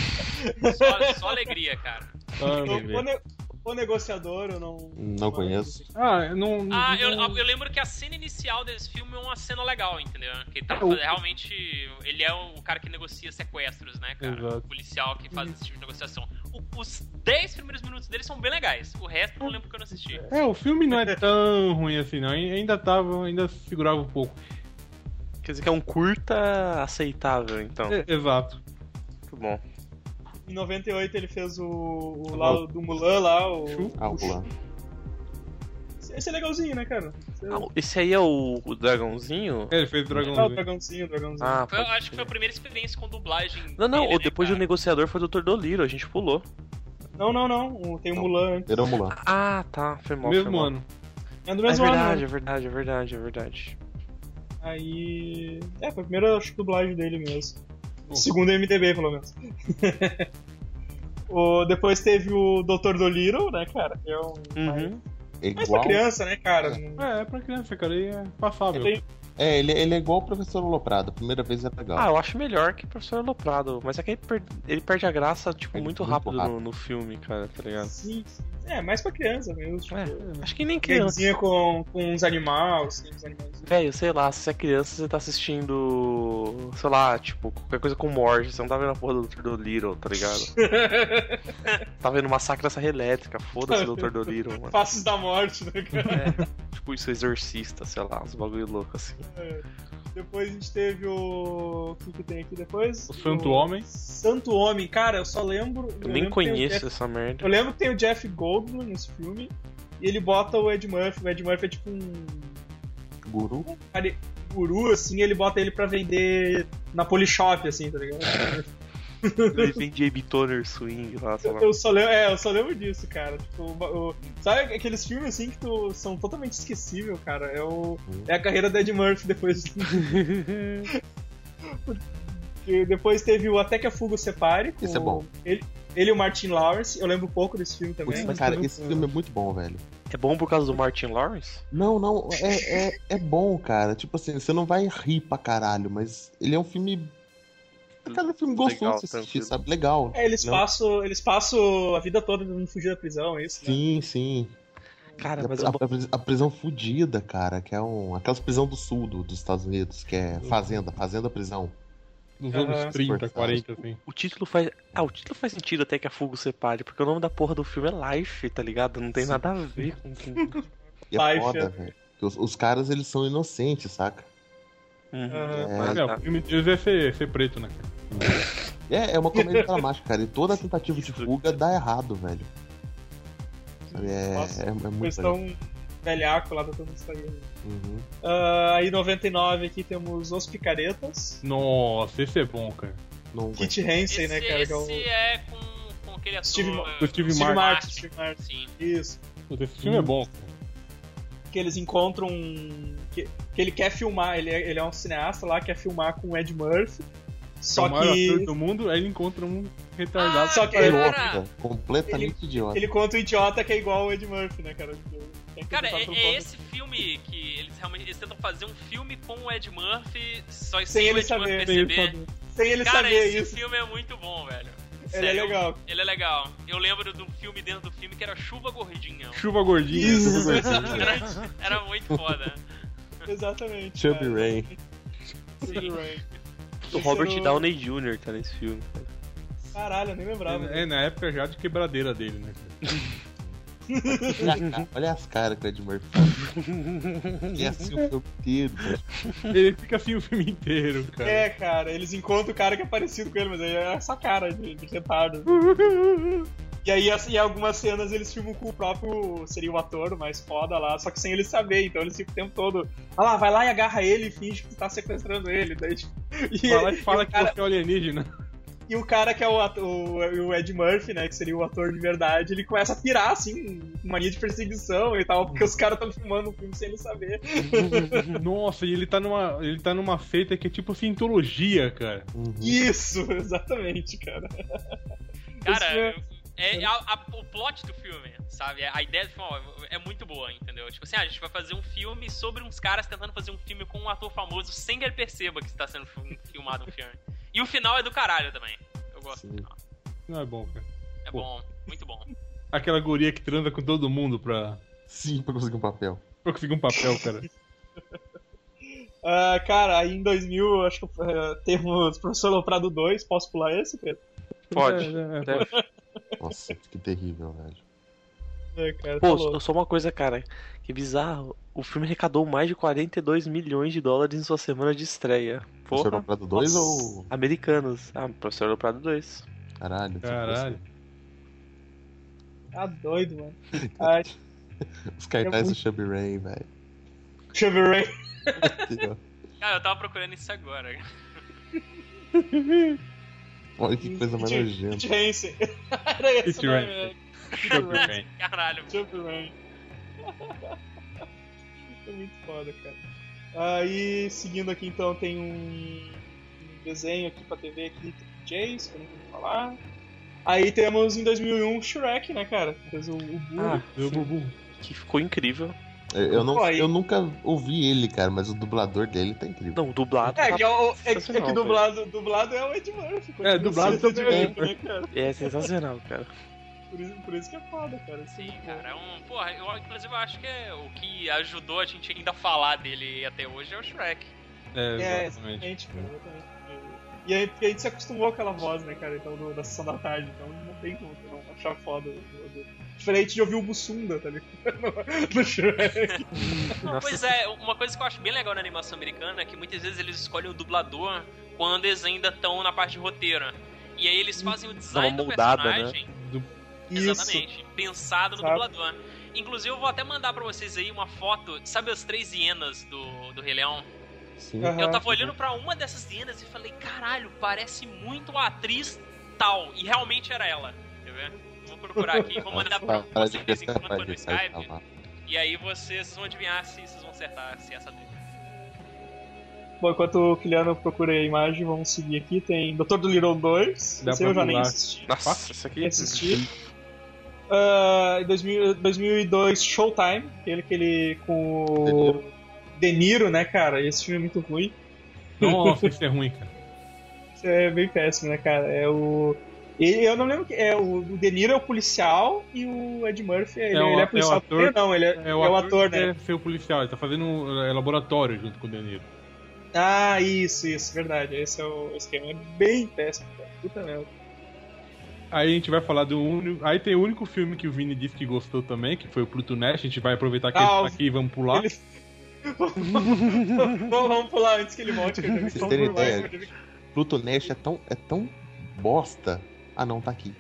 Speaker 7: é Só, só alegria, cara.
Speaker 8: Ah,
Speaker 3: o, o ne- o negociador, eu não.
Speaker 5: Não conheço.
Speaker 8: Ah, eu não.
Speaker 3: Uhum.
Speaker 7: Ah, eu,
Speaker 8: não-
Speaker 7: eu lembro que a cena inicial desse filme é uma cena legal, entendeu? Que ele tá
Speaker 3: É,
Speaker 8: Eu-
Speaker 7: fazendo- realmente. Ele é o cara que negocia sequestros, né, cara?
Speaker 8: Exato.
Speaker 7: O policial que faz esse tipo de negociação. O- os 10 primeiros minutos dele são bem legais. O resto eu não lembro que eu não assisti.
Speaker 8: É, o filme não é tão ruim assim, não. Ainda tava, ainda segurava um pouco.
Speaker 9: Quer dizer que é um curta aceitável, então.
Speaker 8: É, exato.
Speaker 9: Muito bom.
Speaker 3: Em 98 ele fez o. o lá, o do Mulan lá, o.
Speaker 8: Chu.
Speaker 5: Ah, o Mulan.
Speaker 3: Esse é legalzinho, né, cara? Esse é
Speaker 9: Ah, esse aí é o, o dragãozinho?
Speaker 8: É, ele fez
Speaker 3: Ah, o
Speaker 8: Dragão.
Speaker 3: dragãozinho, o dragãozinho.
Speaker 9: Ah,
Speaker 7: Foi- eu
Speaker 9: pode
Speaker 7: acho que foi
Speaker 9: crer.
Speaker 7: a primeira experiência com dublagem.
Speaker 9: Não, não,
Speaker 7: dele,
Speaker 9: o
Speaker 7: né,
Speaker 9: depois do
Speaker 7: cara?
Speaker 9: negociador foi o Dr. Doliro, a gente pulou.
Speaker 3: Não, não, não. o- Tem o Mulan antes.
Speaker 5: Era o Mulan.
Speaker 9: Ah, tá, foi mal. foi
Speaker 8: Mesmo
Speaker 9: mal.
Speaker 8: ano.
Speaker 3: É do
Speaker 9: É
Speaker 3: mesmo ano.
Speaker 9: verdade,
Speaker 3: né?
Speaker 9: é verdade, é verdade, é verdade.
Speaker 3: Aí. É, foi a primeira acho, que, dublagem dele mesmo. Segundo o MTV, pelo menos. o, depois teve o Dr. Dolittle, né, cara? Que é um.
Speaker 9: Uhum.
Speaker 5: É
Speaker 3: Mas pra
Speaker 5: igual.
Speaker 3: criança, né, cara?
Speaker 8: É, é pra criança, cara, aí é passável.
Speaker 3: Tem-
Speaker 5: É, ele, ele é igual o professor Oloprado. A primeira vez é legal.
Speaker 9: Ah, eu acho melhor que o Professor Aloprado, mas é que ele, per- ele perde a graça, tipo,
Speaker 5: Ele
Speaker 9: muito
Speaker 5: muito
Speaker 9: rápido
Speaker 5: rápido.
Speaker 9: no, no filme, cara, tá ligado?
Speaker 3: Sim, sim. É, mais pra criança mesmo. Tipo,
Speaker 9: É, acho que nem criança.
Speaker 3: criancinha com, com uns animais, assim, uns animais.
Speaker 9: Velho, sei lá, se você é criança, você tá assistindo, sei lá, tipo, qualquer coisa com Morge, você não tá vendo a porra do Dr. Dolittle, tá ligado? tá vendo Massacre da Serra Elétrica, foda-se o Dr. Dolittle, mano.
Speaker 3: Faces da morte, né, cara?
Speaker 9: É, tipo, isso, Exorcista, sei lá, uns bagulho louco assim.
Speaker 3: Depois a gente teve o. O que, que tem aqui depois?
Speaker 8: O Santo Homem.
Speaker 3: Santo Homem, cara, eu só lembro.
Speaker 9: Eu nem
Speaker 3: lembro que tem o
Speaker 9: conheço
Speaker 3: Jeff-
Speaker 9: essa merda.
Speaker 3: Eu lembro que tem o Jeff Goldblum nesse filme. E ele bota o Ed Murphy. O Ed Murphy é tipo um
Speaker 5: Guru.
Speaker 3: guru, assim, e ele bota ele pra vender na Polishop, assim, tá ligado?
Speaker 9: Ele tem JB Toner Swing lá, sei lá.
Speaker 3: Eu só lembro, é, eu só lembro disso, cara. Tipo, o- o- sabe aqueles filmes assim que tu, são totalmente esquecível, cara? É, o, é a carreira do Ed Murphy depois. Porque depois teve o Até que a Fuga Os Separe. com
Speaker 5: Esse é bom.
Speaker 3: Ele, ele e o Martin Lawrence. Eu lembro pouco desse filme também.
Speaker 5: Putz,
Speaker 3: mas
Speaker 5: cara,
Speaker 3: também-
Speaker 5: esse filme é muito bom, velho.
Speaker 9: É bom por causa do Martin Lawrence?
Speaker 5: Não, não, é, é, é bom, cara. Tipo assim, você não vai rir pra caralho, mas ele é um filme.
Speaker 3: Hum,
Speaker 5: Cara, é um filme gostoso
Speaker 9: Legal,
Speaker 5: de assistir,
Speaker 9: tranquilo.
Speaker 5: sabe? Legal.
Speaker 3: É, eles
Speaker 5: Não?
Speaker 3: passam, eles passam a vida toda tentando fugir da prisão, é isso? né?
Speaker 5: Sim, sim.
Speaker 9: Cara,
Speaker 5: A,
Speaker 9: mas
Speaker 5: a-
Speaker 9: é bom.
Speaker 5: a pris- a prisão fudida, cara, que é um. Aquelas prisão do sul do- dos Estados Unidos, que é fazenda, fazenda prisão.
Speaker 8: Dos
Speaker 3: Aham.
Speaker 8: anos 30, 40, assim.
Speaker 9: O título faz. Ah, o título faz sentido até que a Fugo separe, porque o nome da porra do filme é Life, tá ligado? Não tem
Speaker 5: Sim.
Speaker 9: nada a ver com. com-
Speaker 5: E é
Speaker 3: Vai, Fia.
Speaker 5: foda, velho. Porque Os, os caras, eles são inocentes, saca?
Speaker 9: Uhum.
Speaker 3: Aham.
Speaker 9: Ah,
Speaker 8: É,
Speaker 9: tá.
Speaker 8: o filme deles é ser, ser preto, né? cara?
Speaker 5: É, é uma comédia dramática, cara. E toda tentativa de fuga dá errado, velho. Sabe, É,
Speaker 3: Nossa,
Speaker 5: é, é muito legal.
Speaker 3: Questão velhaco lá, tá todo Instagram.
Speaker 5: Uhum.
Speaker 3: Ah, aí 99 aqui temos Os Picaretas.
Speaker 8: Nossa, esse é bom, cara.
Speaker 5: Não aguento.
Speaker 3: Kit Hansen,
Speaker 7: Esse,
Speaker 3: né, cara? que é o-
Speaker 7: esse é com, com aquele ator.
Speaker 3: Steve Ma-
Speaker 8: O Steve
Speaker 3: Steve
Speaker 8: Martin.
Speaker 3: Martin, Steve Martin.
Speaker 7: Sim.
Speaker 3: Isso.
Speaker 8: Puta, Esse filme é bom. cara.
Speaker 3: Que eles encontram. um- Que, que ele quer filmar, ele é, ele é um cineasta lá, quer filmar com o Ed Murphy.
Speaker 8: É
Speaker 3: Só
Speaker 8: o maior ator
Speaker 3: que.
Speaker 8: do mundo, aí ele encontra um retardado.
Speaker 3: Tá, Só
Speaker 5: é
Speaker 3: que é ele,
Speaker 7: Ah, Cara,
Speaker 5: Idiota, completamente idiota.
Speaker 3: ele conta o idiota que é igual o Ed Murphy, né, cara? Tipo, tem que
Speaker 7: cara
Speaker 3: passar
Speaker 7: é,
Speaker 3: por
Speaker 7: é
Speaker 3: conta-
Speaker 7: esse filme que eles realmente eles tentam fazer um filme com o Ed Murphy, só sem,
Speaker 3: Sem
Speaker 7: o
Speaker 3: ele
Speaker 7: Ed Murphy
Speaker 3: saber.
Speaker 7: perceber.
Speaker 3: Sem ele
Speaker 7: cara,
Speaker 3: saber
Speaker 7: esse
Speaker 3: isso.
Speaker 7: filme é muito bom, velho.
Speaker 3: Ele é
Speaker 7: Sério,
Speaker 3: legal.
Speaker 7: Ele é legal. Eu lembro do filme dentro do filme que era Chuva Gordinha.
Speaker 8: Chuva gordinha.
Speaker 3: Isso.
Speaker 8: Chuva gordinha.
Speaker 7: Era, era muito foda.
Speaker 3: Exatamente.
Speaker 5: Chubby
Speaker 3: cara.
Speaker 5: Rain.
Speaker 3: Chubby Ray.
Speaker 9: O
Speaker 3: é
Speaker 9: Robert Downey Jr. tá nesse filme.
Speaker 3: Caralho, eu nem lembrava.
Speaker 8: É, na época já de quebradeira dele, né? cara?
Speaker 5: Olha as caras que o Ed Murphy faz. Ele é assim o filme inteiro. velho.
Speaker 8: Ele fica assim o filme inteiro, cara.
Speaker 3: É, cara, eles encontram o cara que é parecido com ele, mas aí é essa cara de, de retardo. e aí, as- em algumas cenas, eles filmam com o próprio. Seria o ator mais foda lá, só que sem ele saber, então eles ficam o tempo todo. Ah lá, vai lá e agarra ele e finge que tu tá sequestrando ele. Daí, tipo, e,
Speaker 8: Fala, fala
Speaker 3: e o cara-
Speaker 8: que você é alienígena.
Speaker 3: e E o cara que é o, ato- o, o Ed Murphy, né? Que seria o ator de verdade, ele começa a pirar, assim, com mania de perseguição e tal, porque os caras estão filmando o filme sem ele saber.
Speaker 8: Nossa, e ele tá numa, ele tá numa seita que é tipo cientologia, cara.
Speaker 3: Isso, exatamente, cara.
Speaker 7: Cara,
Speaker 3: Esse
Speaker 7: eu- é, é a- a- o plot do filme, sabe? A ideia do filme ó, é muito boa, entendeu? Tipo assim, ah, a gente vai fazer um filme sobre uns caras tentando fazer um filme com um ator famoso sem que ele perceba que está sendo fi- filmado um filme. E o final é do caralho também. Eu gosto do final.
Speaker 8: Não é bom, cara.
Speaker 7: É
Speaker 8: Pô.
Speaker 7: bom, muito bom.
Speaker 8: Aquela guria que transa com todo mundo pra,
Speaker 5: Sim, pra conseguir um papel.
Speaker 8: pra conseguir um papel, cara.
Speaker 3: Ah, cara, aí em 2000, acho que ah, temos Professor Loprado 2, posso pular esse, Pedro?
Speaker 9: Pode. Né?
Speaker 8: É, é,
Speaker 9: Deve.
Speaker 5: Nossa, que terrível, velho.
Speaker 3: É, cara, tá
Speaker 9: Pô,
Speaker 3: louco.
Speaker 9: só- só uma coisa, cara. Que bizarro. O filme arrecadou mais de 42 milhões de dólares em sua semana de estreia.
Speaker 5: Você
Speaker 9: Porra.
Speaker 5: comprado dois
Speaker 9: Nossa.
Speaker 5: ou.
Speaker 9: Americanos. Ah, Professor Aloprado 2.
Speaker 5: Caralho. tipo,
Speaker 8: Caralho.
Speaker 3: Tá doido, mano. Ai,
Speaker 5: Os
Speaker 3: É
Speaker 5: cartazes
Speaker 3: muito-
Speaker 5: do Chubby Ray, velho.
Speaker 3: Chevy Ray.
Speaker 7: Cara, eu tava procurando isso agora.
Speaker 5: Olha que coisa mais
Speaker 3: Gente,
Speaker 5: nojenta.
Speaker 3: Hansen. Era esse
Speaker 8: Pete
Speaker 3: o nome,
Speaker 8: Hansen.
Speaker 3: velho.
Speaker 7: Caralho.
Speaker 3: Chevy Ray. Foi É muito foda, cara. Aí, seguindo aqui, então, tem um um desenho aqui pra TV aqui, Jace, que eu não vou falar. Aí temos em 2001 Shrek, né, cara? Fez o, o Burro.
Speaker 9: Ah,
Speaker 8: Eu, Bubu.
Speaker 9: que ficou incrível.
Speaker 5: Eu, eu não,
Speaker 3: Olha aí.
Speaker 5: eu nunca ouvi ele, cara, mas o dublador dele tá incrível.
Speaker 9: Não, dublado.
Speaker 3: É,
Speaker 9: tá-
Speaker 3: que, é, o, é, que- é
Speaker 9: sensacional,
Speaker 3: que dublado, dublado é o Ed Murphy.
Speaker 8: É, dublado
Speaker 3: é o
Speaker 8: é o Ed
Speaker 3: cara?
Speaker 9: é sensacional, cara.
Speaker 3: Por isso, por isso que é foda, cara. Assim,
Speaker 7: Sim, cara, é um. Porra, eu, inclusive eu acho que é o que ajudou a gente ainda a falar dele até hoje é o Shrek.
Speaker 8: É,
Speaker 3: É,
Speaker 8: exatamente.
Speaker 3: exatamente, cara, exatamente. E aí, porque a gente se acostumou com aquela voz, né, cara, então, do- da sessão da tarde, então não tem como tu não achar foda. o- o- Diferente de ouvir o Bussunda, tá ligado? No, no Shrek.
Speaker 7: Não,
Speaker 9: Nossa.
Speaker 7: pois é, uma coisa que eu acho bem legal na animação americana é que muitas vezes eles escolhem o dublador quando eles ainda estão na parte de roteiro. E aí eles fazem o design
Speaker 9: Dá
Speaker 7: do
Speaker 9: uma moldada, né?
Speaker 7: personagem.
Speaker 3: Isso.
Speaker 7: Exatamente. Pensado no
Speaker 3: Sabe?
Speaker 7: dublador. Inclusive, eu vou até mandar pra vocês aí uma foto. Sabe as três hienas do, do Rei Leão?
Speaker 5: Sim.
Speaker 3: Aham.
Speaker 7: Eu tava olhando pra uma dessas hienas e falei, caralho, parece muito a atriz tal. E realmente era ela. Quer ver? Vou procurar aqui, vou mandar pra
Speaker 5: Para- Para de
Speaker 7: vocês
Speaker 5: pescar,
Speaker 7: enquanto
Speaker 5: para
Speaker 7: no
Speaker 5: de pescar.
Speaker 7: Skype. E aí vocês, vocês vão adivinhar se vocês vão acertar se é essa atriz.
Speaker 3: Bom, enquanto o Kiliano procura a imagem, vamos seguir aqui. Tem Doutor do Little 2.
Speaker 8: Dá
Speaker 3: Esse
Speaker 8: pra
Speaker 3: eu já nem
Speaker 8: pular.
Speaker 3: assisti.
Speaker 9: Nossa, isso aqui.
Speaker 3: assistir. Ah, em 2000 2002, Showtime, aquele que ele com o De Niro, né, cara? Esse filme é muito ruim.
Speaker 8: Nossa, isso é ruim, cara.
Speaker 3: Isso é bem péssimo, né, cara? É o. e eu não lembro que. É, o o De Niro é o policial e o Ed Murphy ele,
Speaker 8: o-
Speaker 3: ele
Speaker 8: é
Speaker 3: é
Speaker 8: o
Speaker 3: policial.
Speaker 8: ator.
Speaker 3: Ele Não, ele é, é o ator,
Speaker 8: que
Speaker 3: né?
Speaker 8: É seu policial, ele tá fazendo um é, laboratório junto com o Danilo.
Speaker 3: Ah, isso, isso, verdade. Esse é o esquema. É bem péssimo, cara. Puta merda.
Speaker 8: Aí a gente vai falar do único. Aí tem o único filme que o Vini disse que gostou também, que foi o Pluto Nash. A gente vai aproveitar que
Speaker 3: Ah,
Speaker 8: ele
Speaker 3: o-
Speaker 8: tá aqui e vamos pular.
Speaker 3: Ele- Vamos, vamos pular antes que ele volte, que eu já vi.
Speaker 5: Vocês
Speaker 3: Vamos
Speaker 5: terem
Speaker 3: pular,
Speaker 5: ideia.
Speaker 3: eu já vi.
Speaker 5: Pluto Nash é tão, é tão bosta. Ah, não, tá aqui.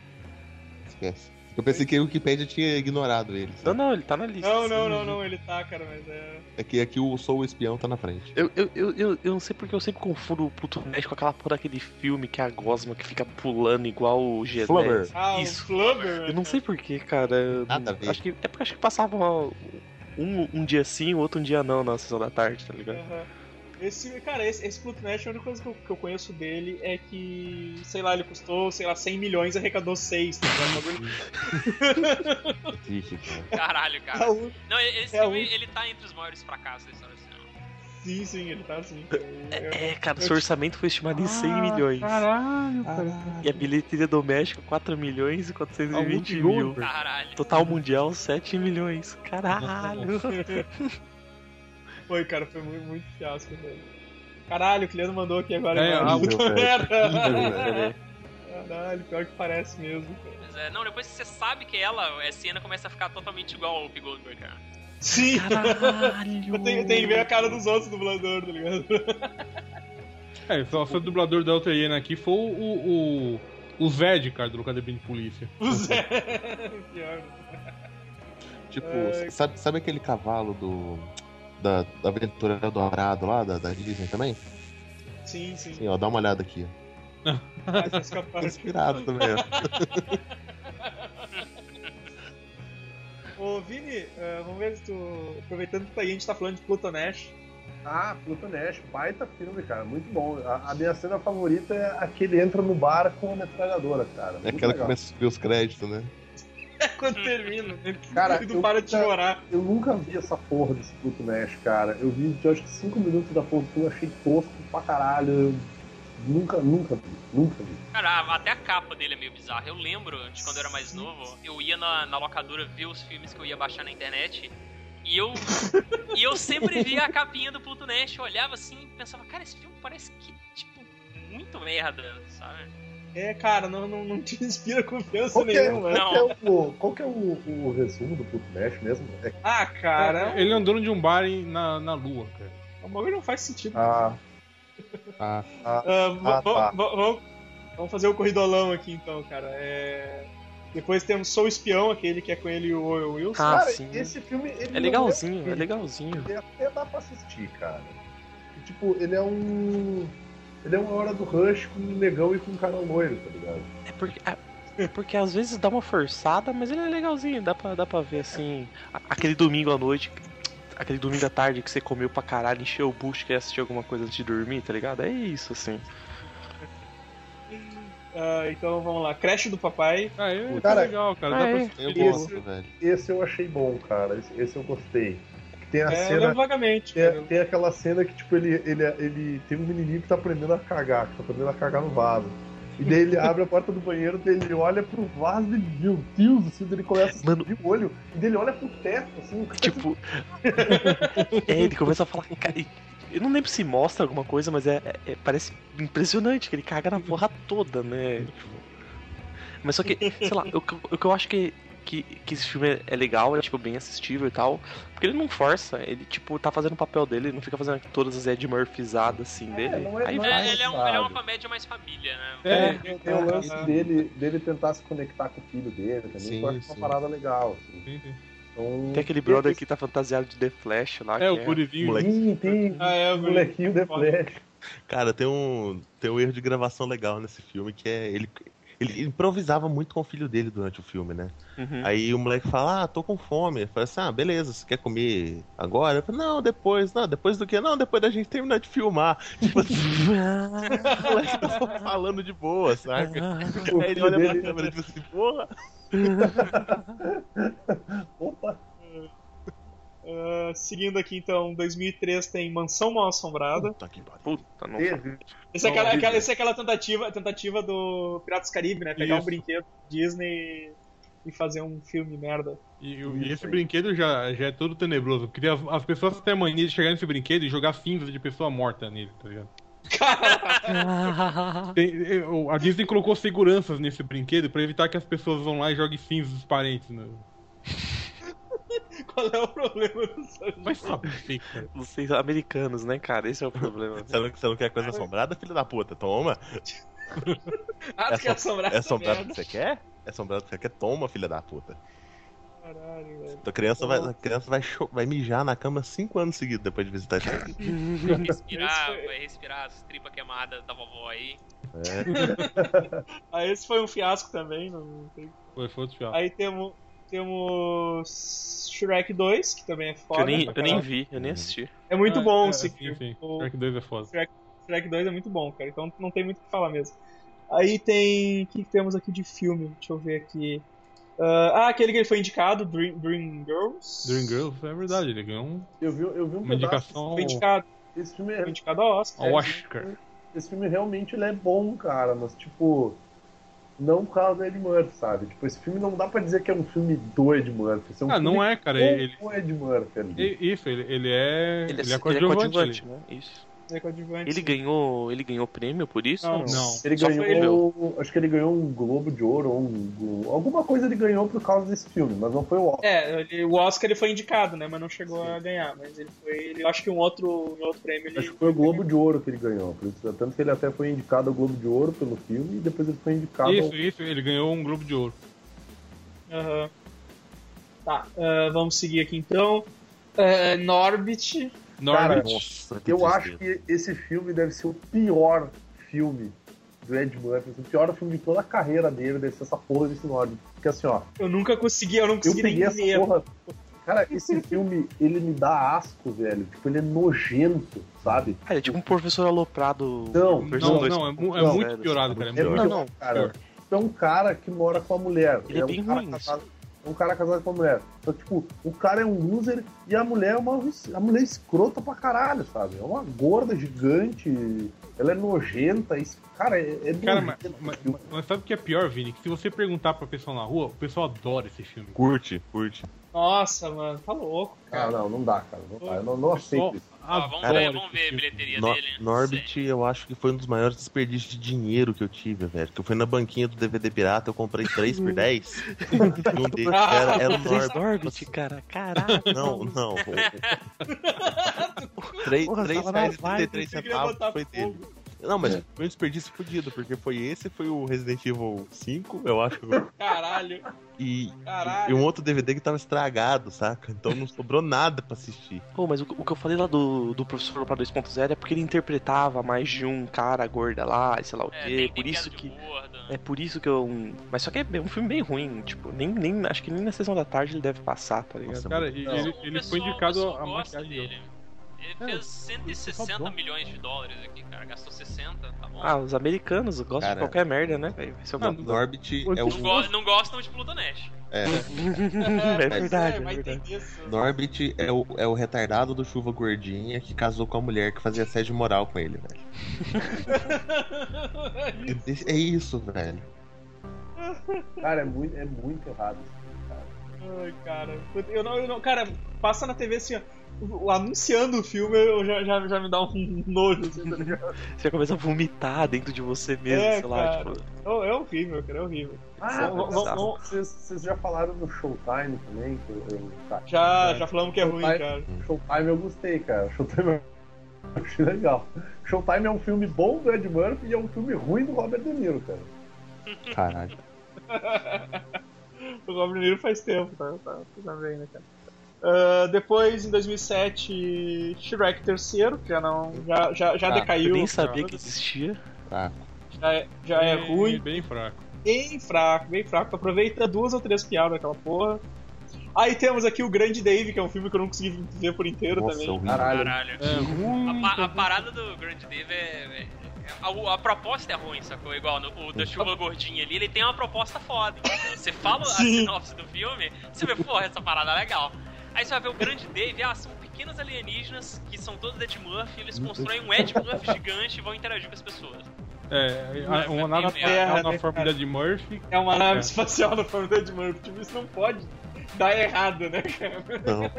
Speaker 5: Esquece. Eu pensei que a Wikipedia tinha ignorado ele.
Speaker 9: Não,
Speaker 5: sabe?
Speaker 9: não, ele tá na lista.
Speaker 3: Não, não, não, não, ele tá, cara, mas é.
Speaker 5: É que aqui o Sou o Espião tá na frente.
Speaker 9: Eu, eu, eu, eu, eu não sei porque eu sempre confundo o Pluto Nash com aquela porra daquele filme que é a Gosma que fica pulando igual o Gené.
Speaker 5: Flubber.
Speaker 3: Ah,
Speaker 9: Isso.
Speaker 3: o Flubber.
Speaker 9: Eu não sei porquê, cara. Eu
Speaker 5: Nada a
Speaker 9: não-
Speaker 5: ver.
Speaker 9: Acho que, é porque acho que passava um, um dia sim, o outro um dia não na sessão da tarde, tá ligado?
Speaker 3: Aham. Esse, cara, esse, esse Pluto Nash, a única coisa que eu, que eu conheço dele é que, sei lá, ele custou, sei lá, 100 milhões e arrecadou 6, tá ligado? Um bagulho-
Speaker 5: Triste, cara.
Speaker 7: Caralho,
Speaker 3: Tá
Speaker 7: cara.
Speaker 3: um-
Speaker 7: Não, esse
Speaker 3: É a
Speaker 7: filme,
Speaker 3: única.
Speaker 7: ele tá entre os maiores fracassos da história do cinema.
Speaker 3: Sim, sim, ele tá assim. Eu- Ah,
Speaker 9: É, cara, seu orçamento foi estimado em 100 milhões. Ah,
Speaker 8: Caralho,
Speaker 9: E a bilheteria doméstica, 4 milhões e 420
Speaker 8: Algum
Speaker 9: mil.
Speaker 8: gol, cara.
Speaker 7: Caralho.
Speaker 9: Total mundial, 7 milhões. Caralho.
Speaker 3: Foi, cara, foi muito, muito fiasco, velho. Caralho, o Cleano mandou aqui agora.
Speaker 8: É,
Speaker 3: mano.
Speaker 8: ah,
Speaker 5: Horrível,
Speaker 3: Puta
Speaker 5: cara.
Speaker 3: merda.
Speaker 5: Horrível,
Speaker 8: é,
Speaker 5: velho.
Speaker 3: Caralho, pior que parece mesmo. cara.
Speaker 7: Pois é, não, depois que você sabe que é ela, a cena começa a ficar totalmente igual ao Whoopi Goldberg, cara.
Speaker 3: Sim!
Speaker 9: Caralho.
Speaker 3: Eu tenho, eu tenho que ver a cara dos outros dubladores, tá ligado?
Speaker 8: É, só só o dublador da outra hiena aqui foi o. o, o Zed, cara, do Academia de Polícia.
Speaker 3: O Zé. Pior.
Speaker 5: Tipo,
Speaker 3: Ai.
Speaker 5: sabe, sabe aquele cavalo do. Da, da Aventura Dourado lá, da, da Disney também?
Speaker 3: Sim, sim.
Speaker 5: Sim, ó, dá uma olhada aqui. ó.
Speaker 8: Não.
Speaker 3: Mas essa é a parte.
Speaker 5: Inspirado também.
Speaker 3: Ô, Vini, eh, vamos ver se tu. Aproveitando que tá aí, a gente tá falando de Plutonash.
Speaker 6: Ah, Plutonash, baita filme, cara, muito bom. A, a minha cena favorita é a que ele entra no bar com a metralhadora, cara.
Speaker 5: É
Speaker 6: muito
Speaker 5: aquela que
Speaker 6: legal.
Speaker 5: começa a subir os créditos, né?
Speaker 3: É quando termina.
Speaker 6: Cara,
Speaker 3: e tu
Speaker 6: eu-
Speaker 3: para de chorar.
Speaker 6: Eu nunca vi essa porra desse Plutonash, cara. Eu vi, eu acho que 5 minutos da porra do filme, achei tosco pra caralho. Eu Nunca, nunca vi, nunca vi.
Speaker 7: Cara, a- até a capa dele é meio bizarra. Eu lembro de quando eu era mais novo, eu ia na, na locadora ver os filmes que eu ia baixar na internet. E eu, e eu sempre via a capinha do Pluto Nash, eu olhava assim e pensava, cara, esse filme parece que, tipo, muito merda, sabe?
Speaker 3: É, cara, não, não, não te inspira confiança
Speaker 6: Qual que é,
Speaker 3: nenhuma. né?
Speaker 7: Não.
Speaker 6: qual que é o, qual que é o- o resumo do Plutonash mesmo? É que
Speaker 3: Ah, cara,
Speaker 8: Ele é um dono de um bar em- na, na lua, cara.
Speaker 3: o bagulho não faz sentido.
Speaker 6: a,
Speaker 8: Ah,
Speaker 3: Ah, v-
Speaker 6: Ah,
Speaker 3: v-
Speaker 6: tá.
Speaker 3: v- vamos- Vamos fazer o corridolão aqui então, cara. É, Depois temos Sou Espião, aquele que é com ele e o Owen Wilson.
Speaker 9: Ah,
Speaker 6: cara,
Speaker 9: sim.
Speaker 6: esse filme. ele não
Speaker 9: É legalzinho, é legalzinho.
Speaker 6: Ele até dá pra assistir, cara. E, tipo, ele é um. Ele é uma hora do Rush com um negão e com um cara loiro, tá ligado?
Speaker 9: É porque, é porque às vezes dá uma forçada, mas ele é legalzinho, dá pra, dá pra ver assim. a- Aquele domingo à noite, aquele domingo à tarde que você comeu pra caralho, encheu o bucho, quer assistir alguma coisa antes de dormir, tá ligado? É isso, assim.
Speaker 3: Ah, então vamos lá, Creche do Papai.
Speaker 8: ah é, tá
Speaker 6: Cara,
Speaker 8: legal, cara.
Speaker 9: ah, é.
Speaker 8: Dá pra...
Speaker 5: Eu
Speaker 3: Isso.
Speaker 5: gosto, velho.
Speaker 6: Esse eu achei bom, cara. Esse, esse eu gostei. Que Tem a
Speaker 3: É, eu
Speaker 6: cena.
Speaker 3: lembro vagamente. cara.
Speaker 6: Tem, tem aquela ccena que, tipo, ele, ele, ele tem um menininho que tá aprendendo a cagar, que tá aprendendo a cagar no vaso. E daí ele abre a porta do banheiro, daí ele olha pro vaso e, meu Deus, assim, daí ele começa a
Speaker 9: Mano.
Speaker 6: subir o olho, e daí ele olha pro teto, assim,
Speaker 9: Tipo. é, ele começa a falar. "Cara, e- Eu não lembro se mostra alguma coisa, mas é, é- é- parece impressionante que ele caga na porra toda, né? Mas só que, sei lá, o que eu- o que eu acho que, que, que esse filme é- é legal, é tipo bem assistível e tal, porque ele não força, ele tipo tá fazendo o papel dele, ele não fica fazendo todas as Ed Murphyzadas assim
Speaker 6: É,
Speaker 9: dele.
Speaker 6: não é-
Speaker 9: Aí
Speaker 6: não
Speaker 9: vai.
Speaker 7: É, ele, é um, ele é uma
Speaker 6: sabe.
Speaker 7: comédia mais família, né?
Speaker 8: É,
Speaker 6: tem, tem o lance dele, dele tentar se conectar com o filho dele também,
Speaker 5: Sim,
Speaker 6: que eu acho
Speaker 5: sim.
Speaker 6: uma parada legal. assim.
Speaker 8: sim, sim.
Speaker 6: Então,
Speaker 9: Tem aquele brother que tá fantasiado de The Flash lá.
Speaker 8: É,
Speaker 9: que
Speaker 8: o gurizinho.
Speaker 5: Moleque.
Speaker 6: Sim, tem
Speaker 3: Ah, é,
Speaker 6: o
Speaker 3: eu lembro.
Speaker 6: molequinho de flash.
Speaker 5: Cara, tem um, tem um erro de gravação legal nesse filme, que é ele, ele improvisava muito com o filho dele durante o filme, né?
Speaker 9: Uhum.
Speaker 5: Aí o moleque fala, ah, tô com fome. Fala assim, ah, beleza, você quer comer agora? Eu falo, não, depois, não, depois do quê? Não, depois da gente terminar de filmar. Tipo assim, o moleque tava falando de boa, saca?
Speaker 6: O
Speaker 5: Aí ele
Speaker 6: filho
Speaker 5: olha pra
Speaker 6: dele-
Speaker 5: câmera e diz assim, porra.
Speaker 6: Opa,
Speaker 3: Ah, seguindo aqui então, 2003 tem Mansão Mal Assombrada.
Speaker 5: Puta que pariu.
Speaker 9: Puta, não.
Speaker 6: teve.
Speaker 3: Essa é aquela,
Speaker 6: Horrível.
Speaker 3: aquela- essa é aquela tentativa, tentativa do Piratas do Caribe, né? Pegar um
Speaker 8: Isso.
Speaker 3: brinquedo Disney e fazer um filme merda.
Speaker 8: E, e esse brinquedo já, já é todo tenebroso. Porque as, as pessoas têm a mania de chegar nesse brinquedo e jogar cinza de pessoa morta nele, tá ligado? Tem- eu- a Disney colocou seguranças nesse brinquedo pra evitar que as pessoas vão lá e joguem cinza dos parentes. Né?
Speaker 3: Qual é o problema dessa
Speaker 8: Vai saber, cara.
Speaker 9: Vocês americanos, né, cara? Esse é o problema.
Speaker 5: Você não, você não quer coisa assombrada, filho da puta? Toma.
Speaker 3: Ah, tu quer
Speaker 5: É
Speaker 3: assombrar
Speaker 5: É
Speaker 3: essa
Speaker 5: assombrado que
Speaker 3: merda?
Speaker 5: você quer? É assombrado que você quer? Toma, filha da puta.
Speaker 3: Caralho, velho.
Speaker 5: Então a criança, vai, a criança vai, cho- vai mijar na cama cinco anos seguidos depois de visitar isso aqui.
Speaker 7: Respirar,
Speaker 3: Isso é-
Speaker 7: vai respirar as tripas queimadas da vovó aí.
Speaker 3: Ah, esse foi um fiasco também. Não tem...
Speaker 8: Foi, foi outro fiasco.
Speaker 3: Aí temos temos Shrek 2, que também é foda.
Speaker 9: Eu nem,
Speaker 3: pra
Speaker 9: eu nem
Speaker 3: caralho.
Speaker 9: vi, eu nem assisti.
Speaker 3: É muito
Speaker 8: Ah,
Speaker 3: bom
Speaker 8: é,
Speaker 3: esse
Speaker 8: Sim, sim.
Speaker 3: O
Speaker 8: Shrek 2 é foda.
Speaker 3: Shrek 2 é muito bom, cara. Então não tem muito o que falar mesmo. Aí tem. O que que temos aqui de filme? Deixa eu ver aqui. Ah, ah, aquele que ele foi indicado, Dream, Dream Girls.
Speaker 8: Dream Girls é verdade, ele ganhou um-
Speaker 6: Eu vi, eu vi um
Speaker 8: uma
Speaker 6: pedaço.
Speaker 8: indicação
Speaker 3: Foi indicado,
Speaker 6: Esse filme,
Speaker 3: foi
Speaker 6: é-
Speaker 3: indicado ao Oscar.
Speaker 8: ao Oscar.
Speaker 6: esse filme realmente ele é bom, cara, mas tipo. Não por causa do Ed Murphy, sabe? Tipo, esse filme não dá pra dizer que é um filme do Ed Murphy. Esse é um
Speaker 8: Ah,
Speaker 6: filme
Speaker 8: não é, cara.
Speaker 6: com
Speaker 8: Ele,
Speaker 6: o Ed Murphy ali.
Speaker 8: ele- isso, ele, ele é. Ele, é coadjuvante. ele.
Speaker 9: coadjuvante, né? Isso.
Speaker 3: Ele é coadjuvante,
Speaker 9: Ele
Speaker 3: sim.
Speaker 9: ganhou, ele ganhou prêmio por isso?
Speaker 3: Não,
Speaker 9: ou
Speaker 8: Não.
Speaker 6: Ele
Speaker 9: Só foi ele,
Speaker 6: ganhou. Acho que ele ganhou um Globo de Ouro ou um- um- alguma coisa ele ganhou por causa desse filme, mas não foi o Oscar.
Speaker 3: É, ele- o Oscar ele foi indicado, né? Mas não chegou a ganhar. Mas ele foi. Ele, eu acho que um outro, um outro prêmio ele.
Speaker 6: Acho que foi o Globo de Ouro que ele ganhou. por isso- Tanto que ele até foi indicado ao Globo de Ouro pelo filme e depois ele foi indicado
Speaker 8: Isso,
Speaker 6: ao.
Speaker 8: isso, ele ganhou um Globo de Ouro.
Speaker 3: Aham. Tá, ah, vamos seguir aqui então. Ah, Norbit.
Speaker 8: Norbit.
Speaker 6: Eu acho que esse filme deve ser o pior filme do Ed Murphy. Assim, o pior filme de toda a carreira dele deve ser essa porra desse nome. Porque assim, ó.
Speaker 3: Eu nunca consegui, eu não consegui
Speaker 6: eu peguei essa porra. Cara, esse filme, ele me dá asco, velho. Tipo, ele é nojento, sabe?
Speaker 9: Cara, é tipo um professor aloprado.
Speaker 6: Não,
Speaker 9: versão
Speaker 8: Não,
Speaker 9: um, dois.
Speaker 8: não, é, mu- é
Speaker 6: Não,
Speaker 8: muito
Speaker 9: é,
Speaker 8: piorado, cara. É
Speaker 6: É
Speaker 8: muito
Speaker 6: muito
Speaker 9: Não, não,
Speaker 8: pior.
Speaker 6: cara. É um cara que mora com a mulher.
Speaker 9: Ele é bem
Speaker 6: um cara
Speaker 9: ruim,
Speaker 8: assim.
Speaker 6: casado- é um cara casado com a mulher. Então, tipo, o cara é um loser e a mulher é uma a mulher é escrota pra caralho, sabe? É uma gorda gigante, ela é nojenta. Isso, cara, é, é
Speaker 8: Cara, mas,
Speaker 6: nojento
Speaker 8: mas-
Speaker 6: esse filme.
Speaker 8: mas sabe o que é pior, Vini? Que se você perguntar pra pessoa na rua, o pessoal adora esse filme.
Speaker 5: Curte, curte.
Speaker 3: Nossa, mano, tá louco.
Speaker 6: Ah, não, não dá, cara. Não dá. Eu não, não aceito
Speaker 8: Pessoal
Speaker 6: isso.
Speaker 7: Ó, vamos
Speaker 8: adora
Speaker 7: ver, Ah, vamos
Speaker 8: esse
Speaker 7: ver a
Speaker 8: filme.
Speaker 7: bilheteria
Speaker 5: No-
Speaker 7: dele.
Speaker 5: Norbit, eu acho que foi um dos maiores desperdícios de dinheiro que eu tive, velho. Que eu fui na banquinha do DVD Pirata, eu comprei 3 por 10. e um deles era, era o
Speaker 9: Ah, Três
Speaker 5: Norbit.
Speaker 9: Norbit, É cara. Caralho.
Speaker 5: Não, não. 3
Speaker 9: Porra, tava na
Speaker 5: reais e
Speaker 9: vibe,
Speaker 5: 33
Speaker 3: eu queria
Speaker 5: centavos
Speaker 3: botar
Speaker 5: foi
Speaker 3: fogo.
Speaker 5: dele. Não, mas
Speaker 9: É.
Speaker 5: foi um desperdício fodido, porque foi esse, foi o Resident Evil 5, eu acho.
Speaker 3: Caralho,
Speaker 5: E, e
Speaker 3: caralho.
Speaker 5: um outro DVD que tava estragado, saca? Então não sobrou nada pra assistir.
Speaker 9: Pô, mas o, o que eu falei lá do, do professor pra 2.0 é porque ele interpretava mais de um cara gorda lá, e sei lá o
Speaker 7: É,
Speaker 9: quê.
Speaker 7: tem,
Speaker 9: por
Speaker 7: tem
Speaker 9: isso
Speaker 7: piada
Speaker 9: que.
Speaker 7: de gorda.
Speaker 9: É por isso que eu. Mas só que é um filme bem ruim, tipo, nem, nem. Acho que nem na sessão da tarde ele deve passar, tá ligado?
Speaker 5: Nossa,
Speaker 8: Cara,
Speaker 5: mano.
Speaker 8: e-
Speaker 6: Não.
Speaker 8: ele,
Speaker 7: O
Speaker 8: ele foi
Speaker 7: pessoal- o
Speaker 8: indicado
Speaker 7: pessoal
Speaker 8: a
Speaker 7: gosta
Speaker 8: maquiagem dele.
Speaker 7: dele. Ele
Speaker 8: Cara,
Speaker 7: fez
Speaker 8: o pessoal
Speaker 7: 160
Speaker 8: adora.
Speaker 7: milhões de dólares aqui, cara. Gastou 60, tá bom?
Speaker 9: Ah, os americanos gostam
Speaker 5: Cara.
Speaker 9: de qualquer merda, né, velho? Vai ser uma-
Speaker 8: Não,
Speaker 5: Norbit
Speaker 9: Quanto-
Speaker 5: é
Speaker 7: não,
Speaker 5: o.
Speaker 7: go- não gostam de Plutonest.
Speaker 5: É,
Speaker 9: é verdade, é
Speaker 3: vai
Speaker 9: verdade.
Speaker 3: entender isso.
Speaker 5: Norbit é o, é o retardado do Chuva Gordinha que casou com a mulher que fazia assédio moral com ele, velho. É desse- É isso, velho.
Speaker 6: Cara, é muito, é muito errado. esse filme.
Speaker 3: Ai, cara. Eu não, eu não, cara, passa na TV assim, ó. o- o- Anunciando o filme, eu já, já, já me dá um nojo. Assim, tá ligado?
Speaker 9: Você começa a vomitar dentro de você mesmo,
Speaker 3: É,
Speaker 9: sei lá,
Speaker 3: cara.
Speaker 9: tipo.
Speaker 3: Não, é horrível, cara, é horrível.
Speaker 6: Ah,
Speaker 9: Isso é
Speaker 6: mas
Speaker 9: bizarro.
Speaker 6: não- vocês, vocês já falaram do Showtime também? Que eu, eu- tá.
Speaker 3: Já, já falamos que é ruim,
Speaker 6: Vai.
Speaker 3: cara.
Speaker 6: Showtime eu gostei, cara. Showtime eu achei legal. Showtime é um filme bom do Ed Murphy e é um filme ruim do Robert De Niro, cara.
Speaker 5: Caralho.
Speaker 3: O Robert De Niro faz tempo, tá? tá tá bem, né, cara? Ah, depois, em 2007, Shrek terceiro, que já não. Já, já, já
Speaker 5: Ah,
Speaker 3: decaiu.
Speaker 9: Eu nem sabia
Speaker 3: cara.
Speaker 9: que existia.
Speaker 3: Já é, já é
Speaker 8: Bem-
Speaker 3: ruim.
Speaker 8: Bem fraco.
Speaker 3: bem fraco, bem fraco. Aproveita duas ou três piadas daquela porra. Aí temos aqui o Grande Dave, que é um filme que eu não consegui ver por inteiro
Speaker 5: Nossa,
Speaker 3: também.
Speaker 5: horrível.
Speaker 6: Caralho.
Speaker 7: Caralho.
Speaker 8: É
Speaker 7: A,
Speaker 8: ruim.
Speaker 7: pa- a parada do Grand Dave é. é- a, a proposta é ruim, sacou? Igual no, o da chuva gordinha ali, ele tem uma proposta foda. entendeu? Você fala a
Speaker 3: Sim.
Speaker 7: sinopse do filme, você vê, porra, essa parada é legal. Aí você vai ver o Grande Dave, ah, são pequenos alienígenas que são todos Ed Murphy, eles constroem um Ed Murphy gigante e vão interagir com as pessoas.
Speaker 8: É, a- uma nave
Speaker 7: Terra,
Speaker 8: espacial na
Speaker 3: né,
Speaker 8: forma
Speaker 3: cara?
Speaker 8: de Murphy.
Speaker 3: É uma nave
Speaker 8: É.
Speaker 3: espacial da forma do Ed Murphy. Tipo, isso não pode dar errado, né, cara?
Speaker 5: Não.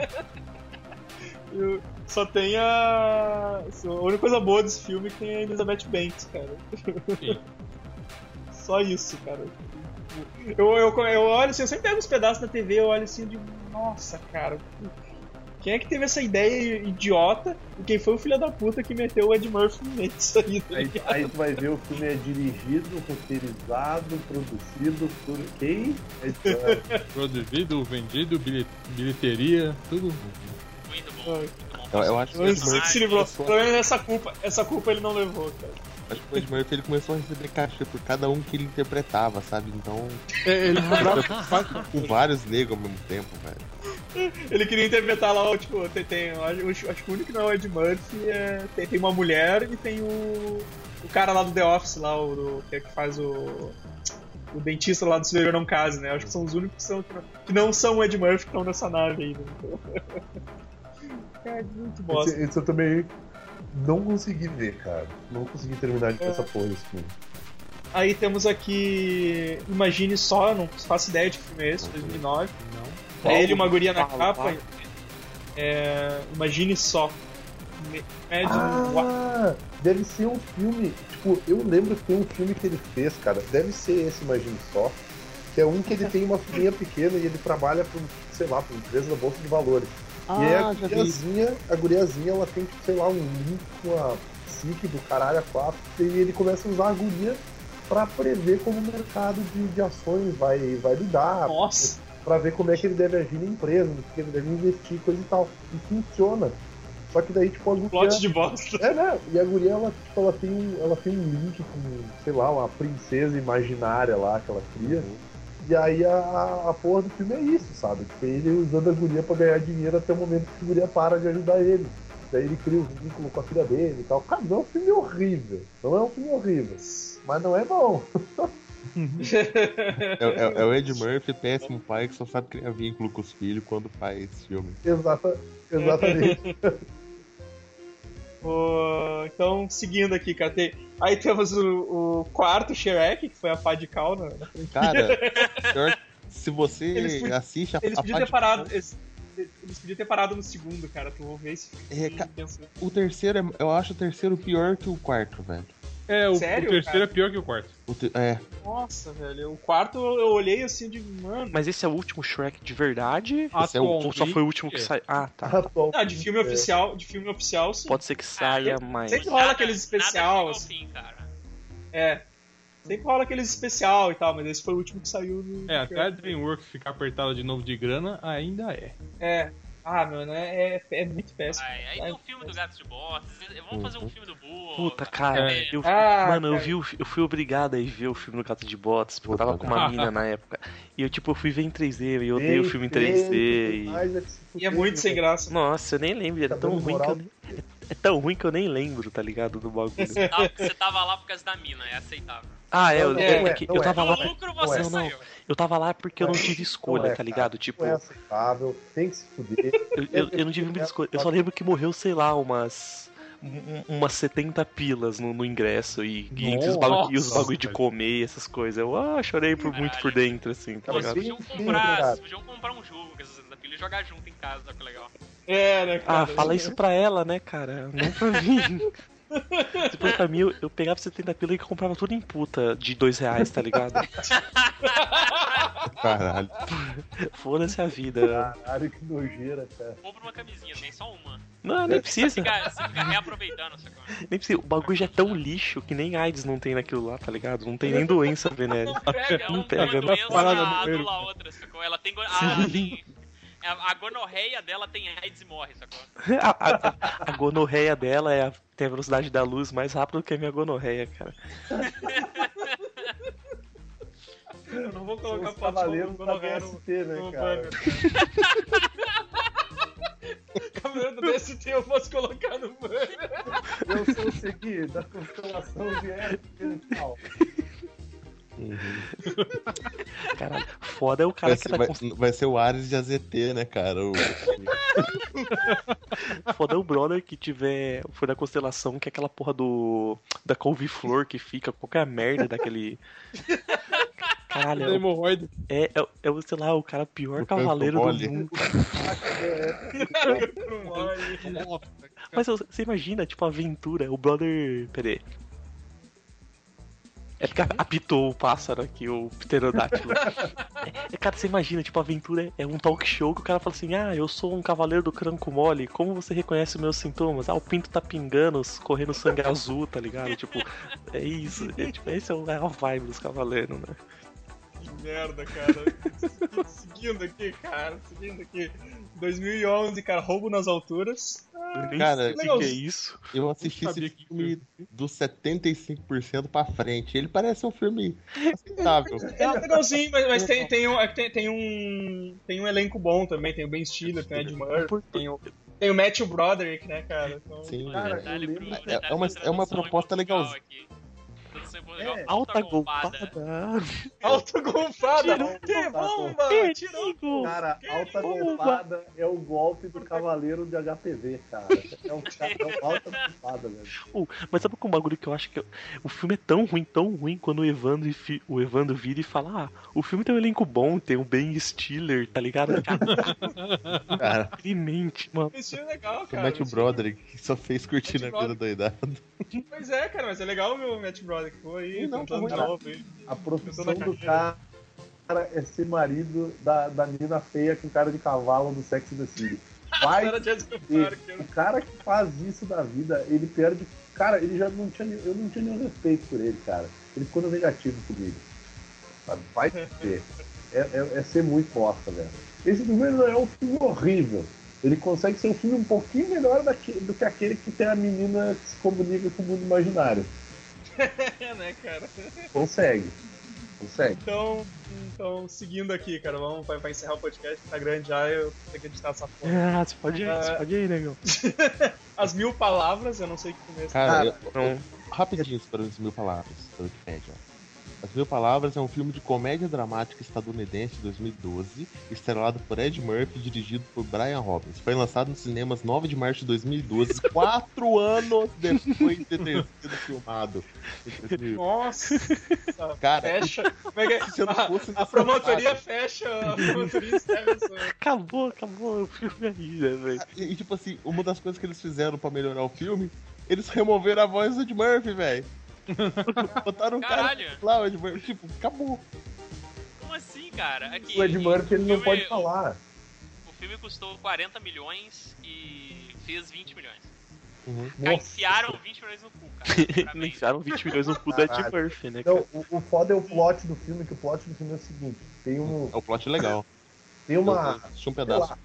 Speaker 3: Eu- Só tem a. A única coisa boa desse filme é que tem a Elizabeth Banks, cara.
Speaker 8: Sim.
Speaker 3: Só isso, cara. Eu, eu, eu olho assim, eu sempre pego uns pedaços da TV, eu olho assim e digo, nossa, cara. Quem é que teve essa ideia idiota? E quem foi o filho da puta que meteu o Ed Murphy nisso aí, tá
Speaker 6: Aí,
Speaker 3: ligado?
Speaker 6: aí tu vai ver o filme é dirigido, roteirizado, produzido por quem? É,
Speaker 8: Produzido, vendido, bilhe- bilheteria, tudo.
Speaker 7: Muito bom, muito bom.
Speaker 5: Eu, eu acho que o
Speaker 3: Eu
Speaker 5: Ed
Speaker 3: sei que
Speaker 5: Murphy
Speaker 3: se livrou.
Speaker 5: começou-
Speaker 3: Pelo menos essa culpa, essa culpa ele não levou, cara.
Speaker 5: acho que o Ed Murphy ele começou a receber cachê por cada um que ele interpretava, sabe? Então,
Speaker 8: É, ele cobrava
Speaker 5: com vários negros ao mesmo tempo, velho.
Speaker 3: Ele queria interpretar lá, o tipo, tem, tem, eu acho, eu acho que o único que não é o Ed Murphy é. Tem, tem uma mulher e tem o. O cara lá do The Office, lá, o do- que, é que faz o. O dentista lá do Se Beber Não Case, né? Eu acho que são os únicos que, são, que não- que não são o Ed Murphy que estão nessa nave ainda. Cara, muito bosta.
Speaker 6: esse, esse eu também não consegui ver, cara. Não consegui terminar de ver
Speaker 3: É.
Speaker 6: essa porra desse filme.
Speaker 3: Aí temos aqui. Imagine só, eu não faço ideia de que filme é esse, 2009. Não. É ele e uma guria na
Speaker 9: Fala,
Speaker 3: capa.
Speaker 9: fala.
Speaker 3: É, imagine só. Me- um Imagine What-
Speaker 6: Ah, deve ser um filme. Tipo, eu lembro que tem um filme que ele fez, cara. Deve ser esse, imagine só. Que é um que ele tem uma filhinha pequena e ele trabalha pra, um, sei lá, pra uma empresa da Bolsa de Valores. e aí a
Speaker 5: Ah, já vi isso.
Speaker 6: guriazinha, a guriazinha, ela tem, tipo, sei lá, um link com a psique do caralho a quatro. E ele começa a usar a guria pra prever como o mercado de, de ações vai, vai lidar.
Speaker 3: Nossa!
Speaker 6: Pra ver como é que ele deve agir na empresa, no que ele deve investir, coisa e tal. E funciona. Só que daí, tipo, a guria...
Speaker 3: Plot de bosta.
Speaker 6: É, né? E a guria, ela, tipo, ela, tem um, ela tem um link com, sei lá, uma princesa imaginária lá que ela cria.
Speaker 9: Uhum.
Speaker 6: E aí a, a porra do filme é isso, sabe? Tipo, ele usando a guria pra ganhar dinheiro até o momento que a guria para de ajudar ele. Daí ele cria um vínculo com a filha dele e tal. Cara, não é um filme horrível. Não é um filme horrível. Mas não é bom.
Speaker 5: É, é- é o Ed Murphy, péssimo pai, que só sabe criar vínculo com os filhos quando faz filme.
Speaker 6: Exata, exatamente.
Speaker 3: O- Então, seguindo aqui, cara. tem- Aí temos o, o quarto Shrek, que foi a pá de cal né? na, na franquia.
Speaker 5: Cara, pior é que se
Speaker 3: Eles
Speaker 5: você
Speaker 3: pod-
Speaker 5: assiste a,
Speaker 3: Eles
Speaker 5: a
Speaker 3: podiam
Speaker 5: parte-
Speaker 3: ter parado. Eles, eles podiam ter parado no segundo, cara. Tu vou ver esse
Speaker 5: É,
Speaker 3: filme
Speaker 5: ca-
Speaker 3: pensando.
Speaker 5: O terceiro, é- eu acho o terceiro pior que o quarto, velho.
Speaker 8: É, o, o
Speaker 3: Sério,
Speaker 8: terceiro
Speaker 3: cara?
Speaker 8: é pior que o quarto.
Speaker 5: O te- É,
Speaker 3: Nossa, velho. O quarto eu eu olhei assim de. Mano.
Speaker 9: Mas esse é o último Shrek de verdade?
Speaker 5: Esse é o-
Speaker 9: Ou só foi o último que saiu? Ah, tá.
Speaker 6: Atual-
Speaker 3: Ah, de filme
Speaker 6: é.
Speaker 3: oficial. De filme oficial, sim.
Speaker 9: Pode ser que saia mais.
Speaker 3: Sempre rola aqueles especial.
Speaker 7: Nada
Speaker 3: assim,
Speaker 7: chega ao fim, cara.
Speaker 3: É. Sempre rola aqueles especial e tal, mas esse foi o último que saiu do.
Speaker 8: É, até a DreamWorks ficar apertada de novo de grana, ainda é.
Speaker 3: É. Ah, mano, é, é, é muito
Speaker 8: Ah,
Speaker 3: péssimo.
Speaker 7: Ai, Ah, aí
Speaker 3: Ai,
Speaker 7: tem o filme do Gato de Botas, vamos fazer um filme do Boa.
Speaker 9: Uhum. Puta, cara,
Speaker 8: É.
Speaker 9: eu,
Speaker 3: Ah,
Speaker 9: mano, eu
Speaker 3: cara.
Speaker 9: vi, o fi- eu fui obrigado a ir ver o filme do Gato de Botas, porque eu
Speaker 5: Puta,
Speaker 9: tava com
Speaker 8: cara.
Speaker 9: uma mina na época. E eu, tipo, eu fui ver em 3D, e eu odeio o filme em
Speaker 6: Perfeito,
Speaker 9: 3D. E...
Speaker 6: mas é que
Speaker 3: E
Speaker 6: se
Speaker 3: é
Speaker 6: fuder,
Speaker 3: muito sem
Speaker 6: né?
Speaker 3: graça.
Speaker 9: Nossa, eu nem lembro, era
Speaker 6: Tá
Speaker 9: tão
Speaker 6: dando
Speaker 9: ruim que eu
Speaker 6: moral.
Speaker 9: nem... É tão ruim que eu nem lembro, tá ligado, do bagulho.
Speaker 7: Você tava- Você tava lá por causa da mina, é aceitável.
Speaker 9: Ah, é,
Speaker 6: Não,
Speaker 9: eu,
Speaker 6: não
Speaker 9: é,
Speaker 6: é,
Speaker 9: que
Speaker 6: não
Speaker 9: eu
Speaker 6: é.
Speaker 9: tava
Speaker 7: No
Speaker 9: lá,
Speaker 7: lucro você
Speaker 9: Não, tá não.
Speaker 7: saiu.
Speaker 9: eu tava lá porque eu não tive
Speaker 6: Não é,
Speaker 9: escolha, tá
Speaker 6: cara.
Speaker 9: ligado? Tipo,
Speaker 6: Não é aceitável, tem que se fuder.
Speaker 9: eu, eu- eu não tive muita escolha. Eu só
Speaker 6: é.
Speaker 9: lembro que morreu, sei lá, umas um- umas 70 pilas no, no ingresso e, e entre os bagulho, e os
Speaker 8: Nossa,
Speaker 9: bagulho de
Speaker 8: velho.
Speaker 9: comer e essas coisas. Eu ah, chorei por muito por dentro, assim, tá
Speaker 6: Tava
Speaker 9: ligado?
Speaker 7: Vocês
Speaker 6: bem
Speaker 7: podiam
Speaker 6: fino,
Speaker 7: comprar,
Speaker 6: cara.
Speaker 7: vocês podiam comprar um jogo com essas da pilha e jogar junto em casa, olha que legal.
Speaker 3: É, né, cara?
Speaker 9: Ah, fala isso pra ela, né, cara? Não pra mim. Se fosse pra mim, eu, eu pegava 70 pila e comprava tudo em puta de dois reais, tá ligado?
Speaker 5: caralho.
Speaker 9: Foda-se a vida.
Speaker 6: Caralho, que nojeira, cara.
Speaker 7: Compra uma camisinha, tem só uma.
Speaker 9: Não, nem precisa.
Speaker 7: Fica, você fica reaproveitando essa coisa.
Speaker 9: Nem precisa. O bagulho já é tão lixo que nem AIDS não tem naquilo lá, tá ligado? Não tem nem doença venérea.
Speaker 7: Pega,
Speaker 9: Não
Speaker 7: um,
Speaker 9: pega,
Speaker 7: uma
Speaker 9: não
Speaker 7: doença
Speaker 8: para no banheiro.
Speaker 7: anula a outra, sacou? Ela tem. go- A, ela tem a, a gonorreia dela tem AIDS e morre, sacou?
Speaker 9: A, a- a- a gonorreia dela é a- tem a velocidade da luz mais rápida do que a minha gonorreia, cara.
Speaker 3: Eu não vou colocar
Speaker 6: Os
Speaker 3: foto de
Speaker 6: cavaleiros
Speaker 3: quando
Speaker 6: da
Speaker 3: eu era um-
Speaker 6: VST,
Speaker 3: um
Speaker 6: né,
Speaker 3: banner.
Speaker 6: cara?
Speaker 3: Cavaleiro do DST eu posso colocar no banner.
Speaker 6: Eu sou o seguinte, da constelação de RST e tal.
Speaker 9: Caralho, foda é o cara
Speaker 5: Vai
Speaker 9: que
Speaker 5: ser,
Speaker 9: tá
Speaker 5: vai-
Speaker 9: com...
Speaker 5: vai ser o Ares de AZT, né, cara? O-
Speaker 9: Foda é o brother que tiver. Foi da constelação, que é aquela porra do. Da couve-flor que fica, qualquer merda daquele. Caralho, é o-
Speaker 8: Hemorroide.
Speaker 9: é, é, o- é, o, sei lá, o cara pior
Speaker 5: O
Speaker 9: cavaleiro do
Speaker 5: Franco
Speaker 9: mundo. Mas você você imagina, tipo, a aventura, o brother. Peraí. É porque apitou o pássaro aqui, o pterodátilo. É, cara, você imagina, tipo, a aventura é um talk show que o cara fala assim: Ah, eu sou um cavaleiro do cranco mole, como você reconhece os meus sintomas? Ah, o pinto tá pingando, correndo sangue azul, tá ligado? Tipo, é isso. É, tipo, esse é o, é a vibe dos cavaleiros, né?
Speaker 3: Que merda, cara. Seguindo aqui, cara. Seguindo aqui. 2011, cara. Roubo nas alturas.
Speaker 9: Eu nem
Speaker 5: Cara,
Speaker 9: sei o que
Speaker 3: legal.
Speaker 9: que é isso.
Speaker 5: Eu assisti
Speaker 8: sabia
Speaker 5: esse
Speaker 8: que
Speaker 5: filme do 75% pra frente. Ele parece um filme aceitável.
Speaker 3: É legalzinho, mas, mas tem, tem, um, é que tem, tem um. Tem um elenco bom também. Tem o Ben Stiller, tem o Ed Murphy, tem o. Tem o Matthew Broderick, né, cara? Então,
Speaker 5: Sim,
Speaker 6: Cara,
Speaker 5: velho.
Speaker 7: Detalhe
Speaker 6: eu
Speaker 7: pro-
Speaker 6: lembro-
Speaker 5: é-
Speaker 7: detalhe
Speaker 5: é uma-
Speaker 7: pra
Speaker 5: é uma
Speaker 7: tradução em
Speaker 5: proposta
Speaker 7: Portugal
Speaker 5: legalzinha.
Speaker 7: aqui. Tradução em Portugal,
Speaker 6: É.
Speaker 9: Alta golpada.
Speaker 3: Alta golpada!
Speaker 6: Tira um
Speaker 3: Que
Speaker 6: golpado.
Speaker 3: bomba! Tira um
Speaker 6: Cara, alta
Speaker 9: Como
Speaker 6: golpada é o golpe do cavaleiro de HPV, cara. É um, ca- é um alta golpada, velho.
Speaker 9: Pô, mas sabe que um bagulho que eu acho que. eu- O filme é tão ruim, tão ruim, quando o Evandro, e fi- o Evandro vira e fala: Ah, o filme tem um elenco bom, tem um Ben Stiller, tá ligado? Cara,
Speaker 5: Cara,
Speaker 9: ele mente, mano.
Speaker 3: Isso é legal,
Speaker 5: o
Speaker 3: cara.
Speaker 5: Matthew Broderick que só fez curtindo a
Speaker 3: Matthew
Speaker 5: vida doidada.
Speaker 3: Pois é, cara, mas é legal ver o Matt Broderick pô, aí,
Speaker 6: Sim, não,
Speaker 3: tentando
Speaker 6: tá
Speaker 3: de
Speaker 6: ruim,
Speaker 3: novo. aí.
Speaker 6: A profissão
Speaker 3: Eu tô na
Speaker 6: do cara é ser marido da, da menina feia com cara de cavalo do sexo the City. Vai
Speaker 3: Era Jazz Cooper, que
Speaker 6: O cara que faz isso da vida, ele perde. Cara, ele já não tinha. Eu não tinha nenhum respeito por ele, cara. Ele ficou no negativo comigo. Sabe? Vai ser. É, é- é ser muito bosta, velho. Esse filme não é um filme horrível. Ele consegue ser um filme um pouquinho melhor daque- do que aquele que tem a menina que se comunica com o mundo imaginário.
Speaker 3: É, né, cara?
Speaker 6: Consegue. Consegue.
Speaker 3: Então, então seguindo aqui, cara, vamos vai, vai encerrar o podcast, tá grande já, eu tenho que editar essa porra.
Speaker 9: Ah, você pode ir, você pode ir, né, negão.
Speaker 3: As mil palavras, eu não sei que começo.
Speaker 5: Cara, eu-
Speaker 9: Não,
Speaker 5: rapidinho para as mil palavras da Wikipedia. As Mil Palavras é um filme de comédia dramática estadunidense de 2012, estrelado por Ed Murphy e dirigido por Brian Robbins. Foi lançado nos cinemas 9 de março de 2012, quatro anos depois de ter sido filmado.
Speaker 3: Nossa,
Speaker 5: Cara,
Speaker 3: fecha. Como é que é?
Speaker 5: se eu não fosse
Speaker 3: A
Speaker 5: nessa
Speaker 3: promotoria fecha, a promotoria encerra isso.
Speaker 9: acabou, acabou o filme aí, né, velho?
Speaker 5: E, e, tipo assim, uma das coisas que eles fizeram pra melhorar o filme, eles removeram a voz do Ed Murphy, velho. Botaram um cara
Speaker 7: Caralho,
Speaker 5: lá, o Ed Murphy, tipo, acabou.
Speaker 7: como assim, cara? Aqui,
Speaker 6: O Ed Murphy ele não
Speaker 7: filme-
Speaker 6: pode falar.
Speaker 7: O filme custou 40 milhões e fez 20 milhões. Cara,
Speaker 6: Nossa.
Speaker 7: enfiaram 20 milhões no cu, cara. Parabéns.
Speaker 9: Enfiaram 20 milhões no cu do Ed
Speaker 6: Caralho.
Speaker 9: Murphy, né,
Speaker 6: Não,
Speaker 9: cara?
Speaker 6: o, o foda é o plot do filme, que o plot do filme é o seguinte: tem, um,
Speaker 5: É o plot legal.
Speaker 6: tem uma.
Speaker 5: Eu- eu- Tinha um
Speaker 6: sei
Speaker 5: pedaço.
Speaker 6: lá,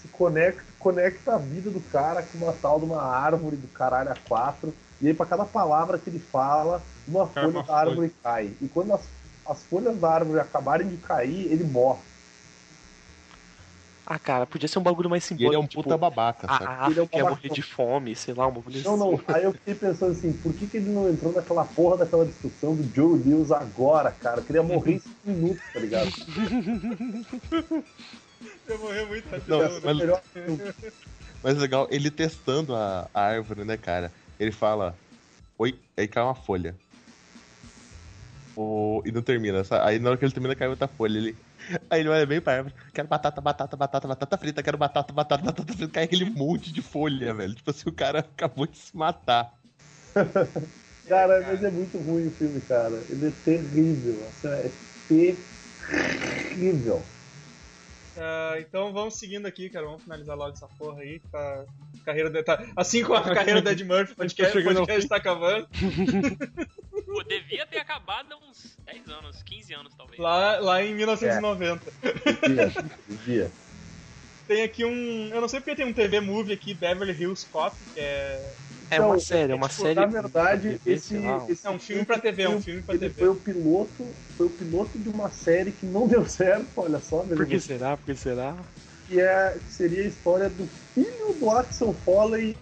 Speaker 6: se conecta, conecta a vida do cara com uma tal de uma árvore do caralho a quatro, e aí pra cada palavra que ele fala, uma
Speaker 8: Cai
Speaker 6: folha
Speaker 8: uma
Speaker 6: da árvore cai. E quando as, as folhas da árvore acabarem de cair, ele morre.
Speaker 9: Ah, cara, podia ser um bagulho mais
Speaker 5: E ele é
Speaker 9: simbólico.
Speaker 5: um
Speaker 9: tipo,
Speaker 5: puta babaca,
Speaker 9: a
Speaker 5: saca?
Speaker 9: África
Speaker 6: Ele é um
Speaker 9: ia
Speaker 6: babaca.
Speaker 9: morrer de fome, sei lá, um bagulho
Speaker 6: Não, não, aí eu fiquei pensando assim, por que, que ele não entrou naquela porra daquela discussão do Joe Lewis agora, cara? Eu queria morrer em cinco minutos, tá ligado?
Speaker 3: Eu morri muito rápido.
Speaker 5: Não,
Speaker 6: Essa é a
Speaker 5: mas-
Speaker 6: melhor-
Speaker 5: Mas legal, ele testando a, a árvore, né, cara? Ele fala, oi, aí cai uma folha. O- E não termina, sabe? Aí na hora que ele termina, cai outra folha. Ele... Aí ele olha bem pra árvore, quero batata, batata, batata, batata frita, quero batata, batata, batata frita. Cai aquele monte de folha, velho. Tipo assim, o cara acabou de se matar.
Speaker 6: Cara, mas é muito ruim o filme, cara. Ele é terrível. assim, É terrível.
Speaker 3: Ah, então vamos seguindo aqui, cara. Vamos finalizar logo essa porra aí. que Tá... Carreira de... tá... Assim como a carreira do Ed Murphy, o podcast, o
Speaker 8: chegando ao
Speaker 3: podcast tá acabando.
Speaker 7: Pô, devia ter acabado há uns 10 anos, 15 anos talvez.
Speaker 3: Lá, lá em 1990.
Speaker 6: Dia, dia.
Speaker 3: Tem aqui um. Eu não sei porque tem um TV movie aqui, Beverly Hills Cop, que é.
Speaker 9: É
Speaker 6: Então,
Speaker 9: uma série, é uma
Speaker 6: Tipo,
Speaker 9: série.
Speaker 6: Na verdade,
Speaker 9: TV,
Speaker 6: esse,
Speaker 9: sei lá, um-
Speaker 6: esse
Speaker 3: É um filme pra TV, é um filme pra
Speaker 6: ele
Speaker 3: TV.
Speaker 6: foi o piloto, foi o piloto de uma série que não deu certo, olha só, meu
Speaker 9: Por que
Speaker 6: irmão,
Speaker 9: será? Por que será?
Speaker 6: que é que seria a história do filho do Axel Foley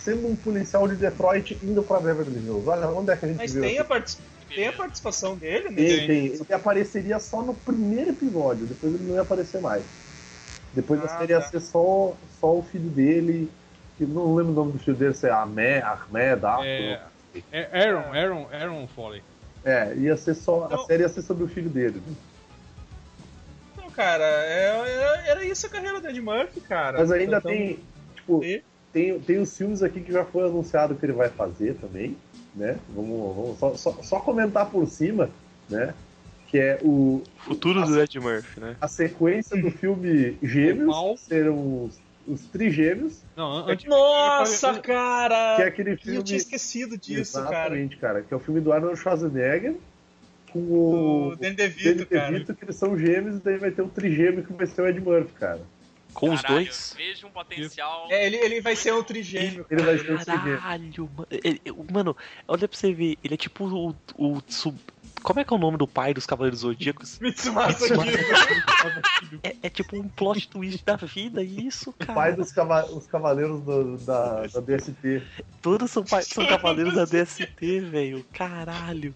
Speaker 6: sendo um policial de Detroit indo pra Beverly Hills. Olha onde é que a gente
Speaker 3: Mas
Speaker 6: viu.
Speaker 3: tem a,
Speaker 6: isso?
Speaker 3: parti- tem a participação dele, né?
Speaker 6: Tem, tem. Ele apareceria só no primeiro episódio, depois ele não ia aparecer mais. Depois
Speaker 3: Ah,
Speaker 6: a série ia
Speaker 3: tá.
Speaker 6: ser só, só o filho dele, que não lembro o nome do filho dele, se é Ahmed, Ahmed, Afro.
Speaker 8: É, é Aaron, Aaron, Aaron Foley.
Speaker 6: É, ia ser só.
Speaker 3: Então-
Speaker 6: A série ia ser sobre o filho dele.
Speaker 3: Não, Então, cara, é- é- era isso a carreira do Ed Murphy, cara.
Speaker 6: Mas ainda
Speaker 3: Então,
Speaker 6: tem. Tipo,
Speaker 3: E?
Speaker 6: tem, tem os filmes aqui que já foi anunciado que ele vai fazer também, né? Vamos, vamos só, só, só comentar por cima, né? Que é o,
Speaker 9: Futuro do Ed Murphy, né?
Speaker 6: a sequência do filme Gêmeos,
Speaker 8: Mal.
Speaker 6: serão os, os Trigêmeos,
Speaker 8: Não, an- antes
Speaker 3: Nossa,
Speaker 8: Ele-
Speaker 3: cara!
Speaker 6: que é aquele
Speaker 3: Ah, Eu tinha
Speaker 6: filme.
Speaker 3: esquecido disso, cara.
Speaker 6: exatamente, cara. Que é o filme do Arnold Schwarzenegger com o.
Speaker 3: O Danny DeVito,
Speaker 6: Danny
Speaker 3: cara.
Speaker 6: DeVito, que eles são gêmeos, e daí vai ter o trigêmeo que vai ser o Ed Murphy, cara.
Speaker 9: Com os
Speaker 7: Caralho,
Speaker 9: dois?
Speaker 7: Vejo um potencial.
Speaker 3: É, ele, ele vai ser um trigêmeo.
Speaker 6: Ele vai ser o trigêmeo.
Speaker 9: Caralho, mano. Ele- eu- Mano, olha pra você ver. Ele é tipo o. o Tsu- Como é que é o nome do pai dos Cavaleiros Zodíacos?
Speaker 3: Mitsumasa Kido.
Speaker 9: É, é tipo um plot twist da vida, isso, cara.
Speaker 6: Pai dos cava- os cavaleiros do- da, da DST.
Speaker 9: Todos são, pa- são cavaleiros da DST, velho. Caralho.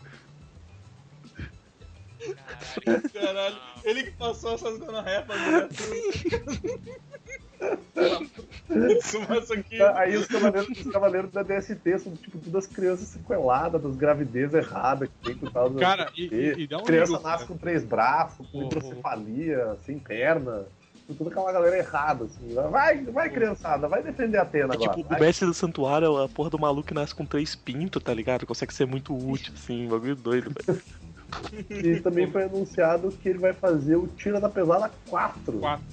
Speaker 7: Caralho.
Speaker 3: Caralho, ele que passou essas gonorreias pra mulher tudo. Mitsumasa Kido.
Speaker 6: Aí os cavaleiros, os cavaleiros da DST são tipo todas crianças sequeladas, das gravidez erradas que tem por causa
Speaker 8: Cara,
Speaker 6: da
Speaker 8: e,
Speaker 6: DST.
Speaker 8: e, e dá um
Speaker 6: Criança
Speaker 8: nível,
Speaker 6: nasce
Speaker 8: cara.
Speaker 6: com três braços, com
Speaker 8: Uhum.
Speaker 6: hidrocefalia, sem perna. com Toda aquela galera errada, assim. Vai, vai, criançada, vai defender a Atena
Speaker 9: É
Speaker 6: agora.
Speaker 9: tipo, o
Speaker 6: vai.
Speaker 9: mestre do santuário é a porra do maluco que nasce com três pintos, tá ligado? Consegue ser muito útil, assim, bagulho doido, velho.
Speaker 6: E
Speaker 8: tipo,
Speaker 6: também foi anunciado que ele vai fazer o Tira da Pesada 4.
Speaker 8: Quatro.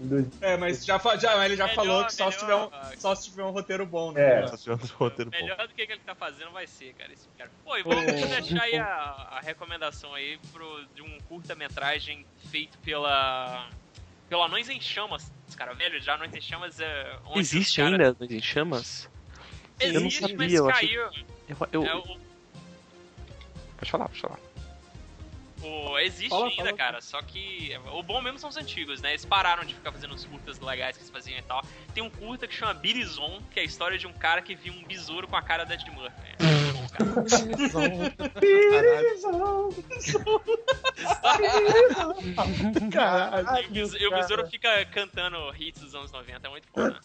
Speaker 6: Em dois-
Speaker 3: É, mas já, fa- já- ele já
Speaker 7: Melhor,
Speaker 3: falou que só se, tiver um,
Speaker 7: melhor, ah,
Speaker 3: só se tiver um roteiro bom, né?
Speaker 6: É.
Speaker 5: Essa senhora do Tá roteiro, pô.
Speaker 7: Melhor do que ele tá fazendo vai ser, cara, esse cara. Pô, e vamos deixar aí a, a recomendação aí pro, de um curta-metragem feito pela. pela Anões em Chamas, dos caras. Velho, já não tem chamas. é, onde
Speaker 9: Existe
Speaker 7: os cara-
Speaker 9: ainda Noite em Chamas? Eu não
Speaker 7: Existe, mas
Speaker 9: sabia, eu achei-
Speaker 7: caiu.
Speaker 9: Eu, eu-
Speaker 7: É, o-
Speaker 9: Pode falar, pode falar.
Speaker 7: o- existe
Speaker 3: Fala,
Speaker 7: ainda,
Speaker 3: fala.
Speaker 7: cara. Só que o bom mesmo são os antigos, né? Eles pararam de ficar fazendo os curtas legais que eles faziam e tal. Tem um curta que chama Birizon, que é a história de um cara que viu um besouro com a cara da Ed Murphy. É muito bom, cara. E o beso- e o besouro fica cantando hits dos anos 90, é muito foda.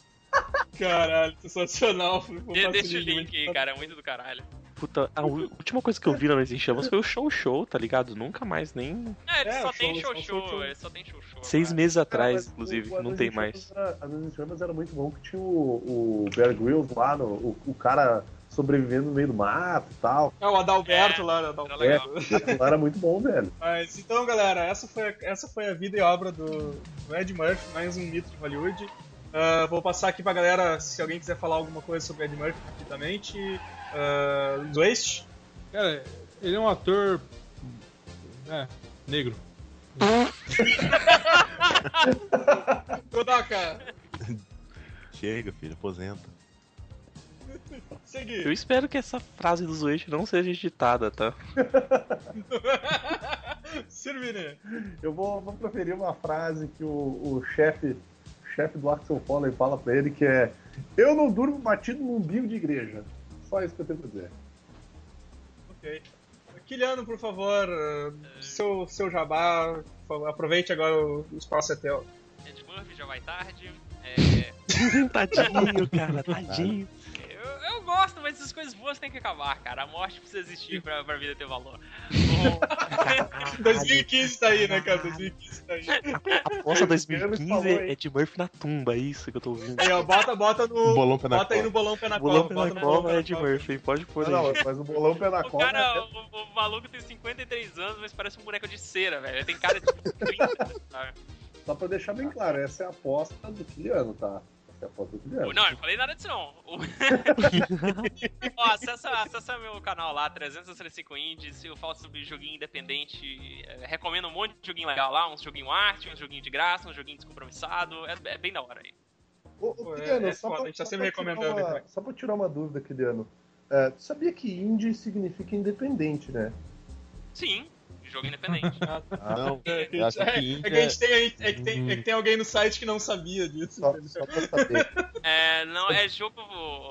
Speaker 3: Caralho, sensacional. Vou
Speaker 7: De-
Speaker 3: passar
Speaker 7: Deixa
Speaker 3: esse
Speaker 7: o link aí, cara, é muito do caralho.
Speaker 9: Puta, a u- última coisa que eu vi na Noite em Chamas foi o Show Show, tá ligado? Nunca mais, nem
Speaker 7: É, ele
Speaker 3: É,
Speaker 7: só
Speaker 3: o
Speaker 7: tem
Speaker 3: show,
Speaker 7: show
Speaker 3: só
Speaker 7: show,
Speaker 3: show.
Speaker 7: ele só tem show show.
Speaker 9: seis
Speaker 7: cara.
Speaker 9: meses
Speaker 6: Cara,
Speaker 9: atrás,
Speaker 6: mas tipo, o-
Speaker 9: inclusive,
Speaker 6: o
Speaker 9: não
Speaker 6: Anúncio
Speaker 9: tem
Speaker 6: de
Speaker 9: mais.
Speaker 6: Chamas Era, a Anúncio de Chamas era muito bom, que tinha o, o Bear Grylls lá, no, o, o cara sobrevivendo no meio do mato e tal.
Speaker 3: É o Adalberto
Speaker 7: É,
Speaker 3: lá,
Speaker 7: Era
Speaker 3: Adalberto. É.
Speaker 7: legal.
Speaker 6: Aquilo lá era muito bom, velho.
Speaker 3: Mas então, galera, essa foi, a- essa foi a vida e obra do, do Ed Murphy, mais um mito de Hollywood. Ah, vou passar aqui pra galera, se alguém quiser falar alguma coisa sobre Ed Murphy rapidamente. Uh, Zwist?
Speaker 8: Cara, ele é um ator. É, negro.
Speaker 3: Kodaka!
Speaker 5: Chega, filho, aposenta.
Speaker 9: Eu
Speaker 3: Segui!
Speaker 9: espero que essa frase do Zoeixo não seja editada, tá?
Speaker 3: Sirvine!
Speaker 6: Eu vou, vou proferir uma frase que o, o chefe chefe do Axel Foley fala pra ele, que é Eu não durmo batido num umbigo de igreja. Só isso que eu tenho pra dizer.
Speaker 3: Ok. Kiliano, por favor, ah, seu, seu jabá, por favor, aproveite agora o, o espaço é teu.
Speaker 7: Ed Murphy já vai tarde. É,
Speaker 9: tadinho, cara, tadinho.
Speaker 7: eu, eu gosto, mas essas coisas boas têm que acabar, cara. A morte precisa existir pra, pra vida ter valor.
Speaker 3: 2015 tá aí, né, cara? 2015 tá aí.
Speaker 9: Aposta
Speaker 6: falou,
Speaker 9: 2015
Speaker 6: hein?
Speaker 9: é de Murphy na tumba, é isso que eu tô ouvindo.
Speaker 3: Aí, ó, bota, bota no.
Speaker 5: Bolão pé na
Speaker 3: bota aí
Speaker 5: cova.
Speaker 3: no bolão pé na cola.
Speaker 9: Bolão pela
Speaker 3: Bota no
Speaker 9: cova
Speaker 3: bolão
Speaker 9: é
Speaker 3: pé
Speaker 9: de
Speaker 3: na cola.
Speaker 9: Murphy, pode pôr
Speaker 6: Não,
Speaker 9: aí.
Speaker 6: não, mas o bolão pela
Speaker 7: O
Speaker 6: cola
Speaker 7: cara, o, o maluco tem 53 anos, mas parece um boneco de cera, velho. Ele tem cara de 30, sabe?
Speaker 6: Só pra deixar bem claro, essa é a aposta do Kiliano, tá? Essa é a aposta do Kiliano.
Speaker 7: Não, eu não falei nada disso, não. O- Ó, acessa, acessa meu canal lá, 365 Indies. Eu falo sobre joguinho independente. eh, recomendo um monte de joguinho legal lá. Uns joguinho arte, uns joguinho de graça, uns joguinho descompromissado. É, é bem da hora aí.
Speaker 6: Ô,
Speaker 3: Pô,
Speaker 6: ô,
Speaker 3: é-
Speaker 6: Kiliano,
Speaker 3: é
Speaker 6: só
Speaker 3: foda,
Speaker 6: pra-
Speaker 3: a gente tá
Speaker 6: só
Speaker 3: sempre
Speaker 6: pra tirar
Speaker 3: recomendando,
Speaker 6: uma-
Speaker 3: cara.
Speaker 6: Só pra tirar uma dúvida, Kiliano. É, tu sabia que indie significa independente, né?
Speaker 7: Sim, jogo independente.
Speaker 5: Ah, Não,
Speaker 3: É,
Speaker 5: Eu acho que
Speaker 3: é,
Speaker 5: índia-
Speaker 3: é que a gente tem, é que tem, é que tem alguém no site que não sabia disso.
Speaker 6: Só, só pra saber.
Speaker 7: É, não, é jogo.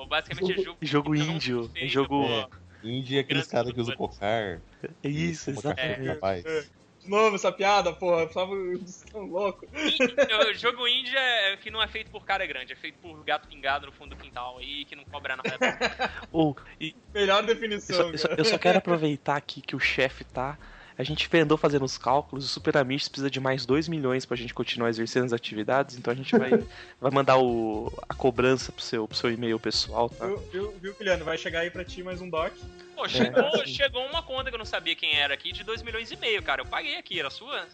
Speaker 7: Basicamente é jogo. então, tipo,
Speaker 9: Jogo
Speaker 7: que não
Speaker 9: índio, é
Speaker 7: tem
Speaker 9: jogo.
Speaker 5: indie é aqueles caras que usam cocar.
Speaker 9: É isso,
Speaker 5: Uma cachorra
Speaker 7: exatamente.
Speaker 5: capaz.
Speaker 3: É. De novo, essa piada, porra. Eu tava tão louco.
Speaker 7: Índio- jogo índio é que não é feito por cara grande, é feito por gato pingado no fundo do quintal aí, que não cobra nada.
Speaker 9: Ou, e
Speaker 3: Melhor
Speaker 9: eu só,
Speaker 3: definição.
Speaker 9: eu só-
Speaker 3: cara.
Speaker 9: eu só quero aproveitar aqui que o chefe tá. A gente andou fazendo os cálculos, o Super Amish precisa de mais 2 milhões pra gente continuar exercendo as atividades, então a gente vai, vai mandar o, a cobrança pro seu, pro seu e-mail pessoal, tá?
Speaker 3: Viu, viu, viu, Kiliano? Vai chegar aí pra ti mais um doc.
Speaker 7: Pô,
Speaker 9: É.
Speaker 7: chegou, chegou uma conta que eu não sabia quem era aqui de 2 milhões e meio, cara. Eu paguei aqui, era sua?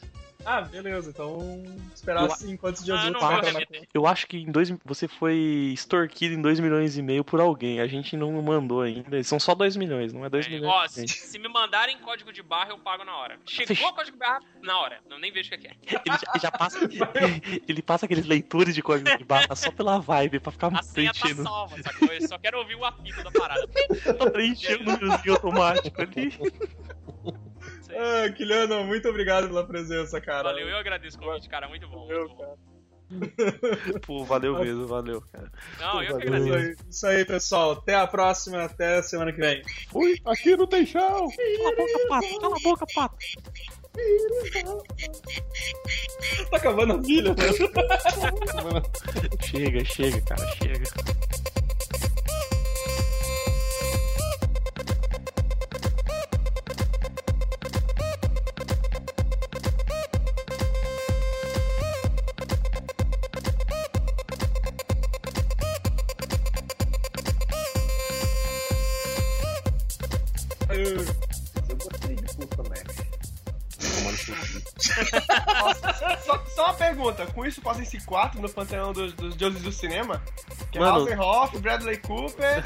Speaker 3: Ah, útil. beleza. Então, esperar
Speaker 9: Eu-
Speaker 3: assim, quantos dias
Speaker 7: Ah,
Speaker 3: úteis
Speaker 7: não
Speaker 3: pra
Speaker 7: vou
Speaker 3: entrar na
Speaker 7: remeter.
Speaker 9: Eu acho que em dois, você foi extorquido em 2 milhões e meio por alguém. A gente não mandou ainda. São só 2 milhões, não é 2
Speaker 7: É,
Speaker 9: milhões.
Speaker 7: Ó, se,
Speaker 9: gente.
Speaker 7: se me mandarem código de barra, eu pago na hora. Chegou
Speaker 9: Fechou.
Speaker 7: o código de barra na hora, não nem vejo o que é.
Speaker 9: Ele já, já passa, ele passa aqueles leitores de código de barra só pela vibe, pra ficar
Speaker 7: A senha tá
Speaker 9: preenchendo,
Speaker 7: salva, sacou? Eu só quero ouvir o apito da parada.
Speaker 9: preenchendo o númerozinho automático ali.
Speaker 3: Ah, Kiliano, muito obrigado pela presença, cara.
Speaker 7: Valeu, eu agradeço o convite, cara. Muito bom.
Speaker 3: Valeu,
Speaker 7: Muito bom.
Speaker 9: Pô, valeu mesmo, valeu, cara.
Speaker 7: Não, eu que
Speaker 3: Isso
Speaker 7: agradeço.
Speaker 3: aí, isso aí, pessoal. Até a próxima, até semana que vem.
Speaker 5: Ui, aqui não tem chão!
Speaker 9: Cala a boca, pato, cala a boca, pato.
Speaker 3: Tá acabando a pilha, né?
Speaker 9: Chega, chega, cara, chega.
Speaker 6: Eu gostei de né? puta, Mac.
Speaker 2: Só, só uma pergunta, com isso fazem-se quatro no panteão dos, dos deuses do cinema? Que é
Speaker 9: Mano.
Speaker 2: Hasselhoff, Bradley Cooper,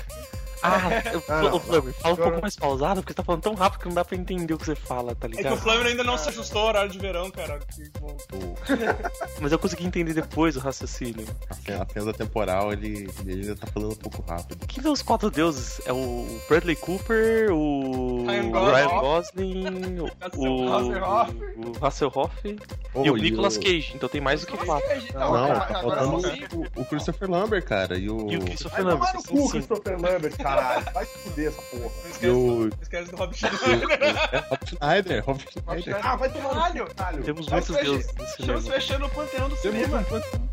Speaker 9: Ah, eu-
Speaker 6: Ah, não.
Speaker 9: ô, Flamengo, fala um
Speaker 6: Agora-
Speaker 9: pouco mais pausado, porque você tá falando tão rápido que não dá pra entender o que você fala, tá
Speaker 3: É que o
Speaker 9: ligado?
Speaker 3: Flamengo ainda não se ajustou ao horário de verão, cara. Que bom.
Speaker 9: Mas eu consegui entender depois o raciocínio.
Speaker 5: A fenda temporal, ele, ele tá falando um pouco rápido.
Speaker 9: Quem são os quatro deuses? É o Bradley Cooper, o
Speaker 3: Ryan Gosling.
Speaker 9: Ryan Gosling, o
Speaker 3: Hasselhoff.
Speaker 9: o Hasselhoff e
Speaker 5: Oh,
Speaker 9: o Nicolas
Speaker 5: o-
Speaker 9: Cage. Então tem mais do que quatro.
Speaker 2: Não,
Speaker 5: Não,
Speaker 2: cara,
Speaker 6: um
Speaker 5: tá
Speaker 2: agora
Speaker 5: faltando
Speaker 2: são cinco.
Speaker 5: o, o Christopher Lambert, cara. E o.
Speaker 9: E o
Speaker 6: Vai
Speaker 9: Christopher
Speaker 6: tomar
Speaker 9: Lambert.
Speaker 6: no
Speaker 9: são
Speaker 6: cu,
Speaker 9: cinco.
Speaker 6: Christopher Lambert, caralho. Vai se fuder essa porra.
Speaker 3: Não
Speaker 5: E
Speaker 3: esquece,
Speaker 5: o.
Speaker 3: não esquece do Rob
Speaker 5: e
Speaker 3: Schneider.
Speaker 5: o- é, Rob Schneider, Rob Schneider.
Speaker 6: Ah, vai tomar no cu,
Speaker 2: Caralho.
Speaker 6: caralho.
Speaker 9: Temos muitos
Speaker 2: Mas, mas,
Speaker 9: deuses no
Speaker 2: Estamos
Speaker 9: cinema.
Speaker 2: fechando o panteão do cinema.